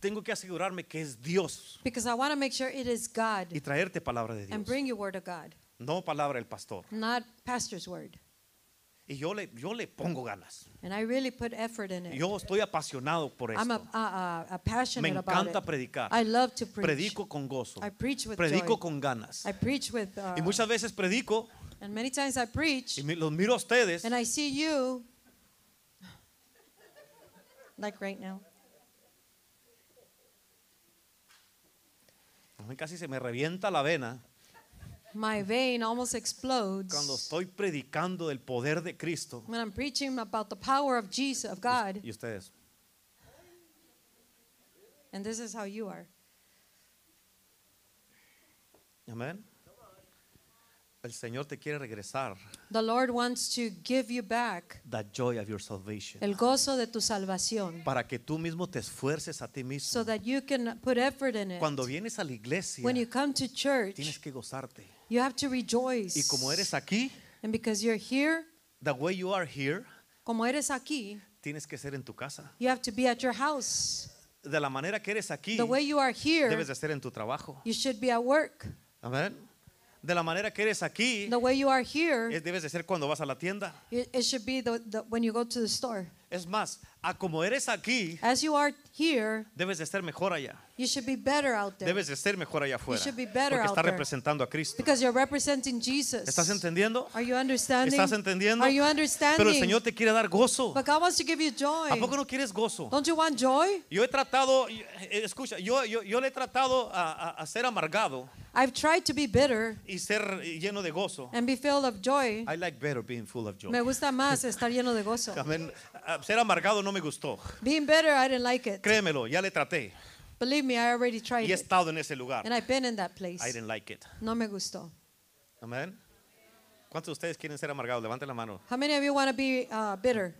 [SPEAKER 1] tengo que asegurarme que es Dios
[SPEAKER 2] because I want to make sure it is God
[SPEAKER 1] y traerte palabra de Dios,
[SPEAKER 2] and bring you word of God,
[SPEAKER 1] no palabra del pastor.
[SPEAKER 2] not pastor's word.
[SPEAKER 1] Y yo le, yo le pongo ganas.
[SPEAKER 2] And I really put effort in it.
[SPEAKER 1] Yo estoy apasionado por
[SPEAKER 2] I'm a,
[SPEAKER 1] esto.
[SPEAKER 2] a, a, a passionate
[SPEAKER 1] Me
[SPEAKER 2] about it.
[SPEAKER 1] encanta predicar.
[SPEAKER 2] I love to preach.
[SPEAKER 1] Predico con gozo.
[SPEAKER 2] I preach with
[SPEAKER 1] Predico
[SPEAKER 2] joy.
[SPEAKER 1] con ganas.
[SPEAKER 2] I preach with, uh,
[SPEAKER 1] Y muchas veces predico
[SPEAKER 2] and many times I preach,
[SPEAKER 1] y mi- los miro a ustedes
[SPEAKER 2] and I see you, like right now.
[SPEAKER 1] Amén, casi se me revienta la vena
[SPEAKER 2] My vein almost
[SPEAKER 1] cuando
[SPEAKER 2] explodes
[SPEAKER 1] estoy predicando del poder de Cristo.
[SPEAKER 2] when I'm preaching about the power of Jesus, of God,
[SPEAKER 1] Y ustedes,
[SPEAKER 2] and this is how you are.
[SPEAKER 1] amén. El Señor te quiere regresar.
[SPEAKER 2] The Lord wants to give you back
[SPEAKER 1] The joy of your salvation.
[SPEAKER 2] el gozo de tu salvación
[SPEAKER 1] Para que tú mismo te esfuerces a ti mismo.
[SPEAKER 2] so that you can put effort in it.
[SPEAKER 1] Cuando vienes a la iglesia,
[SPEAKER 2] When you come to
[SPEAKER 1] tienes
[SPEAKER 2] church,
[SPEAKER 1] que gozarte.
[SPEAKER 2] you have to
[SPEAKER 1] Y
[SPEAKER 2] rejoice.
[SPEAKER 1] como eres aquí,
[SPEAKER 2] And because you're here,
[SPEAKER 1] the way you are here,
[SPEAKER 2] como eres aquí,
[SPEAKER 1] tienes que ser en tu casa.
[SPEAKER 2] you have to be at your house.
[SPEAKER 1] De la manera que eres aquí,
[SPEAKER 2] The way you are here,
[SPEAKER 1] debes de ser en tu trabajo.
[SPEAKER 2] you should be at work.
[SPEAKER 1] Amén. De la manera que eres aquí,
[SPEAKER 2] The way you are here,
[SPEAKER 1] es- debes de ser cuando vas a la tienda.
[SPEAKER 2] it, it should be the, the, when you go to the store.
[SPEAKER 1] Es más, a como eres aquí,
[SPEAKER 2] As you are here,
[SPEAKER 1] debes de ser mejor allá.
[SPEAKER 2] you should be better out there
[SPEAKER 1] Debes de ser mejor allá afuera.
[SPEAKER 2] should be
[SPEAKER 1] Porque
[SPEAKER 2] better out
[SPEAKER 1] está
[SPEAKER 2] there.
[SPEAKER 1] representando a Cristo.
[SPEAKER 2] because you're representing Jesus.
[SPEAKER 1] ¿Estás entendiendo?
[SPEAKER 2] Are you understanding?
[SPEAKER 1] ¿Estás entendiendo?
[SPEAKER 2] Are you
[SPEAKER 1] Pero el
[SPEAKER 2] understanding?
[SPEAKER 1] Señor te quiere dar gozo.
[SPEAKER 2] But Oh. God wants to give you joy.
[SPEAKER 1] ¿A poco no quieres gozo?
[SPEAKER 2] Don't you want joy?
[SPEAKER 1] Yo he tratado, eh, escucha, yo, yo, yo le he tratado a, a- a ser amargado
[SPEAKER 2] I've tried to be bitter
[SPEAKER 1] y ser lleno de gozo.
[SPEAKER 2] and be filled of joy.
[SPEAKER 1] I like better being full of joy.
[SPEAKER 2] Me
[SPEAKER 1] <laughs>
[SPEAKER 2] gusta más estar lleno de gozo.
[SPEAKER 1] Amén. Ah, Ser amargado no me gustó.
[SPEAKER 2] Being bitter, I didn't like it.
[SPEAKER 1] Créemelo, ya le traté
[SPEAKER 2] Believe me, I already tried
[SPEAKER 1] y he
[SPEAKER 2] it.
[SPEAKER 1] estado en ese lugar.
[SPEAKER 2] And I've been in that
[SPEAKER 1] I
[SPEAKER 2] place.
[SPEAKER 1] didn't like it.
[SPEAKER 2] No me gustó.
[SPEAKER 1] Amén. ¿Cuántos de ustedes quieren ser amargados? Levanten la mano.
[SPEAKER 2] How many of you want to be uh, bitter?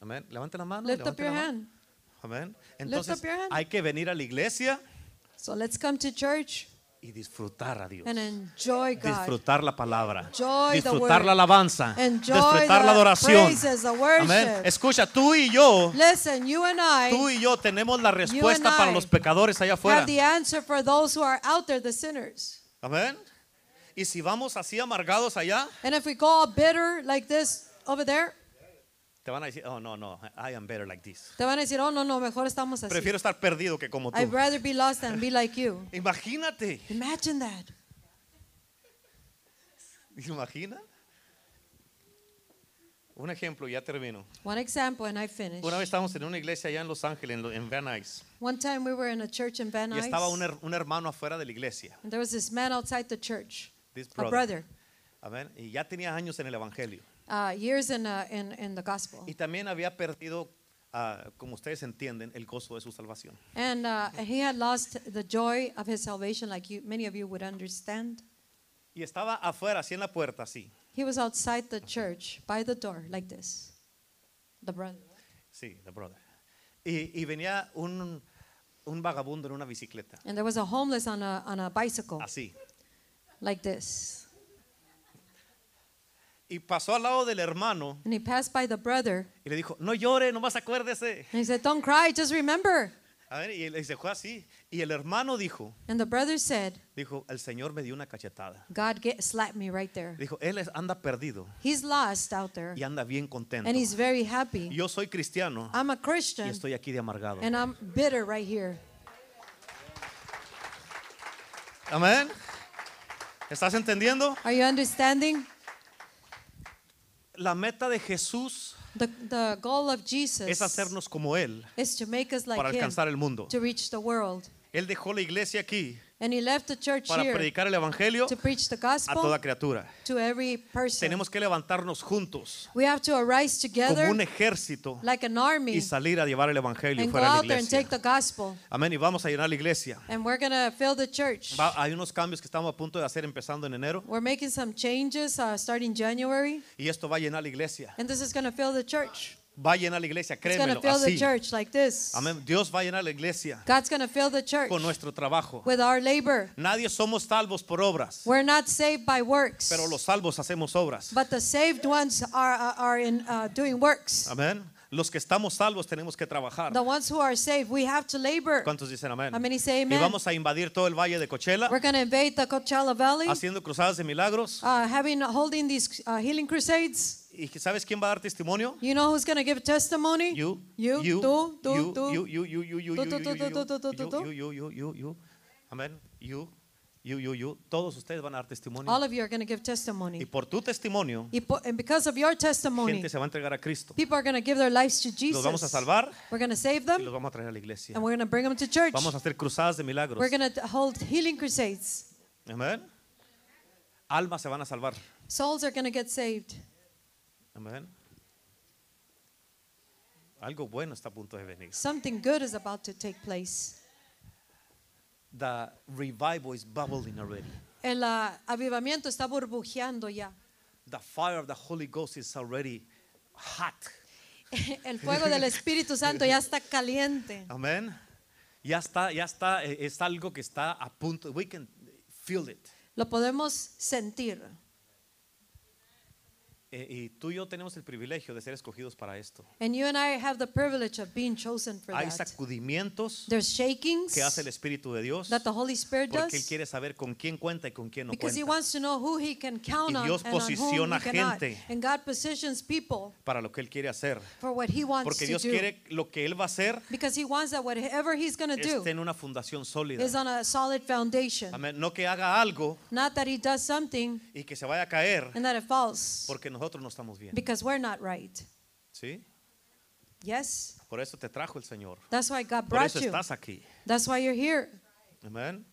[SPEAKER 1] Amén. Levanten la mano.
[SPEAKER 2] Lift
[SPEAKER 1] levanten
[SPEAKER 2] up your
[SPEAKER 1] la mano.
[SPEAKER 2] hand.
[SPEAKER 1] Amén. Entonces
[SPEAKER 2] up your hand.
[SPEAKER 1] hay que venir a la iglesia
[SPEAKER 2] So let's come to church
[SPEAKER 1] y disfrutar a Dios.
[SPEAKER 2] and enjoy God.
[SPEAKER 1] Disfrutar la palabra,
[SPEAKER 2] Enjoy the
[SPEAKER 1] disfrutar
[SPEAKER 2] word.
[SPEAKER 1] la alabanza,
[SPEAKER 2] Enjoy
[SPEAKER 1] disfrutar
[SPEAKER 2] the
[SPEAKER 1] la adoración.
[SPEAKER 2] praises, the
[SPEAKER 1] Amén.
[SPEAKER 2] worship.
[SPEAKER 1] Escucha, tú y yo,
[SPEAKER 2] Listen, you and
[SPEAKER 1] tú
[SPEAKER 2] I
[SPEAKER 1] y yo tenemos la respuesta para
[SPEAKER 2] I
[SPEAKER 1] los pecadores allá afuera.
[SPEAKER 2] have the answer for those who are out there, the sinners.
[SPEAKER 1] Amén. Y si vamos así amargados allá,
[SPEAKER 2] And if we go all bitter like this over there,
[SPEAKER 1] te van a decir, oh no, no, I am better like this.
[SPEAKER 2] te van a decir, oh, no, no, mejor estamos así.
[SPEAKER 1] Prefiero estar perdido que como
[SPEAKER 2] I'd
[SPEAKER 1] tú.
[SPEAKER 2] rather be lost than be like you.
[SPEAKER 1] Imagínate, <laughs>
[SPEAKER 2] Imagine that.
[SPEAKER 1] imagina. Un ejemplo, ya termino.
[SPEAKER 2] One example, and I finish.
[SPEAKER 1] Una vez estábamos en una iglesia allá en Los Ángeles, en, lo- en Van Nuys,
[SPEAKER 2] One time we were in a church in Van
[SPEAKER 1] y estaba un,
[SPEAKER 2] Nuys,
[SPEAKER 1] her- un hermano afuera de la iglesia.
[SPEAKER 2] and there was this man outside the church,
[SPEAKER 1] This
[SPEAKER 2] a
[SPEAKER 1] brother.
[SPEAKER 2] brother,
[SPEAKER 1] Amén. Y ya tenía años en el Evangelio.
[SPEAKER 2] uh, years in, uh, in, in the gospel.
[SPEAKER 1] Y también había perdido, ah, como ustedes entienden, el gozo de su salvación.
[SPEAKER 2] And, uh, and he had lost the joy of his salvation, like you, many of you would understand.
[SPEAKER 1] Y estaba afuera, así en la puerta, así.
[SPEAKER 2] He was outside the church by the door, like this. The brother.
[SPEAKER 1] Sí, the brother. Y, y venía un, un vagabundo en una bicicleta,
[SPEAKER 2] And there was a homeless on a, on a bicycle,
[SPEAKER 1] así.
[SPEAKER 2] like this.
[SPEAKER 1] Y pasó al lado del hermano
[SPEAKER 2] And he passed by the brother,
[SPEAKER 1] y le dijo, no llore, nomás acuérdese.
[SPEAKER 2] and he said, Don't cry, just remember.
[SPEAKER 1] A ver, y, le- y se fue así. Y el hermano dijo,
[SPEAKER 2] And the brother said,
[SPEAKER 1] dijo, el Señor me dio una cachetada.
[SPEAKER 2] God get, slapped me right there.
[SPEAKER 1] Dijo, él es- anda perdido
[SPEAKER 2] He's lost out there,
[SPEAKER 1] y anda bien contento.
[SPEAKER 2] and he's very happy.
[SPEAKER 1] Yo soy cristiano
[SPEAKER 2] I'm a
[SPEAKER 1] y
[SPEAKER 2] Christian,
[SPEAKER 1] estoy aquí de amargado.
[SPEAKER 2] and I'm bitter right here.
[SPEAKER 1] Amén. ¿Estás entendiendo?
[SPEAKER 2] Are you understanding?
[SPEAKER 1] La meta de Jesús
[SPEAKER 2] The, the goal of
[SPEAKER 1] es
[SPEAKER 2] Jesus
[SPEAKER 1] hacernos como Él
[SPEAKER 2] is to make us
[SPEAKER 1] para
[SPEAKER 2] like him,
[SPEAKER 1] alcanzar el mundo.
[SPEAKER 2] to reach the world.
[SPEAKER 1] Él dejó la iglesia aquí
[SPEAKER 2] And he left the church
[SPEAKER 1] para
[SPEAKER 2] here
[SPEAKER 1] predicar el Evangelio
[SPEAKER 2] to preach the
[SPEAKER 1] a toda
[SPEAKER 2] gospel
[SPEAKER 1] criatura.
[SPEAKER 2] to every person.
[SPEAKER 1] Tenemos que levantarnos juntos
[SPEAKER 2] We have to arise
[SPEAKER 1] como
[SPEAKER 2] together
[SPEAKER 1] un ejército
[SPEAKER 2] like an
[SPEAKER 1] y
[SPEAKER 2] army
[SPEAKER 1] salir a llevar el Evangelio
[SPEAKER 2] and go
[SPEAKER 1] fuera de
[SPEAKER 2] out
[SPEAKER 1] la
[SPEAKER 2] there and
[SPEAKER 1] iglesia.
[SPEAKER 2] take the gospel.
[SPEAKER 1] Amén. Y vamos a llenar la iglesia.
[SPEAKER 2] And we're going to fill the church.
[SPEAKER 1] Va- hay unos cambios que estamos a punto de hacer empezando en enero
[SPEAKER 2] We're making some changes uh, starting January,
[SPEAKER 1] y esto va a llenar la iglesia.
[SPEAKER 2] and this is going to fill the church.
[SPEAKER 1] Va a llenar la iglesia,
[SPEAKER 2] It's going
[SPEAKER 1] créemelo,
[SPEAKER 2] to fill the
[SPEAKER 1] así.
[SPEAKER 2] church like this.
[SPEAKER 1] Amén. Dios va a llenar la iglesia
[SPEAKER 2] God's going to fill the church
[SPEAKER 1] con nuestro trabajo.
[SPEAKER 2] with our labor.
[SPEAKER 1] Nadie somos salvos por obras,
[SPEAKER 2] We're not saved by works,
[SPEAKER 1] pero los salvos hacemos obras.
[SPEAKER 2] but the saved ones are, are- are in, uh, doing works.
[SPEAKER 1] Amén. Los que estamos salvos tenemos que trabajar.
[SPEAKER 2] The ones who are saved, we have to labor.
[SPEAKER 1] ¿Cuántos dicen amén?
[SPEAKER 2] How many say
[SPEAKER 1] Y
[SPEAKER 2] amen?
[SPEAKER 1] vamos a invadir todo el valle de Coachella
[SPEAKER 2] We're going to invade the Coachella Valley,
[SPEAKER 1] haciendo cruzadas de milagros.
[SPEAKER 2] uh, having holding these uh, healing crusades.
[SPEAKER 1] ¿Y sabes quién va a dar testimonio?
[SPEAKER 2] You know who's going to give testimony?
[SPEAKER 1] You,
[SPEAKER 2] you,
[SPEAKER 1] you,
[SPEAKER 2] tú, tú,
[SPEAKER 1] you,
[SPEAKER 2] tú.
[SPEAKER 1] you, you, you, you, you, you,
[SPEAKER 2] Tú, tú, tú,
[SPEAKER 1] you,
[SPEAKER 2] tú, tú, tú, tú, tú.
[SPEAKER 1] you, you, you, you, you, you. Amén. You, you, you, you. Todos ustedes van a dar testimonio.
[SPEAKER 2] All of you are going to give
[SPEAKER 1] Y
[SPEAKER 2] testimony.
[SPEAKER 1] por tu testimonio,
[SPEAKER 2] Y po- And because of your testimony,
[SPEAKER 1] gente se va a entregar a Cristo.
[SPEAKER 2] people are going to give their lives to Jesus.
[SPEAKER 1] Los vamos a salvar
[SPEAKER 2] We're going to save
[SPEAKER 1] y
[SPEAKER 2] them,
[SPEAKER 1] los vamos a traer a la iglesia.
[SPEAKER 2] and we're going to bring them to church.
[SPEAKER 1] Vamos a hacer cruzadas de milagros.
[SPEAKER 2] We're going to hold healing crusades.
[SPEAKER 1] Amén. Almas se van a salvar.
[SPEAKER 2] Souls are going to get saved.
[SPEAKER 1] Amén. Algo bueno está a punto de venir.
[SPEAKER 2] Something good is about to take place.
[SPEAKER 1] The revival is bubbling already.
[SPEAKER 2] El ah, avivamiento está burbujeando ya. <laughs>
[SPEAKER 1] The fire of the Holy Ghost is already hot.
[SPEAKER 2] El fuego del Espíritu Santo ya está caliente.
[SPEAKER 1] Amén. Ya está, ya está, eh, es algo que está a punto. We can feel it.
[SPEAKER 2] Lo podemos sentir.
[SPEAKER 1] Eh, y tú y yo tenemos el privilegio de ser escogidos para esto.
[SPEAKER 2] And you and I have the privilege of being chosen for
[SPEAKER 1] Hay
[SPEAKER 2] that.
[SPEAKER 1] sacudimientos
[SPEAKER 2] There's shakings
[SPEAKER 1] que hace el Espíritu de Dios
[SPEAKER 2] that the Holy Spirit
[SPEAKER 1] porque Él
[SPEAKER 2] does
[SPEAKER 1] quiere saber con quién cuenta y con quién no
[SPEAKER 2] because He
[SPEAKER 1] cuenta
[SPEAKER 2] wants to know who He can count
[SPEAKER 1] Y
[SPEAKER 2] on
[SPEAKER 1] Dios
[SPEAKER 2] and on whom He
[SPEAKER 1] posiciona
[SPEAKER 2] cannot.
[SPEAKER 1] gente.
[SPEAKER 2] And God positions people
[SPEAKER 1] para lo que Él quiere hacer.
[SPEAKER 2] for what He wants
[SPEAKER 1] Porque
[SPEAKER 2] to
[SPEAKER 1] Dios
[SPEAKER 2] do.
[SPEAKER 1] quiere lo que Él va a hacer
[SPEAKER 2] Because he wants that whatever he's going to do
[SPEAKER 1] esté en una fundación sólida.
[SPEAKER 2] is on a solid foundation.
[SPEAKER 1] Amén. No que haga algo
[SPEAKER 2] Not that he does something
[SPEAKER 1] y que se vaya a caer
[SPEAKER 2] and that it falls
[SPEAKER 1] porque nosotros no estamos bien.
[SPEAKER 2] because we're not right.
[SPEAKER 1] ¿Sí?
[SPEAKER 2] Yes?
[SPEAKER 1] Por eso te trajo el Señor.
[SPEAKER 2] That's why God
[SPEAKER 1] Por
[SPEAKER 2] brought
[SPEAKER 1] eso
[SPEAKER 2] you.
[SPEAKER 1] estás aquí.
[SPEAKER 2] That's why you're here.
[SPEAKER 1] Amén.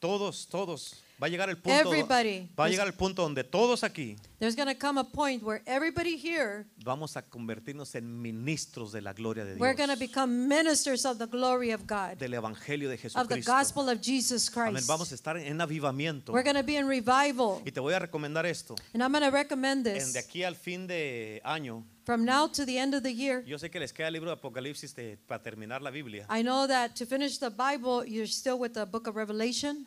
[SPEAKER 1] Todos, todos Va a llegar el punto,
[SPEAKER 2] Everybody
[SPEAKER 1] va a
[SPEAKER 2] is-
[SPEAKER 1] llegar el punto donde todos aquí
[SPEAKER 2] there's going to come a point where everybody here,
[SPEAKER 1] vamos a convertirnos en ministros de la gloria de
[SPEAKER 2] we're going to
[SPEAKER 1] Dios,
[SPEAKER 2] become ministers of the glory of God,
[SPEAKER 1] del evangelio de
[SPEAKER 2] of the
[SPEAKER 1] Jesucristo.
[SPEAKER 2] gospel of Jesus
[SPEAKER 1] Amén.
[SPEAKER 2] Christ.
[SPEAKER 1] Vamos a estar en avivamiento.
[SPEAKER 2] We're going to be in revival.
[SPEAKER 1] Y te voy a recomendar esto.
[SPEAKER 2] And I'm going to recommend
[SPEAKER 1] En de
[SPEAKER 2] this.
[SPEAKER 1] aquí al fin de año,
[SPEAKER 2] From now to the end of the year,
[SPEAKER 1] yo sé que les queda el libro de Apocalipsis de- para terminar la Biblia,
[SPEAKER 2] I know that to finish the Bible, you're still with the book of Revelation.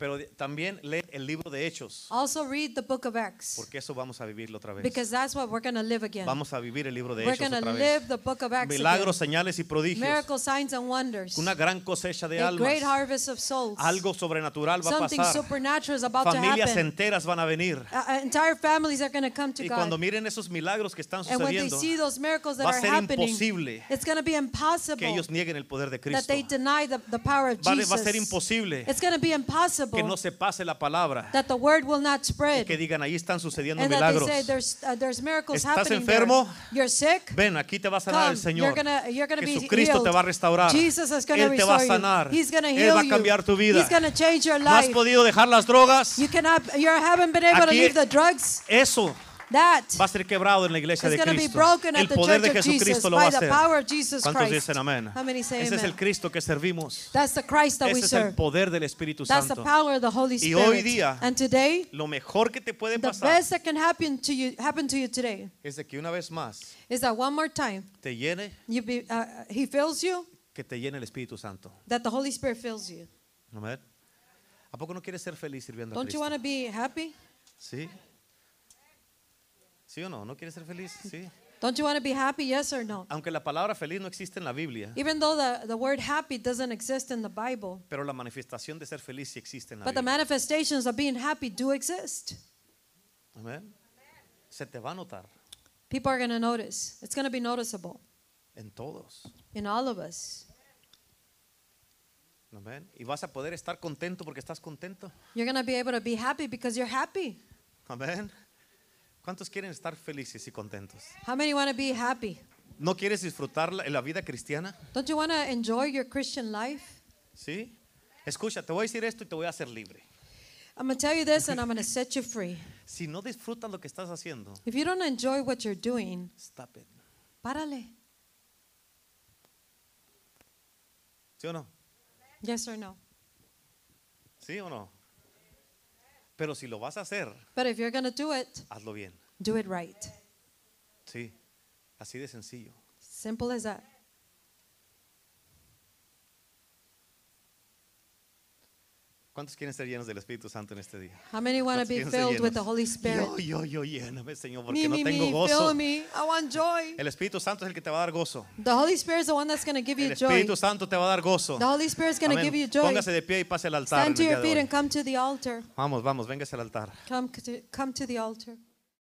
[SPEAKER 1] pero de- también lee el libro de Hechos,
[SPEAKER 2] Also read the book of Acts
[SPEAKER 1] porque eso vamos a vivirlo otra vez.
[SPEAKER 2] because that's what we're going to live again.
[SPEAKER 1] Vamos a vivir el libro de
[SPEAKER 2] We're
[SPEAKER 1] Hechos
[SPEAKER 2] going to
[SPEAKER 1] otra vez.
[SPEAKER 2] live the book of Acts
[SPEAKER 1] Milagros, señales y
[SPEAKER 2] again.
[SPEAKER 1] prodigios.
[SPEAKER 2] Miracle signs and wonders.
[SPEAKER 1] Una gran cosecha de
[SPEAKER 2] a great
[SPEAKER 1] almas.
[SPEAKER 2] harvest of souls.
[SPEAKER 1] Algo sobrenatural va a
[SPEAKER 2] Something
[SPEAKER 1] pasar.
[SPEAKER 2] supernatural is about to
[SPEAKER 1] Familias
[SPEAKER 2] happen.
[SPEAKER 1] enteras van a venir.
[SPEAKER 2] Uh, uh, entire families are going to come to
[SPEAKER 1] Y
[SPEAKER 2] God.
[SPEAKER 1] cuando miren esos milagros que están
[SPEAKER 2] and when they
[SPEAKER 1] sucediendo,
[SPEAKER 2] see those miracles that
[SPEAKER 1] va a
[SPEAKER 2] are
[SPEAKER 1] ser
[SPEAKER 2] happening,
[SPEAKER 1] imposible
[SPEAKER 2] it's going to be impossible
[SPEAKER 1] que ellos nieguen el poder de
[SPEAKER 2] that
[SPEAKER 1] Cristo.
[SPEAKER 2] they deny the, the power of
[SPEAKER 1] Va va a
[SPEAKER 2] Jesus.
[SPEAKER 1] ser imposible
[SPEAKER 2] it's going to be impossible
[SPEAKER 1] que no se pase la palabra.
[SPEAKER 2] that the word will not
[SPEAKER 1] Y
[SPEAKER 2] spread.
[SPEAKER 1] que digan, ahí están sucediendo
[SPEAKER 2] and that they
[SPEAKER 1] milagros.
[SPEAKER 2] say there's, uh, there's miracles
[SPEAKER 1] ¿Estás
[SPEAKER 2] happening there.
[SPEAKER 1] enfermo?
[SPEAKER 2] You're sick?
[SPEAKER 1] Ven, aquí te va a sanar
[SPEAKER 2] Come,
[SPEAKER 1] el Señor.
[SPEAKER 2] you're gonna- you're gonna be
[SPEAKER 1] Jesucristo te
[SPEAKER 2] healed.
[SPEAKER 1] va a restaurar.
[SPEAKER 2] Jesus is gonna
[SPEAKER 1] Él te va a
[SPEAKER 2] restore you.
[SPEAKER 1] sanar.
[SPEAKER 2] He's gonna
[SPEAKER 1] Él
[SPEAKER 2] heal
[SPEAKER 1] va a
[SPEAKER 2] you.
[SPEAKER 1] cambiar tu vida.
[SPEAKER 2] He's gonna change your
[SPEAKER 1] ¿No has
[SPEAKER 2] life.
[SPEAKER 1] podido dejar las drogas?
[SPEAKER 2] You cannot, you haven't been able to
[SPEAKER 1] Aquí-
[SPEAKER 2] leave the drugs.
[SPEAKER 1] Eso
[SPEAKER 2] That
[SPEAKER 1] va a ser quebrado en la iglesia
[SPEAKER 2] is
[SPEAKER 1] de
[SPEAKER 2] going to be
[SPEAKER 1] Cristo.
[SPEAKER 2] broken
[SPEAKER 1] El
[SPEAKER 2] at the
[SPEAKER 1] poder
[SPEAKER 2] church
[SPEAKER 1] de
[SPEAKER 2] of Jesus
[SPEAKER 1] Jesucristo lo va a
[SPEAKER 2] by the
[SPEAKER 1] hacer.
[SPEAKER 2] power of Jesus
[SPEAKER 1] ¿Cuántos
[SPEAKER 2] Christ.
[SPEAKER 1] dicen amén?
[SPEAKER 2] How many say
[SPEAKER 1] Ese es
[SPEAKER 2] amen?
[SPEAKER 1] el Cristo que servimos.
[SPEAKER 2] That's the Christ that we
[SPEAKER 1] Ese es el
[SPEAKER 2] serve.
[SPEAKER 1] poder del Espíritu
[SPEAKER 2] That's the
[SPEAKER 1] Santo.
[SPEAKER 2] power of the Holy
[SPEAKER 1] Y
[SPEAKER 2] Spirit.
[SPEAKER 1] hoy día,
[SPEAKER 2] and today,
[SPEAKER 1] Lo mejor que te puede
[SPEAKER 2] the
[SPEAKER 1] pasar
[SPEAKER 2] best that can happen to you happen to you today
[SPEAKER 1] es de que una vez más
[SPEAKER 2] is that one more time
[SPEAKER 1] te llene,
[SPEAKER 2] you be, uh, He fills you,
[SPEAKER 1] que te llene el Espíritu Santo.
[SPEAKER 2] that the Holy Spirit fills you.
[SPEAKER 1] Amén. ¿A poco no quieres ser feliz sirviendo a
[SPEAKER 2] Don't
[SPEAKER 1] Cristo?
[SPEAKER 2] you want to be happy?
[SPEAKER 1] ¿Sí? ¿Sí o no? ¿No quieres ser feliz? Sí.
[SPEAKER 2] Don't you want to be happy? Yes or no?
[SPEAKER 1] Aunque la palabra feliz no existe en la Biblia,
[SPEAKER 2] Even though the, the word happy doesn't exist in the Bible,
[SPEAKER 1] pero la manifestación de ser feliz sí existe en la
[SPEAKER 2] but the
[SPEAKER 1] Biblia.
[SPEAKER 2] manifestations of being happy do exist.
[SPEAKER 1] Amén. Se te va a notar
[SPEAKER 2] People are going to notice. It's going to be noticeable
[SPEAKER 1] en todos.
[SPEAKER 2] in all of us.
[SPEAKER 1] Amén. Y vas a poder estar contento porque estás contento.
[SPEAKER 2] You're going to be able to be happy because you're happy.
[SPEAKER 1] Amén. ¿Cuántos quieren estar felices y contentos?
[SPEAKER 2] How many want to be happy?
[SPEAKER 1] ¿No quieres disfrutar la, la vida cristiana?
[SPEAKER 2] Don't you want to enjoy your Christian life?
[SPEAKER 1] ¿Sí? Escucha, te voy a decir esto y te voy a hacer libre.
[SPEAKER 2] I'm going to tell you this and I'm going to set you free.
[SPEAKER 1] Si no disfrutas lo que estás haciendo,
[SPEAKER 2] If you don't enjoy what you're doing,
[SPEAKER 1] stop it.
[SPEAKER 2] parale.
[SPEAKER 1] ¿Sí o no?
[SPEAKER 2] Yes or no?
[SPEAKER 1] ¿Sí o no? Pero si lo vas a hacer,
[SPEAKER 2] But if you're going to do it,
[SPEAKER 1] hazlo bien.
[SPEAKER 2] do it right.
[SPEAKER 1] Sí. Así de sencillo.
[SPEAKER 2] Simple as that.
[SPEAKER 1] ¿Cuántos quieren ser llenos del Espíritu Santo en este día?
[SPEAKER 2] How many want to
[SPEAKER 1] ¿Cuántos
[SPEAKER 2] be
[SPEAKER 1] quieren ser
[SPEAKER 2] filled with the
[SPEAKER 1] llenos?
[SPEAKER 2] Holy Spirit?
[SPEAKER 1] Yo, yo, yo, lléname, Señor, porque
[SPEAKER 2] Me,
[SPEAKER 1] no
[SPEAKER 2] me,
[SPEAKER 1] tengo
[SPEAKER 2] me, fill
[SPEAKER 1] gozo.
[SPEAKER 2] me. I want joy.
[SPEAKER 1] El Espíritu Santo es el que te va a dar gozo.
[SPEAKER 2] The Holy Spirit is the one that's going to give
[SPEAKER 1] El
[SPEAKER 2] you joy.
[SPEAKER 1] Espíritu Santo te va a dar gozo.
[SPEAKER 2] The Holy Spirit is going to
[SPEAKER 1] Amén.
[SPEAKER 2] give you joy.
[SPEAKER 1] Póngase de pie y pase al altar. en el
[SPEAKER 2] Stand to
[SPEAKER 1] día
[SPEAKER 2] your
[SPEAKER 1] de
[SPEAKER 2] feet
[SPEAKER 1] hoy.
[SPEAKER 2] and come to the altar.
[SPEAKER 1] Vamos, vamos, véngase al altar.
[SPEAKER 2] Come to, come to the altar.